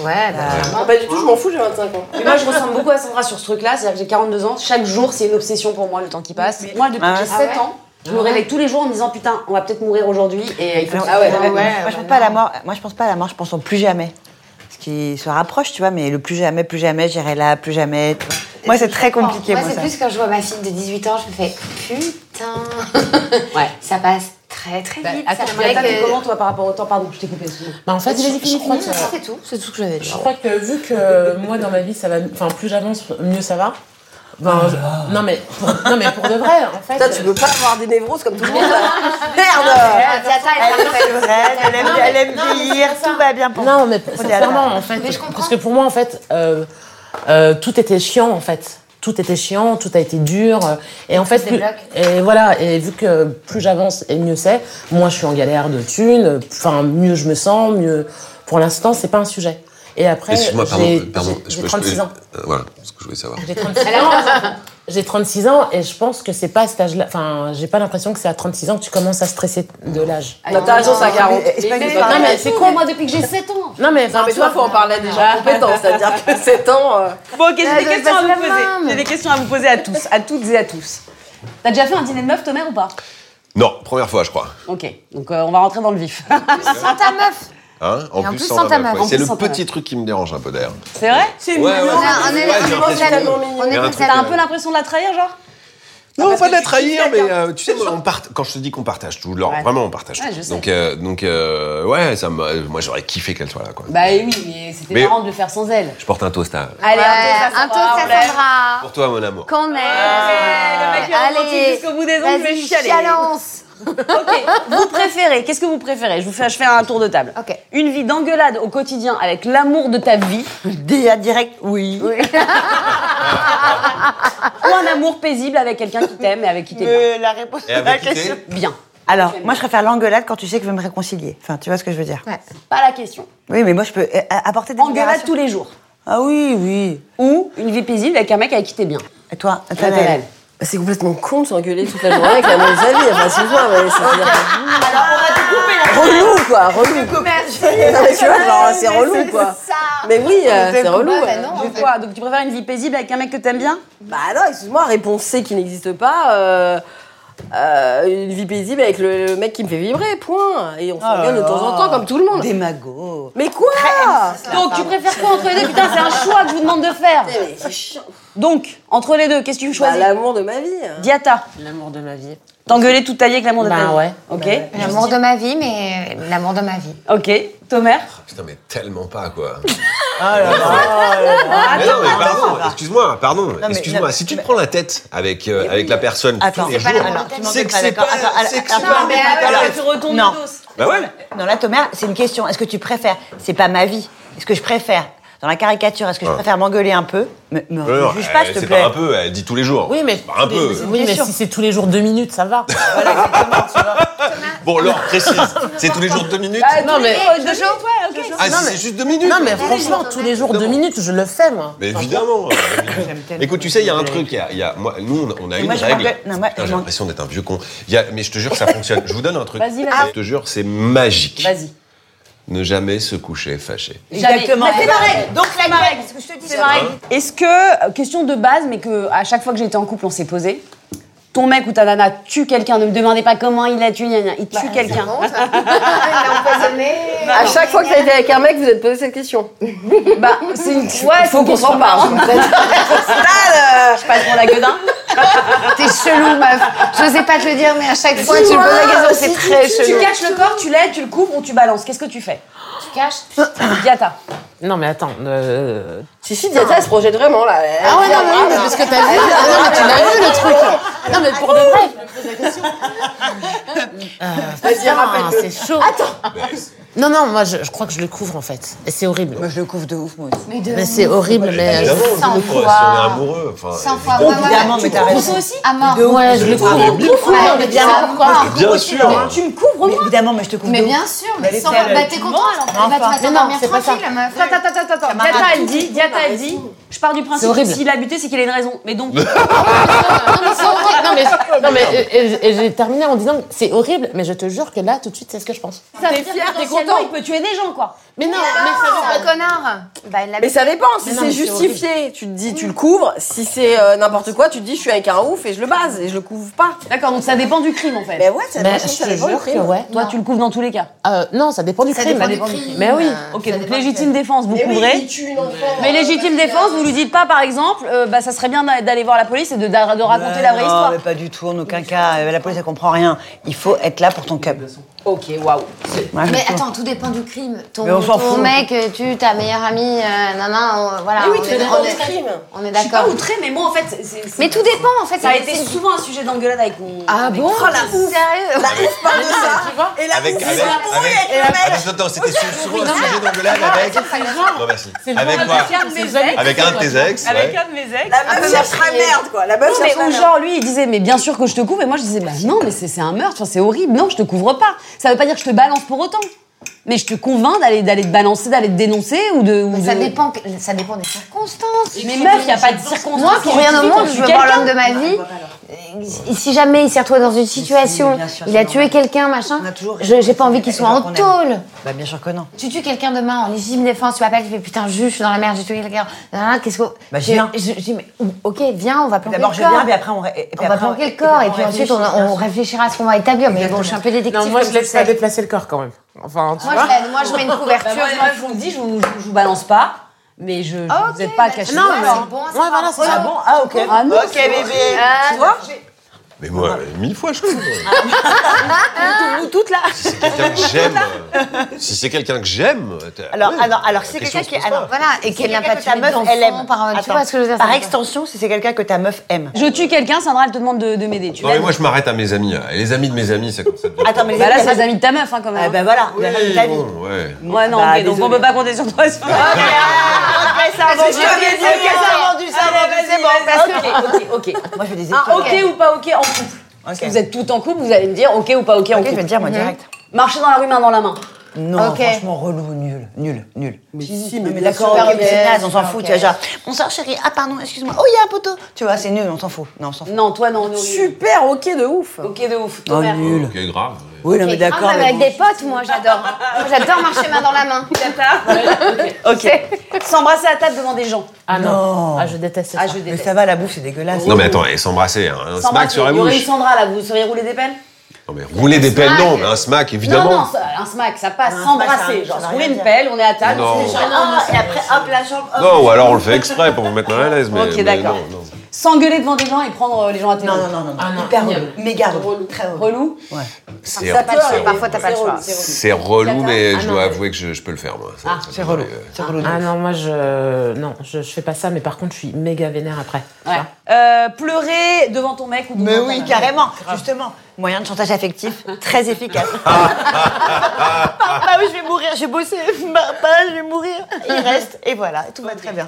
S4: Ouais, ouais,
S1: Ah, Pas du tout, je m'en fous, j'ai 25 ans.
S2: bah, Mais moi, je ressemble beaucoup à Sandra sur ce truc-là. C'est-à-dire que j'ai 42 ans. Chaque jour, c'est une obsession pour moi, le temps qui passe. Moi, depuis que j'ai 7 ans, je me réveille tous les jours en me disant Putain, on va peut-être mourir aujourd'hui. Et il faut
S5: Alors,
S2: que- Ah ouais, ouais, ouais.
S5: moi, je pense pas à la mort. Moi, je pense pas à la mort. Je pense au plus jamais. Ce qui se rapproche, tu vois, mais le plus jamais, plus jamais, j'irai là, plus jamais. tu vois. Moi, c'est très compliqué.
S4: Moi,
S5: moi,
S4: c'est
S5: ça.
S4: plus quand je vois ma fille de 18 ans, je me fais putain. Ça passe très très
S2: Bah,
S4: vite.
S2: attends,
S4: ça
S2: mais
S4: paraît
S2: attends,
S4: que-
S2: t'es comment toi par rapport au temps Pardon, je t'ai coupé.
S6: Bah, en fait, je- je crois que-
S4: c'est tout, c'est tout ce que j'avais dit.
S6: Je crois que vu que moi dans ma vie ça va, enfin plus j'avance, mieux ça va. Ben, je- non mais pour, non mais pour de vrai en fait.
S1: Oh Putain, tu peux pas avoir des névroses comme tout le monde.
S6: Ah,
S4: Merde
S5: Elle est sereine, elle aime, elle aime
S6: Non, mais c'est
S5: vieillir, tout va bien pour
S6: Non mais sincèrement
S5: la-
S6: en fait, parce que pour moi en fait, euh, euh, tout était chiant en fait. Tout était chiant, tout a été dur. euh, Et en fait,
S4: se
S6: plus-
S4: débloque.
S6: et voilà, et vu que plus j'avance et mieux c'est, moi je suis en galère de thunes, euh, enfin mieux je me sens, mieux. Pour l'instant, c'est pas un sujet. Et après,
S11: Excuse-moi,
S6: j'ai-
S11: pardon, pardon.
S6: j'ai-
S11: je
S6: j'ai
S11: peux- je peux-
S6: 36 ans.
S11: euh, voilà, ce que je voulais savoir.
S6: J'ai 36 ans. J'ai 36 ans et je pense que c'est pas à cet âge-là. Enfin, j'ai pas l'impression que c'est à 36 ans que tu commences à stresser de l'âge.
S1: Non, t'as raison, ça
S6: Non,
S1: garonne.
S6: mais- Non, mais c'est con.
S1: moi
S4: depuis que j'ai 7 ans
S6: Non, mais,
S1: Non, mais toi, faut en parler à des gens compétents, c'est-à-dire que 7 ans. euh,
S2: Bon, ok, j'ai
S1: Ouais,
S2: des
S1: je
S2: questions à
S1: passe
S2: vous
S1: la
S2: poser.
S1: main, mais-
S2: J'ai des questions à vous poser à tous, à toutes et à tous. T'as déjà fait un dîner de meuf, Thomas, ou pas
S11: Non, première fois, je crois.
S2: Ok, donc euh, on va rentrer dans le vif.
S4: Sans ta meuf
S11: Hein en,
S4: Et en
S11: plus,
S4: plus,
S11: sans
S4: sans
S11: la
S4: ta
S11: meuf,
S4: meuf.
S11: ouais.
S4: En
S11: C'est
S4: plus,
S11: le
S4: sans ta
S11: petit truc qui me dérange un peu d'ailleurs.
S2: C'est vrai
S1: C'est
S11: Ouais, mignon. ouais,
S4: On est
S11: Ouais, j'ai
S4: on est
S11: l'impression
S4: jaloux.
S11: que-
S4: On est
S11: Mais un
S4: tous
S11: truc,
S2: T'as un
S4: jaloux.
S2: peu l'impression de la trahir, genre
S11: Non, pas de la trahir, mais euh, tu sais, moi, on part... quand je te dis qu'on partage tout, Laure, vraiment, on partage
S2: Ouais,
S11: tout.
S2: je sais.
S11: Donc, euh, donc euh, ouais, ça m'a- moi, j'aurais kiffé qu'elle soit là, quoi.
S2: Bah oui, mais c'était
S11: Mais-
S2: marrant de le faire sans elle.
S11: Je porte un toast à...
S2: Allez,
S4: Ouais,
S2: un
S4: un
S2: tour,
S4: toast
S2: ça
S4: à Sandra
S11: Pour toi, mon amour.
S4: Qu'on aime
S2: mec est romantique jusqu'au bout des ongles, je vais
S4: Vas-y,
S2: chialer.
S4: chalance
S2: Ok, vous préférez, qu'est-ce que vous préférez je, vous fais, je fais un tour de table.
S4: Ok.
S2: Une vie d'engueulade au quotidien avec l'amour de ta vie
S5: Déjà direct, oui.
S2: ou un amour paisible avec quelqu'un qui t'aime et avec qui t'es bien
S5: Mais la réponse
S11: Et
S5: à la
S11: avec qui
S5: question.
S11: t'es
S2: Bien,
S5: Alors, moi, je préfère l'engueulade quand tu sais que je veux me réconcilier. Enfin, tu vois ce que je veux dire.
S4: Ouais.
S2: pas la question.
S5: Oui, mais moi, je peux euh, apporter des
S2: Engueulade
S5: libérations.
S2: tous les jours.
S5: Ah oui, oui.
S2: Ou une vie paisible avec un mec avec qui t'es bien.
S5: Et toi,
S2: Nathanaël.
S5: Nathanaël
S1: C'est complètement con de s'engueuler toute la journée avec la mauvaise amie. Enfin, c'est moi, mais c'est
S12: Ah.
S1: relou, quoi, relou. Non, mais tu vois, genre, c'est relou, quoi. Mais oui, euh, c'est relou.
S4: Ah,
S1: ouais.
S4: bah non,
S2: Donc quoi Donc tu préfères une vie paisible avec un mec que t'aimes bien
S1: Bah non, excuse-moi, réponse C qui n'existe pas. euh, euh, une vie paisible avec le, le mec qui me fait vibrer, point. Et on s'engueule de temps en temps, comme tout le monde.
S5: Des magots.
S1: Mais quoi
S2: Donc tu préfères quoi entre les deux Putain, c'est un choix que je vous demande de faire.
S1: Eh, mais c'est chiant.
S2: Donc, entre les deux, qu'est-ce que tu
S1: Bah,
S2: choisis
S1: L'amour de ma vie. hein.
S2: Diata,
S6: L'amour de ma vie.
S2: t'engueuler toute ta vie avec l'amour de ta
S6: Bah
S2: vie.
S6: ouais.
S2: Ok.
S4: L'amour de ma vie, mais l'amour de ma vie.
S2: Ok. Tomer
S11: Ah, Putain, mais tellement pas, quoi.
S2: Ah,
S5: Ah,
S11: Mais non, mais pardon, excuse-moi, pardon,
S5: mais- non,
S11: excuse-moi.
S5: mais-
S11: Si tu te prends la tête avec, euh, avec la personne
S5: Attends,
S11: tous les
S5: c'est pas
S11: jours,
S5: la- alors, tu m'en
S11: c'est
S5: fais
S11: que
S5: pas
S11: c'est pas...
S5: d'accord. Attends,
S11: c'est que
S5: alors-
S11: c'est pas...
S5: mais alors,
S11: voilà.
S2: tu retournes
S5: Non.
S2: le dos.
S11: Bah ouais
S5: Non, là, Thomas, c'est une question. Est-ce que tu préfères C'est pas ma vie. Est-ce que je préfère Dans la caricature, est-ce que je préfère m'engueuler un peu Me, me
S11: Non, non,
S5: juge pas,
S11: elle-
S5: s'il te
S11: c'est pas
S5: plaît.
S11: un peu, elle dit tous les jours.
S6: Oui, mais,
S11: C'est pas un peu.
S6: oui, mais
S5: question.
S6: si c'est tous les jours deux minutes, ça va.
S11: Bon, Laure, précise. C'est tous les jours deux minutes
S6: non, mais,
S2: euh, Deux jours Ouais, ok.
S11: Ah, si c'est juste deux minutes
S6: non, mais franchement, tous les jours deux minutes, je le fais, moi.
S11: Mais évidemment.
S5: tellement.
S11: Écoute, tu sais, il y a un truc. il y a- il y a- moi, nous, on- on a une
S5: moi, je
S11: règle.
S5: m'appelle- non, moi,
S11: Putain,
S5: je
S11: J'ai
S5: m'en-
S11: l'impression d'être un vieux con. Il y a- mais je te jure, que ça fonctionne. Je vous donne un truc.
S2: Vas-y, vas-y.
S11: Je te jure, c'est magique.
S2: Vas-y.
S11: Ne jamais se coucher fâché.
S5: Exactement.
S2: Jamais. Mais c'est ma règle.
S5: Donc la règle, c'est ce que je te dis.
S2: C'est ma
S11: Hein
S2: règle. Est-ce que, euh, question de base, mais que à chaque fois que j'étais en couple, on s'est posé, ton mec ou ta nana tue quelqu'un, ne me demandez pas comment il a tué, gna gna, il
S11: Bah,
S2: tue quelqu'un.
S4: Elle l'a empoisonné.
S1: À chaque fois que t'as été avec un mec, vous êtes posé cette question.
S2: Bah, c'est une.
S1: Faut qu'on s'en parle.
S2: Je euh, passe pour la gueudin.
S4: T'es chelou, meuf. J'osais pas te le dire, mais à chaque fois, tu me poses la question, c'est très chelou.
S2: Tu caches le corps, tu l'aides, tu le coupes ou tu balances. Qu'est-ce que tu fais
S4: Tu caches
S2: Gata.
S6: Non, mais attends. euh,
S1: Si, si, Diata se projette vraiment là.
S12: Ah ouais, non, mais oui, mais parce que t'as vu. Ah non, mais tu l'as vu le truc.
S1: ah,
S12: Non, mais pour de vrai.
S1: Vas-y,
S12: Ah,
S4: Ah,
S12: Putain,
S1: rappelle-le.
S12: C'est chaud. Attends. Non, non, moi je, je crois que je le couvre en fait. Et c'est horrible. Moi je le couvre de ouf, moi aussi.
S4: Mais,
S12: c'est horrible, mais.
S5: euh,
S11: Évidemment, on le couvre, si on est amoureux. Enfin,
S4: Cent fois.
S11: évidemment.
S4: Évidemment,
S5: mais t'as raison.
S4: aussi À mort.
S5: De ouf.
S12: Ah, Ouais, je le couvre.
S5: Mais mille fois.
S4: Ouais, mais
S5: Mais
S4: ça,
S5: bien,
S4: pourquoi
S5: bien
S4: Mais
S5: sûr.
S4: mais
S5: tu me couvres, moi. Évidemment, mais je te couvre.
S4: Mais
S5: de ouf.
S4: bien sûr,
S5: Mais
S4: mais sans.
S5: elle est
S4: Bah,
S5: telle,
S4: t'es
S5: tu
S4: contente,
S5: mens,
S4: alors. Elle va-
S5: enfin.
S4: elle va
S2: Non, non,
S4: dormir
S2: c'est pas
S4: tranquille, la meuf.
S2: Attends, attends, attends, attends.
S4: Camarade,
S2: Diata, elle
S4: tout,
S2: dit, Diata, elle dit. Je pars du principe que
S12: horrible.
S2: s'il a buté, c'est qu'il a une raison. Mais donc.
S12: Non, mais c'est horrible. Non, mais, non, mais euh, euh, j'ai- j'ai terminé en disant c'est horrible, mais je te jure que là, tout de suite, c'est ce que je pense.
S2: T'es fier, t'es content, il peut tuer des gens, quoi.
S12: Mais non, mais ça veut pas
S4: C'est un Ah, connard. Bah, elle l'a
S1: Mais ça dépend, si
S12: Mais non,
S1: c'est
S12: mais c'est
S1: justifié, tu te dis tu le couvres, si c'est euh, n'importe quoi, tu te dis je suis avec un ouf et je le base et je le couvre pas.
S2: D'accord, donc ça dépend du crime, en fait.
S1: Mais ouais, ça
S4: Bah,
S12: Mais
S1: dépend,
S12: je
S1: ça
S12: te
S1: dépend du
S12: jure que
S1: crime.
S12: ouais.
S2: Toi, tu le couvres dans tous les cas.
S12: Euh, non, ça dépend du
S4: Ça
S12: crime.
S4: dépend du crime.
S12: Mais oui.
S4: euh,
S2: Ok,
S4: ça
S2: donc
S4: dépend du
S2: légitime défense, vous
S1: Mais oui,
S2: couvrez.
S1: il tue une enfant.
S2: Mais légitime défense, vous lui dites pas, par exemple, euh, bah ça serait bien d'a- d'aller voir la police et de, d'a- de raconter
S5: Ouais,
S2: la vraie
S5: non,
S2: histoire.
S5: mais pas du tout, en aucun cas. Euh, La police, elle comprend rien. Il faut être là pour ton cub.
S2: Ok, waouh.
S5: Moi, je
S4: Mais
S5: trouve.
S4: attends, tout dépend du crime. Ton,
S5: Mais on s'en
S4: ton
S5: fout.
S4: mec, euh, tu, ta meilleure amie, euh, nana, on- voilà.
S1: Mais oui,
S4: on
S1: tout
S4: est-
S1: dépend
S4: on
S1: du
S4: est-
S1: crime.
S4: On est
S2: Je suis pas
S4: d'accord.
S2: outrée, mais moi, en fait, c'est- c'est-
S4: Mais tout dépend en fait.
S2: ça a
S4: c'est-
S2: été
S4: c'est-
S2: souvent un sujet d'engueulade avec mon.
S12: Ah bon
S1: Oh la ouf
S4: Sérieux
S1: La ouf parle de ça Et la
S11: Avec,
S1: ouf,
S11: avec,
S1: c'est pourri
S11: avec,
S1: avec le mec.
S11: Attends, attends, c'était sur, sur un sujet d'engueulade avec. Non, merci.
S12: C'est
S11: Avec
S12: genre-
S11: quoi
S2: un de mes ex.
S11: Avec un de tes ex ouais.
S2: un de mes ex.
S1: La meuf cherche la merde quoi, la meuf
S2: Non, mais
S1: cherche la
S2: ou
S1: merde.
S2: genre, lui, il disait, mais bien sûr que je te couvre. Et moi, je disais, bah non, mais c'est c'est un meurtre, enfin, c'est horrible. Non, je te couvre pas. Ça veut pas dire que je te balance pour autant. Mais je te convainc d'aller d'aller te balancer, d'aller te dénoncer ou de. ou
S4: Mais ça
S2: de-
S4: dépend, que- ça dépend des circonstances.
S2: Mais meuf, y a pas de circonstance.
S4: Moi, pour rien au
S2: qui
S4: monde,
S2: justifie qu'on
S4: je veux
S2: tue
S4: voir
S2: quelqu'un.
S4: l'homme de ma vie. Euh, Si jamais il s'est retrouvé dans une situation,
S5: bien sûr,
S4: il
S5: c'est
S4: a tué
S5: normal.
S4: quelqu'un, machin,
S5: On a toujours raison.
S4: je- j'ai pas envie qu'il
S5: Les
S4: soit
S5: gens
S4: en
S5: qu'on aime.
S4: tôle.
S5: Bah, bien sûr que non.
S4: Tu tues quelqu'un demain en légitime défense, tu m'appelles, tu fais putain, juge, je suis dans la merde, j'ai tué quelqu'un. Ah, Qu'est-ce que.
S5: Bah, je viens.
S4: Je- je- je dis, mais, ok, viens, on va planquer
S5: D'abord,
S4: le
S5: je viens,
S4: corps.
S5: puis après, on, ré- et puis
S4: On va
S5: après,
S4: planquer le
S5: et puis
S4: corps
S5: après,
S4: et puis ensuite on,
S5: réfléchit,
S4: on réfléchira à ce qu'on va établir. Mais bon, je suis un peu détective.
S6: Non, moi je
S4: comme tu
S6: laisse pas
S4: sais.
S6: déplacer le corps quand même. Enfin, tu
S4: Moi,
S6: vois.
S4: je l'aide, moi, je mets une couverture.
S2: Bah, moi, moi, je vous le dis, je vous, je vous- je vous balance pas, mais je ne
S4: Ok,
S2: vous aide pas à
S4: bah,
S2: cacher.
S4: tu
S2: le
S4: vois,
S2: corps.
S4: c'est bon à
S6: Ouais,
S4: savoir.
S6: voilà, c'est
S4: Oh,
S6: ça.
S5: Ah bon Ah, ok.
S2: Ah non,
S5: ok, bébé.
S4: ah,
S5: Tu vois
S11: Mais moi, euh, mille fois, je couvre.
S2: Nous toutes là.
S11: Si
S5: Ah,
S11: c'est quelqu'un que j'aime. euh, Si c'est quelqu'un que j'aime. t'as-
S5: Alors,
S11: ouais,
S5: alors, alors,
S11: la
S5: c'est
S11: question se
S5: quelqu'un qui.
S11: pose pas.
S5: Alors,
S4: Voilà, et
S5: c'est
S4: qu'elle n'a
S5: quelqu'un
S4: pas
S5: que ta
S4: tué
S5: meuf,
S4: d'enfant
S5: elle aime.
S4: par- tu
S5: Attends.
S4: vois ce que je veux dire,
S5: Par
S4: ça
S5: extension, si c'est quelqu'un que ta meuf aime.
S2: Je tue quelqu'un, Sandra, elle te demande de, de m'aider. Tu
S11: Non,
S2: l'as
S11: mais
S2: dit.
S11: moi, je m'arrête à mes amis. hein. Et les amis de mes amis, c'est comme ça.
S5: Attends, mais les
S2: Bah là,
S5: amis,
S2: c'est les
S5: t'as-
S2: amis de ta meuf, hein, quand
S5: Ah,
S2: même.
S5: bah voilà, les amis de ta
S11: Oui,
S5: vie. Ah,
S11: bon, ouais.
S2: Ouais, non,
S5: Bah,
S2: ok, donc on
S5: désolé.
S2: peut pas compter sur toi. sur- Ok,
S1: Je t'avais dit,
S5: Ok, ça
S2: hein.
S5: a vendu, ça a vendu, c'est bon, parce que-
S2: ok, ok.
S5: Moi, je fais des études.
S2: Un ok ou pas ok en couple. Parce que
S5: Ok.
S2: vous êtes toutes en couple, vous allez me dire ok ou pas ok
S5: Ok,
S2: en
S5: je vais
S2: couple. Mhm.
S5: te dire, moi, direct.
S2: Marcher dans la rue main dans la main.
S5: Non,
S4: Ok.
S5: franchement, relou, nul, nul, nul. Mais si, mais,
S4: sûr,
S5: d'accord, ok, mais c'est
S4: ok,
S5: naze, on s'en
S4: super,
S5: fout,
S4: ok.
S5: tu vois, genre, on sort chérie, ah pardon, excuse-moi, oh, il y a un poteau. Tu vois, c'est nul, on s'en fout. Non, on s'en fout.
S2: Non, toi non, non.
S1: Super ok de ouf.
S2: Ok de ouf.
S5: Oh,
S2: Thomas.
S5: nul.
S11: Ok, grave.
S5: Oui, non,
S4: Ok,
S5: mais d'accord.
S4: grave, Ah, mais
S5: mais
S4: avec
S5: bon.
S4: des potes, moi j'adore. Moi, j'adore marcher main dans la main.
S2: Ok. S'embrasser à table devant des gens.
S6: Ah non.
S5: Non.
S6: Ah, je déteste
S2: Ah,
S6: ça.
S2: je
S5: Mais
S2: déteste. Oh.
S5: ça va, la bouffe, c'est dégueulasse.
S11: Non, mais attends, et s'embrasser, hein, un smack
S2: S'embrasser.
S11: sur la
S2: Il y aurait une
S11: bouche.
S2: Sandra là, vous seriez rouler des pelles
S11: Non, mais rouler des pelles, non, mais un smack,
S2: Non, non,
S11: évidemment.
S2: ça- un smack, ça passe.
S5: Non, un smack, ça-
S2: S'embrasser.
S5: ça
S2: Genre,
S5: veut
S2: se rouler
S5: rien
S2: une
S5: dire.
S2: pelle, on est à table.
S11: Non.
S2: on se fait genre,
S5: Ah, et après, hop, la jambe. hop.
S11: Non, ou alors on le fait exprès pour vous mettre mal à l'aise. Mais,
S2: Ok,
S11: mais
S2: d'accord.
S11: non, non.
S2: S'engueuler devant des gens et prendre euh, les gens à tes
S5: Non,
S2: mains.
S5: non, non, non,
S6: Ah, non,
S5: hyper
S6: ignoble.
S5: relou, méga relou, très relou.
S2: Relou
S5: Ouais.
S11: C'est
S4: Ça passe,
S11: c'est
S4: parfois t'as pas le choix.
S11: C'est relou, mais
S6: Ah,
S11: je
S6: non,
S11: dois
S6: mais-
S11: avouer que je, je peux le faire, moi.
S2: Ah,
S11: Ça- ça
S5: C'est
S11: peut
S5: relou,
S11: m'arriver.
S5: c'est relou.
S6: Ah non, moi je. Non, je, je fais pas ça, mais par contre, je suis méga vénère après. tu
S2: Ouais.
S6: vois.
S2: Euh, pleurer devant ton mec ou devant
S5: Mais
S2: ta
S5: oui,
S2: meuf.
S5: carrément, justement. Moyen de chantage affectif, très efficace. Papa, oui, je vais mourir, j'ai bossé. Papa, je vais mourir. Il reste, et voilà, tout va très bien.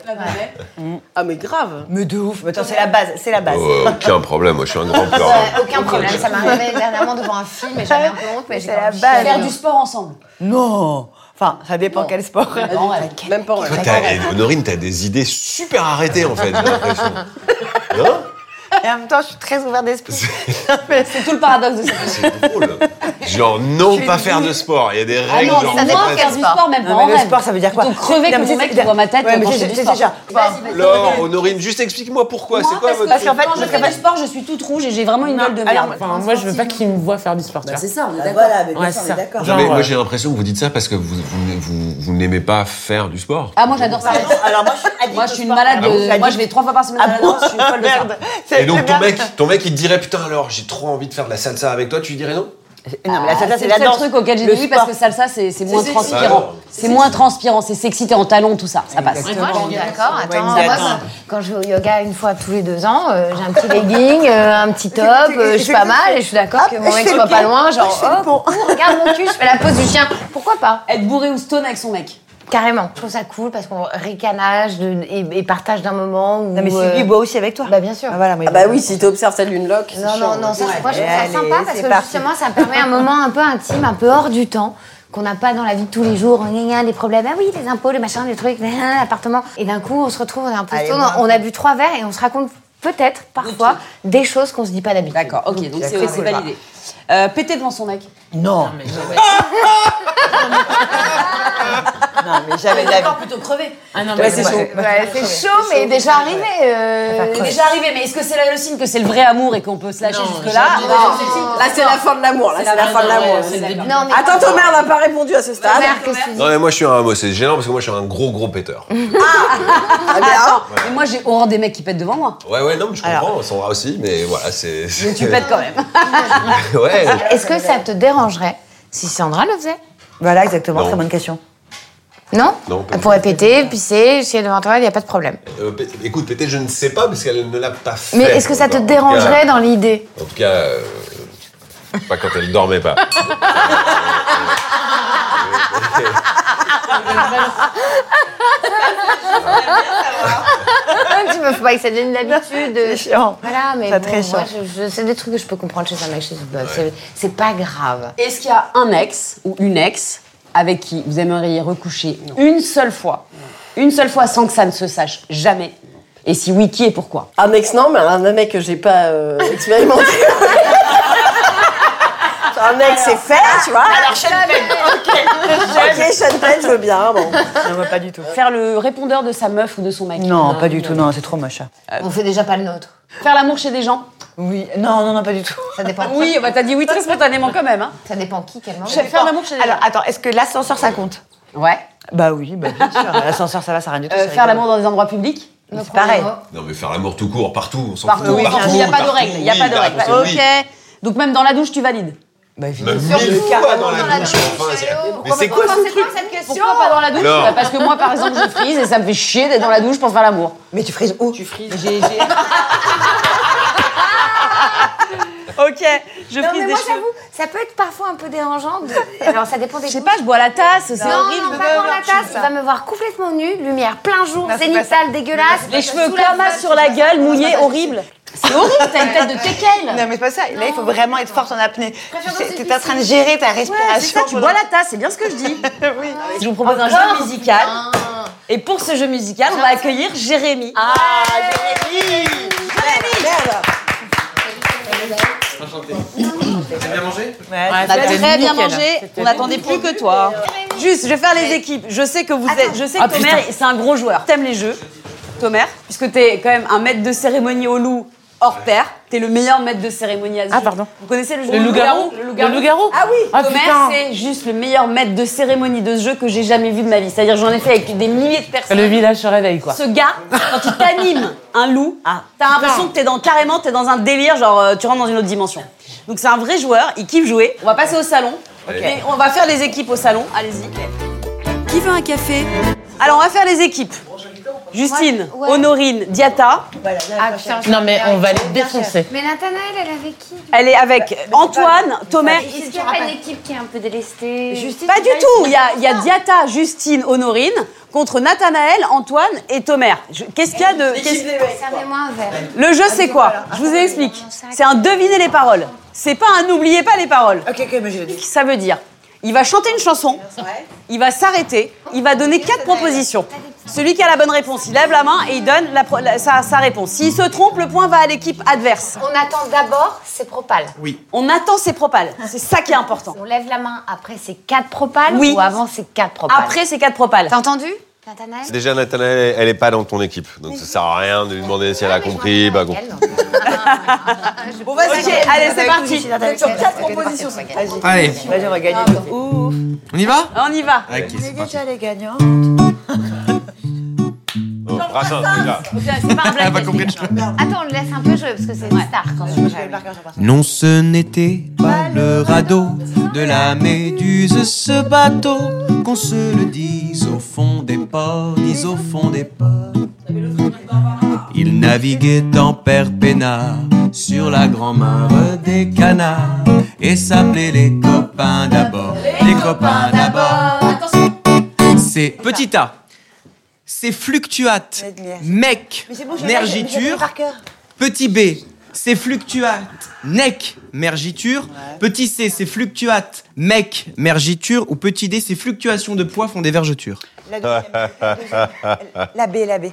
S5: Mm.
S1: Ah mais grave.
S5: Mais de ouf, mais attends, c'est la base, bah, c'est la base.
S11: Oh, aucun problème, moi je suis un grand
S4: Euh,
S11: pleureur.
S4: aucun problème, ça m'est arrivé dernièrement devant un film et j'avais un peu honte, mais j'ai
S5: C'est
S4: pas
S5: la
S4: envie de
S5: base.
S4: chialer.
S2: Faire du sport ensemble.
S5: Non Enfin, ça dépend quel sport.
S2: Non, ouais.
S1: Même pas ouais.
S11: Toi, t'as- eh, Honorine, t'as des idées super arrêtées, en fait, j'ai l'impression. Hein
S5: Et en même temps, je suis très ouverte d'esprit.
S2: C'est tout le paradoxe de cette
S11: C'est drôle. Genre, non, pas faire de sport. Il y a des règles.
S2: Ah non,
S11: genre,
S4: ça
S11: on
S4: dépend
S11: peut
S4: quel
S11: pas-
S2: faire du sport, même pas
S5: Non,
S2: en
S5: mais le
S2: rêve.
S5: sport, ça veut dire quoi
S2: Donc crever
S5: Non,
S2: comme
S5: mais
S2: mon
S5: c'est-
S2: mec qui voit ma tête
S5: Ouais, mais
S2: quand
S5: c'est-
S2: je fais du
S5: c'est-
S2: sport.
S5: c'est genre-
S11: Laure, Honorine, juste explique-moi pourquoi. C'est quoi votre.
S5: parce qu'en fait,
S2: quand je
S5: parce qu'en
S2: fais du
S5: fait-
S2: sport, je suis toute rouge et j'ai vraiment une gueule de merde.
S6: Enfin, moi, je veux pas qu'il me voit faire du sport. tu vois.
S1: Bah,
S6: Bah,
S1: ça, on est
S5: Voilà, mais
S6: Ouais,
S5: bien sûr, on
S6: ça.
S5: est d'accord.
S11: Non, mais
S6: genre,
S11: moi
S6: euh,
S11: j'ai l'impression que vous dites ça parce que vous, vous, vous- vous n'aimez pas faire du sport.
S2: Ah, moi j'adore ça.
S5: Alors moi, je suis addict
S2: Moi
S5: au
S2: je suis une
S5: sport.
S2: malade
S5: Ah bon Ah
S2: de. Moi je vais trois fois par semaine à la danse, je suis une folle de ça.
S5: Merde, c'est
S11: Et donc ton mec, ton mec, il te dirait putain alors j'ai trop envie de faire de la salsa avec toi, tu lui dirais non
S5: Non, mais la salsa, c'est
S2: Ah, le
S5: la
S2: seul
S5: danse.
S2: truc auquel j'ai
S5: Le
S2: dit oui parce que salsa, c'est c'est moins
S5: sexy.
S2: transpirant.
S11: Ah, non.
S2: C'est moins transpirant, c'est sexy, t'es en talons, tout ça, ça
S5: Bah,
S2: passe.
S4: Moi, je suis d'accord. Attends,
S2: Ouais,
S4: moi,
S2: exact.
S4: quand je vais au yoga une fois tous les deux ans, euh, j'ai un petit legging, euh, un petit top, euh, je suis pas mal et je suis d'accord que mon mec soit pas loin, genre, oh, hop, regarde mon cul, je fais la pose du chien. Pourquoi pas
S2: Être bourré ou stone avec son mec.
S4: Carrément. Je trouve ça cool parce qu'on ricanage de- et, et partage d'un moment où.
S5: Non, mais si lui, il boit aussi avec toi.
S4: Bah, bien sûr.
S5: Ah, voilà, mais
S1: Ah bah oui, si t'observes celle d'une loque. c'est
S4: Non,
S1: chiant.
S4: non, non, ça, c'est- moi, je trouve ça
S5: Allez,
S4: sympa parce
S5: c'est
S4: que
S5: parti.
S4: justement, ça me permet un moment un peu intime, un peu hors du temps, qu'on n'a pas dans la vie de tous les jours. Gna, gna, les problèmes, ah oui, les impôts, les machins, les trucs, gna, gna, l'appartement. Et d'un coup, on se retrouve, on est un peu
S2: Allez,
S4: stone,
S2: bravo.
S4: on a bu trois verres et on se raconte peut-être, parfois, des choses qu'on se dit pas d'habitude.
S2: D'accord, ok, donc c'est c'est validé. Euh, péter devant son mec.
S5: Non. Non, mais jamais de la vie.
S2: plutôt crevé.
S12: Ah non,
S5: Ouais, c'est chaud.
S4: Ouais, c'est chaud, mais déjà arrivé. euh,
S2: C'est déjà arrivé, mais est-ce que c'est le signe que c'est le vrai amour et qu'on peut se lâcher jusque-là
S1: jamais. Non. Là, c'est la fin de l'amour, là, c'est la fin de l'amour.
S4: Non, mais-
S1: Attends, Thomas, on n'a pas répondu à ce stade.
S4: Merde, qu'est-ce que tu dis
S11: Non mais moi je suis un moi c'est gênant parce que moi je suis un gros gros péteur.
S2: Ah. Attends, mais moi j'ai horreur des mecs qui pètent devant
S4: Mm.
S2: moi.
S11: Ouais ouais non mais je comprends, son rat aussi mais voilà c'est.
S2: Mais tu pètes quand même.
S11: ouais.
S4: Est-ce que ça te dérangerait si Sandra le faisait
S5: Voilà, exactement,
S11: Non.
S5: très bonne question.
S4: Non
S11: Non, pas
S4: Elle pourrait péter, Ah, pisser, chier devant toi, il n'y a pas de problème.
S11: Euh, pé- écoute péter je ne sais pas parce qu'elle ne l'a pas fait.
S4: Mais est-ce que ça te
S11: encore.
S4: dérangerait dans l'idée
S11: En tout cas, euh, pas quand elle dormait pas.
S4: Tu me faut pas que ça devienne une habitude.
S5: chiant.
S4: Voilà, mais
S5: Ça
S4: bon,
S5: très
S4: moi,
S5: chiant.
S4: je, je- c'est des trucs que je peux comprendre chez un mec, chez une meuf. C'est- C'est pas grave.
S2: Est-ce qu'il y a un ex ou une ex avec qui vous aimeriez recoucher une seule fois Une seule fois sans que ça ne se sache jamais Et si oui, qui et pourquoi
S1: Un mec, non, mais un mec que j'ai pas euh, expérimenté. un mec, c'est fait, tu vois. Alors, Sean Penn, ok. Ok, Sean Penn, je veux bien, hein, bon.
S5: Non, pas du tout.
S2: Faire le répondeur de sa meuf ou de son mec
S5: Non, pas du tout, non, c'est trop moche. ça.
S4: On fait déjà pas le nôtre.
S2: Euh, Faire l'amour chez des gens
S5: Oui, non, non, non, pas du tout.
S4: Ça dépend.
S2: Oui, bah t'as dit oui très spontanément quand même. Hein.
S4: Ça dépend qui, quel moment.
S2: Faire l'amour chez des
S5: Alors, attends, est-ce que l'ascenseur, ça compte
S2: gens. Ouais.
S5: Bah oui, bah bien sûr. L'ascenseur, ça va, ça rien du tout.
S2: Euh,
S5: c'est
S2: faire
S5: rigolo.
S2: l'amour dans des endroits publics
S4: Nos
S5: c'est pareil.
S4: premiers mots.
S11: Non mais faire l'amour tout court, partout, on s'en
S2: Partout,
S11: fout.
S2: oui,
S11: partout,
S2: il n'y a pas de
S11: partout,
S2: règle. Il n'y a
S11: oui,
S2: pas de
S11: la
S2: règle.
S11: réponse est oui.
S2: Ok. Donc même dans la douche, tu valides.
S5: Bah, évidemment.
S11: Mais mille fois dans la douche, enfin, c'est- Mais c'est quoi ce truc
S4: cette question
S2: Pourquoi pas dans la douche
S11: Non.
S2: Bah, Parce que moi, par exemple, je frise et ça me fait chier d'être dans la douche pour faire l'amour.
S5: Mais tu frises où Tu frises.
S2: J'ai- j'ai- ok, je
S4: Non,
S2: frise
S4: mais
S2: des
S4: moi,
S2: cheveux.
S4: j'avoue, ça peut être parfois un peu dérangeant. de- Alors, ça dépend des
S2: Je sais pas, je bois la tasse, c'est
S4: Non,
S2: horrible.
S4: non, va voir la tasse, il va me voir complètement nue, lumière plein jour,
S5: Non, c'est pas
S4: zénithale, dégueulasse.
S2: Les cheveux
S4: sous la
S2: clamas
S4: flotte.
S2: sur la gueule, mouillés, horrible. C'est horrible, t'as une tête de teckel.
S5: Non, mais c'est pas ça. Là, il faut vraiment être forte en apnée. Tu
S4: Préférence
S5: sais,
S4: de
S5: T'es en train de gérer ta
S2: Ouais, c'est
S5: respiration.
S2: ça, tu bois la tasse, c'est bien ce que je dis.
S5: Oui.
S2: Je vous propose un jeu musical.
S1: Ah.
S2: Et pour ce jeu musical, on va accueillir Jérémy. Ah,
S5: Ouais,
S2: on a
S5: c'est-
S2: très bien
S12: hein.
S2: mangé, on n'attendait plus que toi. Juste, je vais faire les équipes. Je sais que vous êtes, je sais
S12: Ah,
S2: que Tomer, c'est un gros joueur. T'aimes les jeux, Tomer, puisque t'es quand même un maître de cérémonie au loup hors pair. T'es le meilleur maître de cérémonie à ce
S12: Ah,
S2: jeu.
S12: pardon.
S2: Vous connaissez le jeu
S12: Le loup-garou
S2: Le loup-garou.
S12: Le loup-garou
S2: Ah oui.
S12: Ah,
S2: Tomer,
S12: putain.
S2: c'est juste le meilleur maître de cérémonie de ce jeu que j'ai jamais vu de ma vie. C'est-à-dire, j'en ai fait avec des milliers de personnes.
S12: Le village se réveille, quoi.
S2: Ce gars, quand il t'anime un loup, t'as l'impression que t'es dans carrément, t'es dans un délire, genre euh, tu rentres dans une autre dimension. Donc c'est un vrai joueur, il kiffe jouer. On va passer au salon.
S11: Ok.
S2: Et on va faire les équipes au salon. Allez-y. Qui veut un café Alors on va faire les équipes. Justine,
S4: Ouais.
S2: Honorine, Diata.
S4: Ah, putain, je-
S12: Non, mais on va les défoncer.
S4: Mais Nathanaël, elle est avec qui
S2: Elle est avec Antoine, Thomas.
S4: Est-ce qu'il n'y a pas une équipe qui est un peu délestée Justine
S2: Pas du tout. Il y a, il y a Diata, Justine, Honorine contre Nathanaël, Antoine et Thomer. Je- Qu'est-ce qu'il y a de qu'est-ce-
S4: Servez-moi un verre.
S2: Le jeu, c'est quoi Je vous explique. C'est un deviner les paroles. C'est pas un n'oubliez pas les paroles.
S5: Ok, ok, mais je l'ai dit.
S2: Ça veut dire, il va chanter une chanson, il va s'arrêter, il va donner quatre propositions. Celui qui a la bonne réponse, il lève la main et il donne la pro- la- sa, sa réponse. S'il se trompe, le point va à l'équipe adverse.
S4: On attend d'abord ses propales.
S2: On attend ses propales. C'est ça qui est important.
S4: On lève la main après ses quatre propales
S2: Oui.
S4: ou avant ses quatre propales
S2: Après ces quatre propales.
S4: T'as entendu Nathanaël
S11: Déjà Nathanaël, elle est pas dans ton équipe, donc ça sert à rien de lui demander si elle
S5: Ah,
S11: a compris. Bah,
S4: Elle,
S11: compris.
S4: non.
S1: Bon, vas-y.
S2: Ok, allez, c'est parti.
S1: T'es sur quatre propositions. c'est parti.
S7: Allez,
S5: Vas-y, on va gagner.
S2: Ouf.
S7: on y va
S5: Oh, Ah,
S2: On y va.
S7: Ok, c'est parti.
S5: les gagnants.
S11: Oh. Brassens, déjà. Ah, bah,
S4: C'est pas un blague. Attends, on le laisse un peu jouer parce que c'est une star quand même.
S12: Non, ce n'était pas le radeau de la méduse, ce bateau, qu'on se le dise au fond des ports, dise au fond des ports. Il naviguait en perpénard sur la grand-mare des canards et s'appelait les copains d'abord, les copains d'abord. C'est petit A. C'est fluctuate, mec, nergiture. Petit B, c'est fluctuate, nec, mergiture. Petit C, c'est fluctuate, mec, mergiture. Ou petit D, c'est fluctuation de poids font des vergetures.
S5: La deuxième.
S11: Euh.
S5: La B, la B.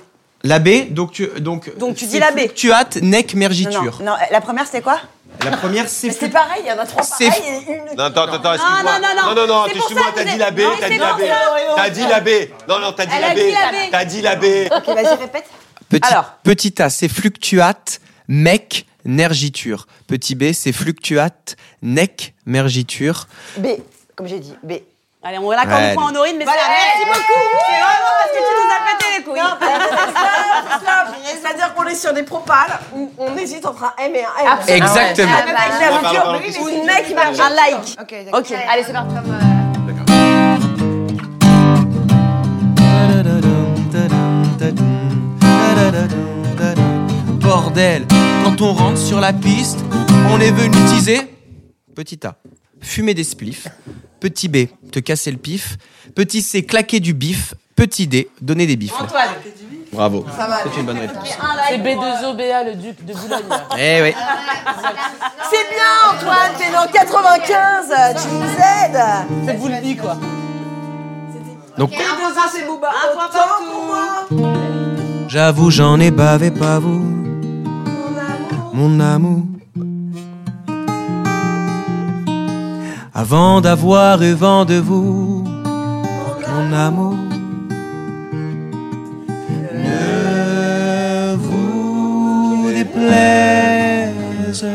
S12: La B, donc tu, donc,
S5: Donc tu dis
S12: c'est
S5: la B.
S12: Fluctuate, nec,
S5: Non,
S12: mergiture.
S5: non, la première c'était quoi
S12: La première, c'est
S5: C'est pareil, il y en a trois
S12: C'est- pareilles
S11: Non, attends, attends, attends,
S5: Non,
S11: excuse-moi.
S5: non, non, non.
S11: non, non,
S5: C'est pour
S11: excuse-moi,
S5: ça que
S11: t'as
S5: vous
S11: dit
S5: êtes-
S11: la B,
S5: Non, mais
S11: t'as
S5: c'est
S11: dit la
S5: bon,
S11: B.
S5: c'est bon.
S11: T'as dit la B. Non, non, t'as dit
S5: Elle
S11: la
S5: a
S11: B.
S5: dit la B.
S11: T'as dit la B.
S5: Ok, vas-y, répète.
S12: Petit, petit A, c'est fluctuate, mec, nergiture. Petit B, c'est fluctuate, nec, mergiture.
S5: B, comme j'ai dit, B.
S2: Allez, on raconte
S12: Ouais.
S2: ouais. point honorine, mais
S5: Voilà,
S2: c'est
S5: merci beaucoup.
S2: C'est vraiment parce que tu nous as pété les couilles.
S1: Non, parce que c'est ça, c'est ça. C'est-à-dire qu'on est sur des propales où on hésite entre un Ah, M et un M.
S12: Absolument. Exactement.
S1: Même avec la voiture, ou une mec qui marche.
S2: Un like.
S5: Ok,
S2: Ok, allez, c'est parti.
S12: Bordel, quand on rentre sur la piste, on est venu teaser. Petit A, fumer des spliffs. Petit B, te casser le pif. Petit C, claquer du bif. Petit D, donner des bifles.
S6: Antoine.
S12: Bravo,
S6: Ça va.
S12: c'est une bonne réponse.
S6: C'est B2OBA, le duc de Boulogne.
S12: Eh oui.
S1: C'est bien, Antoine, t'es dans 95, tu nous aides.
S6: C'est vous le dit, quoi.
S12: Donc-
S1: Et deux ans, c'est Booba. Autant pour moi.
S12: J'avoue, j'en ai bavé, pas vous. Mon amour. Avant d'avoir eu vent de vous, mon amour. Ne vous déplaise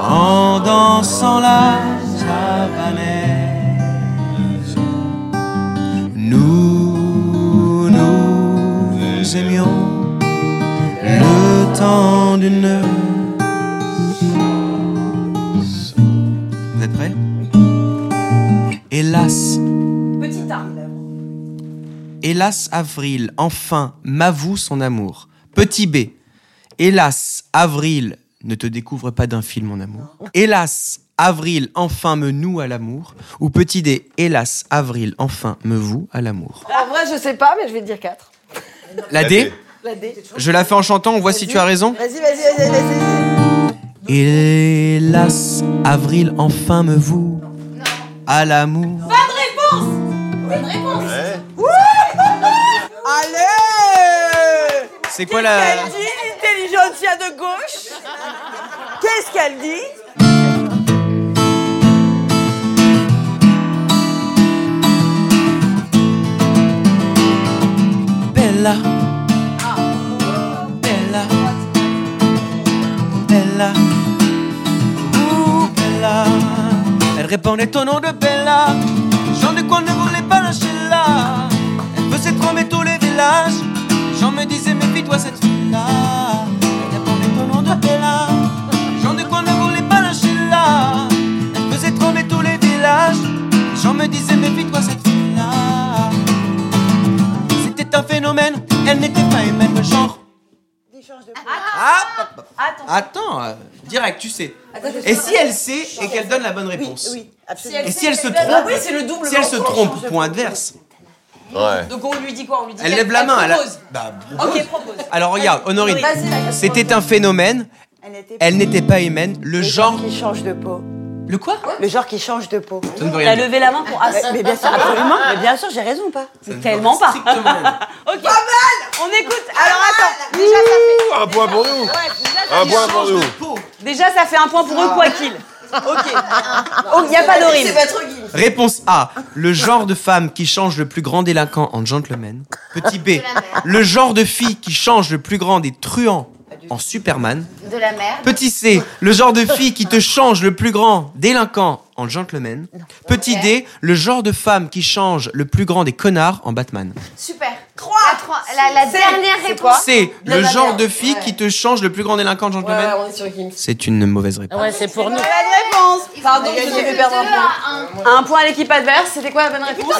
S12: en dansant la javanaise. Nous, nous aimions le temps d'une. Vous êtes prêts Hélas,
S2: Petit A.
S12: hélas, Avril, enfin, m'avoue son amour. Petit B, hélas, Avril, ne te découvre pas d'un film, mon amour. Hélas, Avril, enfin, me noue à l'amour. Ou petit D, hélas, Avril, enfin, me voue à l'amour.
S14: En vrai, je sais pas, mais je vais te dire 4.
S12: La D,
S14: La D.
S12: je la fais en chantant, on voit si tu as raison.
S14: Vas-y, vas-y, vas-y, vas-y.
S12: Hélas, avril enfin me voue à l'amour.
S1: Pas de réponse. Pas de réponse. Allez
S12: C'est quoi la.
S1: Qu'elle dit, intelligentsia de gauche Qu'est-ce qu'elle dit
S12: Bella. Bella. Bella. Ouh, Bella. Elle répondait au nom de Bella. Jean de quoi ne voulait pas lâcher là. Elle faisait trembler tous les villages. Jean me disait, méfie-toi cette fille-là. Elle répondait au nom de Bella. Jean de quoi ne voulait pas lâcher là. Elle faisait trembler tous les villages. Jean me disait, méfie-toi cette fille-là. C'était un phénomène, elle n'était pas humaine, le genre. Ah, Attends, euh, direct, tu sais. Et si elle sait et qu'elle donne la bonne réponse Et si elle se trompe Si elle se trompe, point adverse.
S11: Ouais.
S2: Donc on lui dit quoi On lui dit
S12: Elle
S2: qu'elle-
S12: lève la main, elle a-
S2: propose.
S12: Bah, bon.
S2: Ok, propose.
S12: Alors regarde,
S2: Vas-y,
S12: Honorine,
S2: Honorine. Vas-y, vas-y.
S12: c'était un phénomène, elle n'était pas humaine, le genre.
S5: Qui change de peau.
S12: Le quoi
S5: Le genre qui change de peau.
S12: Ça ne veut rien dire.
S2: levé la main pour
S5: Mais, mais bien sûr, absolument. Mais bien sûr, j'ai raison ou pas
S2: Tellement pas. Ok. Pas mal On écoute. Alors attends, déjà ça fait.
S11: Un point pour nous.
S2: Déjà,
S11: Un point pour
S2: change
S11: nous.
S2: de peau. Déjà, ça fait un point pour eux, quoi qu'il. Ok. Oh, Il n'y a pas d'orine.
S1: C'est votre guide.
S12: Réponse A, le genre de femme qui change le plus grand délinquant en gentleman. Petit B, le genre de fille qui change le plus grand des truands en Superman.
S4: De la mer.
S12: Petit C, le genre de fille qui te change le plus grand délinquant en gentleman. Petit D, le genre de femme qui change le plus grand des connards en Batman.
S4: Super.
S1: Croix
S4: La, trois- la- la
S1: C'est-
S4: dernière
S1: c'est
S4: réponse.
S12: C'est
S4: La
S12: le
S4: dernière.
S12: genre de fille qui te change le plus grand délinquant de Jean Domaine.
S1: on est sur Kim.
S12: C'est une mauvaise réponse.
S6: Ouais, c'est pour nous.
S1: Bonne réponse. Pardon,
S2: Il
S1: je
S2: faut
S1: vous ai fait
S2: gagner
S1: perdre
S2: deux
S1: un point.
S2: Un point à l'équipe adverse, c'était quoi la bonne réponse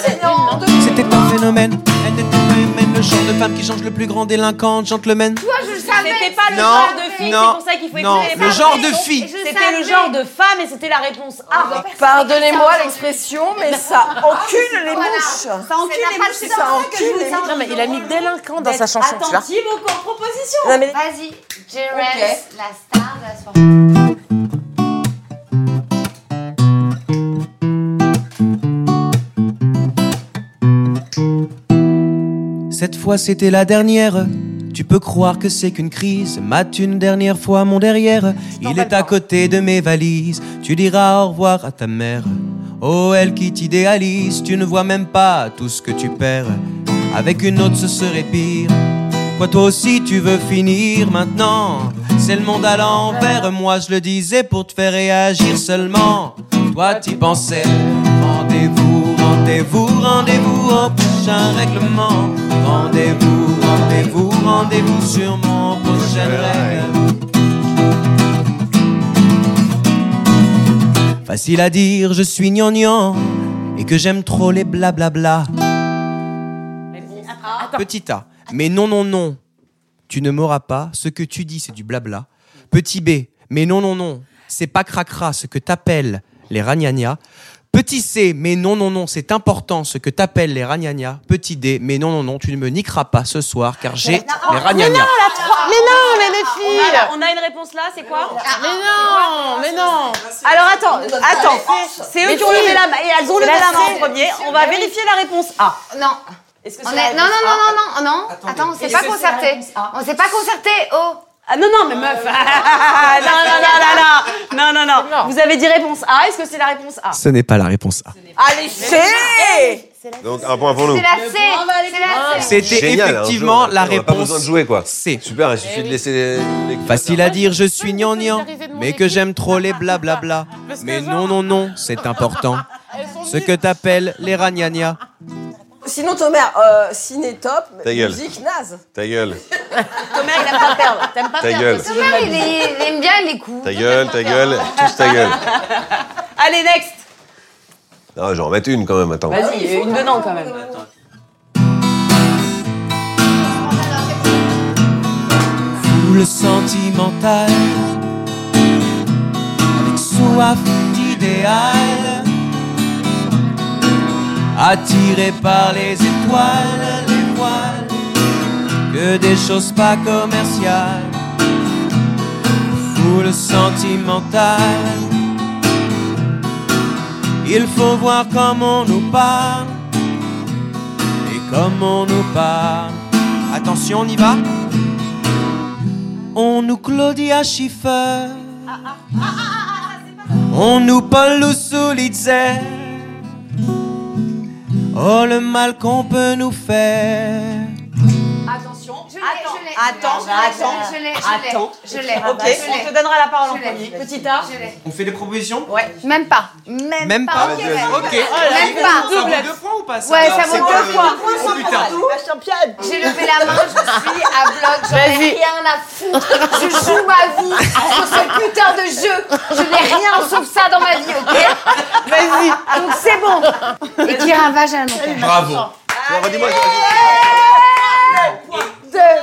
S12: C'était un phénomène. Elle n'était pas humaine. Le genre de femme qui change le plus grand délinquant de gentleman.
S2: C'était pas le
S12: Non,
S2: genre de fille,
S12: non,
S2: c'est pour ça qu'il faut
S12: non,
S2: écouter les
S12: le
S2: femmes.
S12: genre de fille. Je
S2: C'était le genre de femme et c'était la réponse A.
S1: Pardonnez-moi l'expression, mais ça encule les
S2: Voilà.
S1: mouches. Ça encule
S2: la
S1: les mouches,
S2: phrase que
S1: ça
S2: je
S1: encule
S2: voulais
S1: les
S2: dire.
S1: mouches.
S6: Non, mais il a mis délinquant dans sa chanson, tu vois.
S1: Attentive aux propositions.
S4: Vas-y, Jerez,
S1: Ok.
S4: la star de la soirée.
S12: Cette fois c'était la dernière. Tu peux croire que c'est qu'une crise. Mate une dernière fois mon derrière. Il est à côté de mes valises. Tu diras au revoir à ta mère. Oh, elle qui t'idéalise. Tu ne vois même pas tout ce que tu perds. Avec une autre, ce serait pire. Quoi, toi aussi, tu veux finir maintenant. C'est le monde à l'envers. Moi, je le disais pour te faire réagir seulement. Toi, t'y pensais. Rendez-vous, rendez-vous, rendez-vous au prochain règlement. Rendez-vous, rendez-vous, rendez-vous sur mon prochain rêve. Facile à dire, je suis gnangnan et que j'aime trop les blablabla. Petit A. Mais non, non, non. Tu ne m'auras pas. Ce que tu dis, c'est du blabla. Petit B. Mais non, non, non. C'est pas cracra ce que t'appelles les ragnagnas. Petit C. Mais non, non, non. C'est important ce que t'appelles les ragnagnas. Petit D. Mais non, non, non. Tu ne me niqueras pas ce soir car j'ai les
S6: Mais
S12: ragnagnas.
S6: non, la trois- Mais non, mais les
S2: On a,
S6: filles
S2: on a une réponse là, c'est quoi
S6: Mais non, mais non
S1: ah,
S2: Alors attends, attends, c'est eux
S6: Mais
S2: qui ont
S6: si.
S2: levé la main et elles ont levé
S6: C'est la
S2: la main en
S6: seule.
S2: premier. On va vérifier la réponse A.
S4: Non.
S2: Est-ce que
S4: On
S2: c'est
S4: est-
S2: la
S4: Non, non,
S2: réponse A
S4: non, non, non, non. Attends, on s'est
S2: Est-ce
S4: pas
S2: que c'est la
S4: concerté.
S2: réponse A
S4: On s'est pas concerté, oh. Euh.
S2: Ah non, non, mais meuf Non, non, non, non, non, non, non Vous avez dit réponse A, est-ce que c'est la réponse A
S12: Ce n'est pas la réponse A.
S1: Allez, c'est
S11: Donc un point pour nous.
S4: la C. C'est la C.
S12: C'était
S11: Génial, hein,
S12: effectivement
S11: un jour,
S12: la
S11: on a Pas
S12: réponse
S11: besoin de jouer quoi.
S12: C'est
S11: super, il
S5: Eh
S11: suffit de laisser les. les-
S12: Facile à dire, je suis gnangnan, mais que j'aime trop les blablabla. Mais non, non, non, c'est important. Ce que t'appelles les ragnagnas.
S1: Sinon, Thomas, euh, ciné top,
S12: Ta gueule.
S1: musique naze.
S11: Ta gueule.
S2: Thomas, il aime pas perdre. T'aimes pas
S11: Ta perdre, gueule. si
S4: Thomas, il, est- il aime bien les coups.
S11: Ta gueule, ta gueule, tous ta gueule.
S2: Allez, next
S11: Non, je vais en mettre une quand même, attends.
S2: Vas-y, une dedans quand même.
S12: Foule sentimentale, avec soif d'idéal, attiré par les étoiles, les voiles, que des choses pas commerciales. Foule sentimentale, il faut voir comment on nous parle, et comment on nous parle. Attention, on y va. On nous Claudia Schiffer. On nous Paulo Sulitzer. Oh, le mal qu'on peut nous faire.
S2: Attention,
S4: Je l'ai,
S2: attends, attends,
S4: je l'ai. Je l'ai,
S2: attends,
S4: je l'ai, je l'ai,
S2: attends.
S4: je l'ai.
S2: Ok,
S4: Je l'ai.
S2: on te donnera la parole en
S4: Je l'ai,
S2: premier.
S4: je l'ai.
S2: Petit A.
S4: Je l'ai.
S12: On fait des propositions
S2: Ouais.
S4: Même pas. Même,
S12: Même pas.
S4: Ok.
S12: Ok.
S4: Même pas.
S12: Ça vaut deux points ou pas ça
S4: Ouais,
S12: Alors,
S4: ça
S12: c'est
S4: vaut
S12: quoi
S4: deux
S12: le-
S4: points.
S12: Oh,
S5: Ah,
S12: putain.
S1: La championne.
S4: J'ai levé la main, je suis à bloc, j'en ai
S6: Vas-y.
S4: rien à foutre. Je joue ma vie sur ce putain de jeu. Je n'ai rien sauf ça dans ma vie, ok
S6: Vas-y
S4: Donc c'est bon. Et qui ravage à l'enfer.
S12: Bravo.
S11: Redis-moi,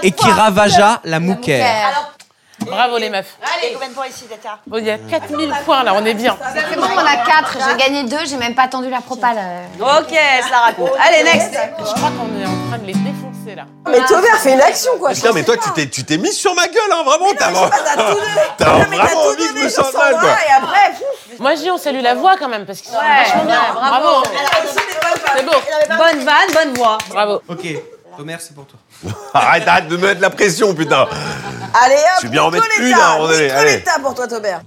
S12: Et qui ravagea la mouquère.
S6: Bravo les meufs
S1: Allez, combien de points ici, Dakar
S6: Bon, il y a 4000 points là, on est bien.
S4: C'est bon, on a 4, j'ai gagné 2, j'ai même pas tendu la propale. euh.
S2: Ok, je la raconte. Allez, next
S6: Je crois qu'on est en train de les défoncer là.
S11: Ah.
S1: Mais Thomas, fais une action, quoi.
S11: Putain, mais toi, tu t'es, tu t'es mis sur ma gueule, hein, vraiment. T'as,
S1: T'as tout donné.
S11: t'as
S1: Non, mais t'as
S11: vraiment
S1: tout
S11: envie que je
S1: donné
S11: me
S1: dans
S11: sente
S1: son
S11: mal, Oh, quoi.
S1: bras, Et après, pff,
S6: Moi je dis on salue la voix quand même parce qu'ils sont
S2: Ouais,
S6: vachement bien.
S2: ouais, bravo.
S6: bravo. C'est beau.
S2: Bonne vanne, bonne voix.
S6: Bravo.
S12: Ok. Thomas, c'est pour toi.
S11: Arrête, arrête de me mettre la pression, putain.
S1: allez hop,
S11: Tu veux bien en
S1: nique-toi
S11: mettre
S1: l'État,
S11: une, hein, à un moment donné,
S1: nique-toi
S11: allez.
S1: l'État pour toi, Thomas.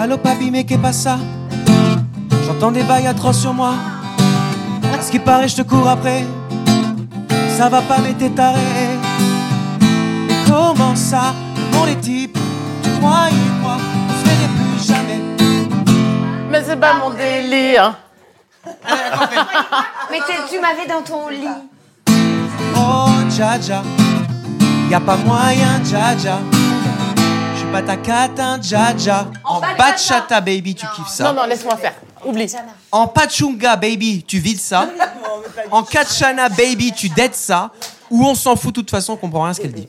S12: Allô papi, mais qu'est pas ça J'entends des bails atroces sur moi. À ce qui paraît, je te cours après. Ça va pas, mais t'es taré. Mais comment ça Le monde est type. Tu crois, il croit. On se verrait plus jamais.
S6: Mais c'est pas mon délire.
S4: Mais t'es- tu m'avais dans ton lit.
S8: Oh, Dja Dja, y a pas moyen, Dja Dja. Je suis pas ta catin, Dja Dja. En bachata, baby, tu kiffes ça.
S12: Non, non, laisse-moi faire. Oublie.
S8: En pachunga, baby, tu vides ça. En kachana, baby, tu dettes ça. Ou on s'en fout, de toute façon, on comprend rien à ce qu'elle dit.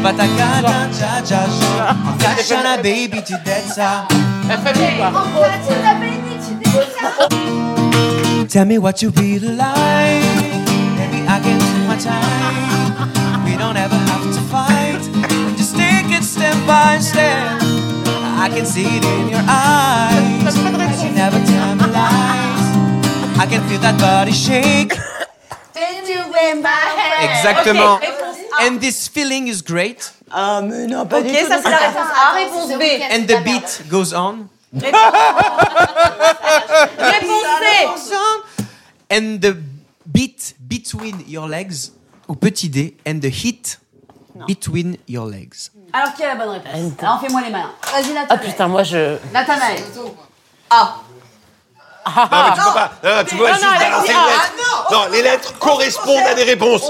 S8: Patacana, dja dja dja. Kachana, baby, tu dettes ça.
S12: La famille, quoi.
S8: Tell me what you be like. Maybe I can take my time. We don't ever have to fight. Just take it step by step. I can see it in your eyes. That you never tell me lies. I can feel that body shake.
S4: Then you were my head.
S8: Exactement. And this feeling is great. Ah, mais non, pas
S4: du tout, non plus.
S2: A. Réponse B.
S8: And the beat goes on.
S2: Réponse C.
S8: And the beat between your legs. Au petit D. And the hit between your legs.
S2: Alors, qui a la bonne réponse Alors, fais-moi les malins. Ah. Vas-y, Nathanaël.
S12: Ah putain, moi je.
S2: Nathanaël. A.
S12: Ah,
S11: Non, mais tu
S12: ah.
S11: peux pas. Non, non, tu
S12: Non,
S11: vois,
S12: non,
S11: juste
S12: elle a
S11: balancer
S12: dit ah.
S11: les
S12: A.
S11: lettres. non, les lettres correspondent
S12: hein.
S11: à des réponses.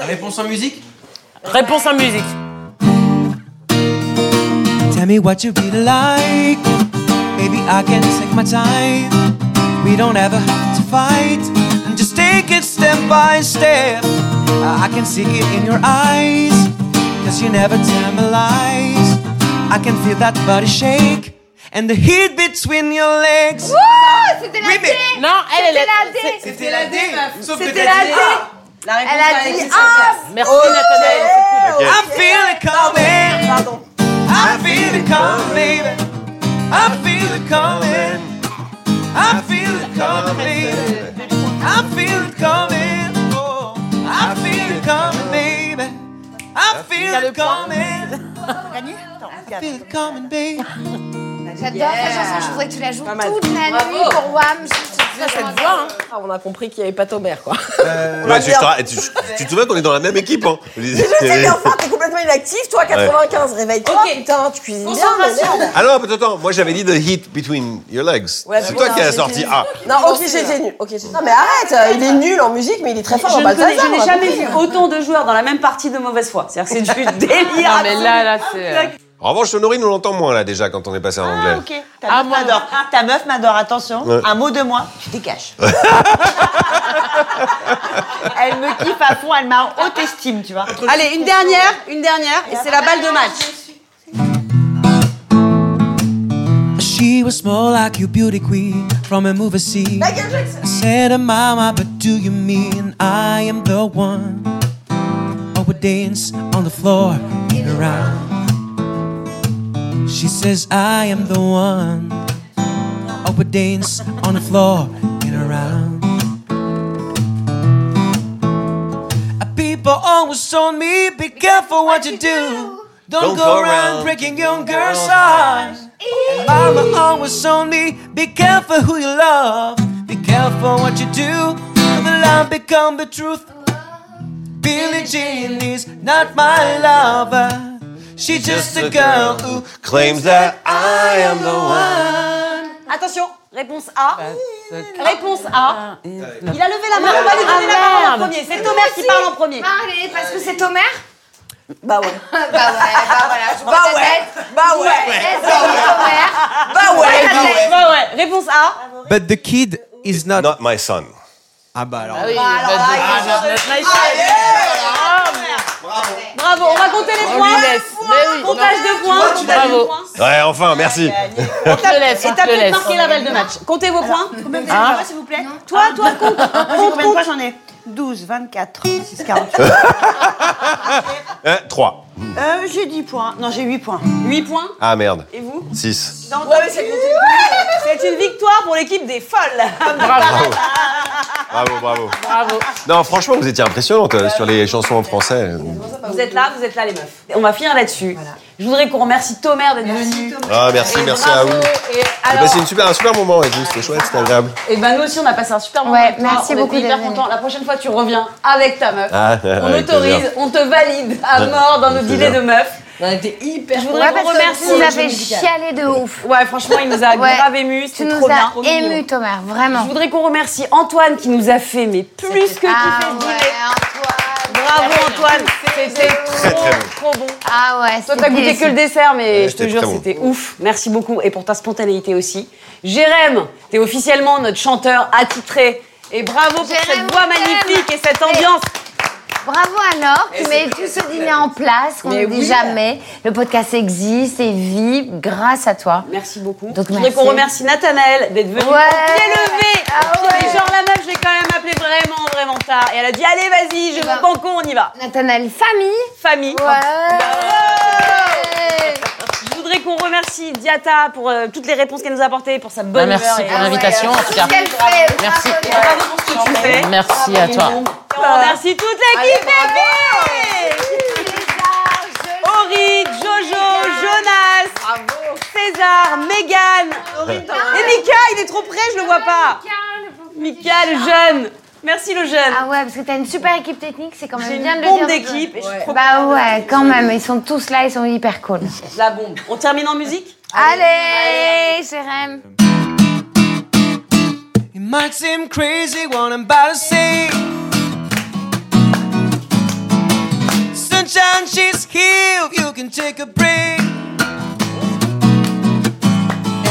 S8: La réponse en musique
S12: Réponse en musique.
S8: Tell me what you feel like. Maybe I can take my time. We don't ever have to fight. And just take it step by step. I I can see it in your eyes. Cause you never tell me lies. I can feel that body shake. And the heat between your legs.
S4: C'était la
S8: Oui,
S4: D.
S8: mais-
S12: Non, elle, elle est-
S4: C'était la D.
S8: C'était la D. Sauf que
S4: C'était
S8: t'as
S4: la
S8: dit
S4: D.
S8: A.
S1: La réponse
S4: Elle a
S1: à
S4: dit
S1: Alexis
S4: ah.
S1: Sanchez.
S2: Oh.
S12: Merci Nathanaël. c'est cool.
S8: I feel it coming.
S1: Pardon.
S8: I feel it coming, baby. I feel it coming. I feel it coming, baby. I feel it coming. Oh, I feel it coming, baby. I feel it coming. I feel it coming, baby.
S4: J'adore cette chanson, je voudrais que tu la joues toute la nuit pour Wam. Cette voix,
S3: Ah, on a compris qu'il n'y avait pas Tomer, quoi.
S11: Ouais, tu, te ra- tu- tu te souviens qu'on est dans la même équipe, hein
S1: Mais Euh, je sais, mais enfin, t'es complètement inactif, toi, 95. Réveille-toi, putain, tu cuisines bien, mais merde.
S11: Ah non, attends, attends, moi j'avais dit The Heat Between Your Legs.
S1: Ouais,
S11: c'est
S1: putain,
S11: toi qui as
S1: j'ai
S11: sorti
S1: dit-
S11: A.
S1: Non, ok, j'étais nul. Ok, j'ai- non, mais arrête, euh, il est nul en musique, mais il est très fort
S2: Je
S1: en
S2: ne
S1: Balthazar.
S2: connais- je
S1: on
S2: n'ai
S1: a
S2: jamais
S1: compris.
S2: vu autant de joueurs dans la même partie de mauvaise foi. C'est-à-dire que c'est du délire. Ah,
S12: Non, mais là, là,
S2: c'est.
S11: En revanche, Sonorine, on l'entend moins là déjà quand on est
S5: Ah,
S11: passé en anglais.
S5: Ta meuf m'adore. Ta meuf m'adore, attention.
S11: Ouais.
S5: Un mot de moi, je dégage. elle me kiffe à fond, elle m'a en haute estime, tu vois.
S2: Allez, une dernière, une dernière, et c'est la balle de match.
S8: She was more like your beauty queen from a movie scene.
S1: Michael Jackson.
S8: I said to mama, but do you mean I am the one? I would dance on the floor and around. She says I am the one. I would dance on the floor and around. People always told me, be careful what you do. Don't, go around breaking young girls' hearts. Mama always told me, be careful who you love, be careful what you do, the lie become the truth. Billie Jean is not my lover, she's just a girl who
S11: Claims that I am the one.
S2: Attention, réponse A.
S12: Bah,
S2: Réponse A. Il a levé la main, on va lui
S12: Ah,
S2: donner la parole en premier. C'est Thomas qui parle en premier.
S4: Parlez, parce que c'est Tomer
S1: Bah ouais.
S4: Bah ouais, bah voilà, je
S1: Bah ouais. Bah ouais. Bah ouais.
S2: Bah ouais, réponse A.
S8: But the kid is not.
S11: Not my son.
S8: Ah bah alors.
S12: Oui, bah, notre Michael.
S2: Bravo, on va compter les
S12: On lui
S2: points.
S12: laisse. Mais oui.
S2: Comptage de points, comptage de
S12: Bravo.
S2: points.
S11: Ouais, enfin, merci.
S12: On te le laisse,
S2: Et
S12: on
S2: t'as
S12: te le
S2: peut-être
S12: laisse.
S2: marqué la balle de match. Comptez vos points.
S12: Ah.
S2: s'il vous plaît Toi, toi, compte. Compte,
S5: Combien de
S2: compte.
S5: fois j'en ai 12, 24, 36, 48.
S11: 3.
S5: Euh, j'ai 10 points. Non, j'ai 8 points.
S2: 8 points.
S11: Ah merde.
S2: Et vous
S11: 6.
S5: Dans
S2: Ouais, mais c'est une victoire pour l'équipe des folles.
S12: Bravo.
S11: Bravo. Bravo, bravo.
S2: Bravo.
S11: Non, franchement, vous étiez impressionnante euh, sur les chansons en français.
S2: Vous êtes là, vous êtes là les meufs. On va finir là-dessus. Je voudrais qu'on remercie Thomer d'être venu.
S11: Ah, merci,
S2: Et
S11: merci
S2: bravo.
S11: à vous.
S2: Et
S11: J'ai
S2: alors,
S11: passé une super, un super moment avec vous, c'était chouette, c'était agréable.
S2: et ben nous aussi on a passé un super moment.
S4: Ouais,
S2: avec toi.
S4: merci
S2: on
S4: beaucoup
S2: Est hyper
S4: d'être
S2: content. La prochaine fois tu reviens avec ta meuf.
S11: Ah,
S2: on
S11: avec
S2: autorise,
S11: plaisir.
S2: on te valide à
S11: Ouais,
S2: mort dans nos
S11: avec
S2: dîners de
S11: plaisir.
S2: meufs. On a été hyper. Je voudrais
S4: Ouais,
S2: qu'on
S4: parce que
S2: remercie.
S4: tu nous as fait
S2: Jean-Michel.
S4: chialer de ouf.
S2: Ouais, franchement, il nous a grave émus.
S4: Tu
S2: c'était
S4: nous
S2: trop bien.
S4: as émus, Thomas, vraiment.
S2: Je voudrais qu'on remercie Antoine qui nous a fait mais plus que
S4: Ah
S2: kiffer le dîner. Bravo
S4: Bravo
S2: Antoine,
S11: Très,
S2: c'était trop,
S11: très bon.
S2: trop bon.
S4: Ah ouais,
S2: Toi, t'as goûté que le dessert, mais
S11: Ouais,
S2: je te
S11: c'était
S2: jure,
S11: très bon.
S2: c'était ouf. Merci beaucoup et pour ta spontanéité aussi. Jérém, t'es officiellement notre chanteur attitré. Et bravo pour
S4: Jérém,
S2: cette voix
S4: on t'aime.
S2: magnifique et cette ambiance.
S4: Bravo alors, tu mets tout ce dîner en place, qu'on
S2: Mais
S4: ne dit
S2: oui.
S4: jamais. Le podcast existe et vit grâce à toi.
S2: Merci beaucoup.
S4: Donc
S2: Je voudrais
S4: merci.
S2: qu'on remercie Nathanaël d'être venu au
S4: Ouais.
S2: pied levé.
S4: Ah
S2: Qui est
S4: ouais.
S2: genre la meuf, je l'ai quand même appelé vraiment, vraiment tard. Et elle a dit, allez, vas-y, je
S4: Bah.
S2: veux banco, on y va.
S4: Nathanaël, famille.
S2: Famille.
S4: Ouais.
S2: Je voudrais qu'on remercie Diata pour euh, toutes les réponses qu'elle nous a apportées, pour sa bonne
S12: Bah, merci
S2: humeur.
S12: pour l'invitation, en tout cas.
S4: Qu'elle fait.
S12: Merci.
S2: Bravo pour ce que tu fais.
S12: Merci à toi.
S2: Et On remercie toute l'équipe Ori, Jojo, Jonas, César, Megan et Mika, il est trop près, je le vois pas. Mika, le jeune. Merci le jeune.
S4: Ah ouais, parce que t'as une super équipe technique, c'est quand
S2: J'ai
S4: même
S2: une
S4: bien de le
S2: bombe
S4: dire.
S2: d'équipe et je suis trop
S4: Bah
S2: contente.
S4: ouais, quand même, ils sont tous là, ils sont hyper cool.
S2: La bombe. On termine en musique
S4: Allez, Jérém.
S8: It might seem crazy what I'm about to say. Sunshine, she's here. You can take a break.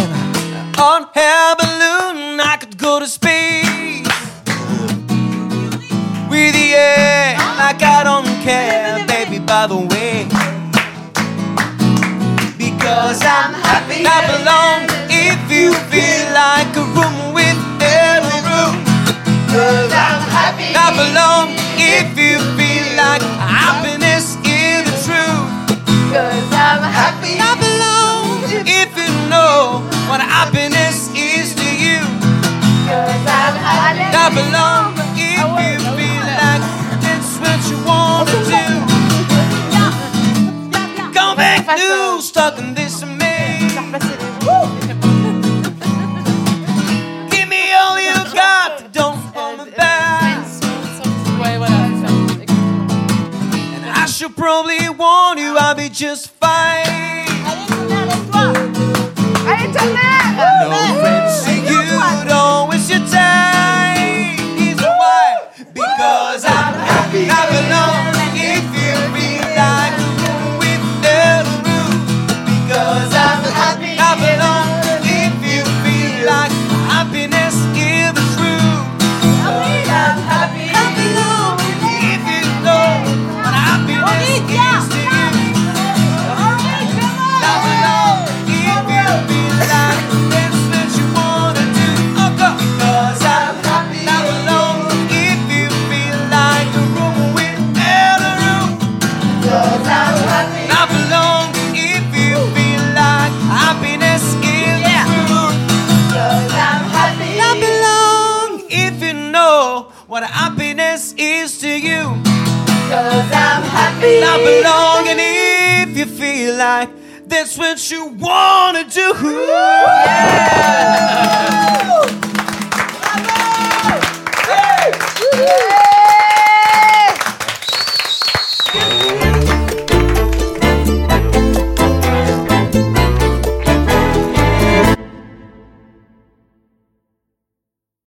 S8: And on her balloon, I could go to space with the air like I don't care, baby. By the way, because I'm happy. I belong if you feel like a room with every room. Cause I'm happy. I belong if you feel like happiness is the truth. Cause I'm happy. I belong if you know what happiness is to you. Cause I'm happy. I belong if you feel like that's what you want to do. Come back new, stuck in this maze. Give me all you got, don't hold me back. And I should probably warn you, I'll be just fine. No friends to you, don't waste your time. Is why because I'm happy. I belong if you feel like with the room. Because I'm happy. I belong if you feel like happiness is the truth. I'm happy. I belong if you know what happiness is to you. I belong if you feel like that's what you wanna do. Oh, go. 'Cause I'm happy. I belong if you feel like a room without a roof. I belong if you feel like happiness is the truth. I belong if you know what happiness is to you. Cause I'm happy. I belong and if you feel like that's what you wanna do.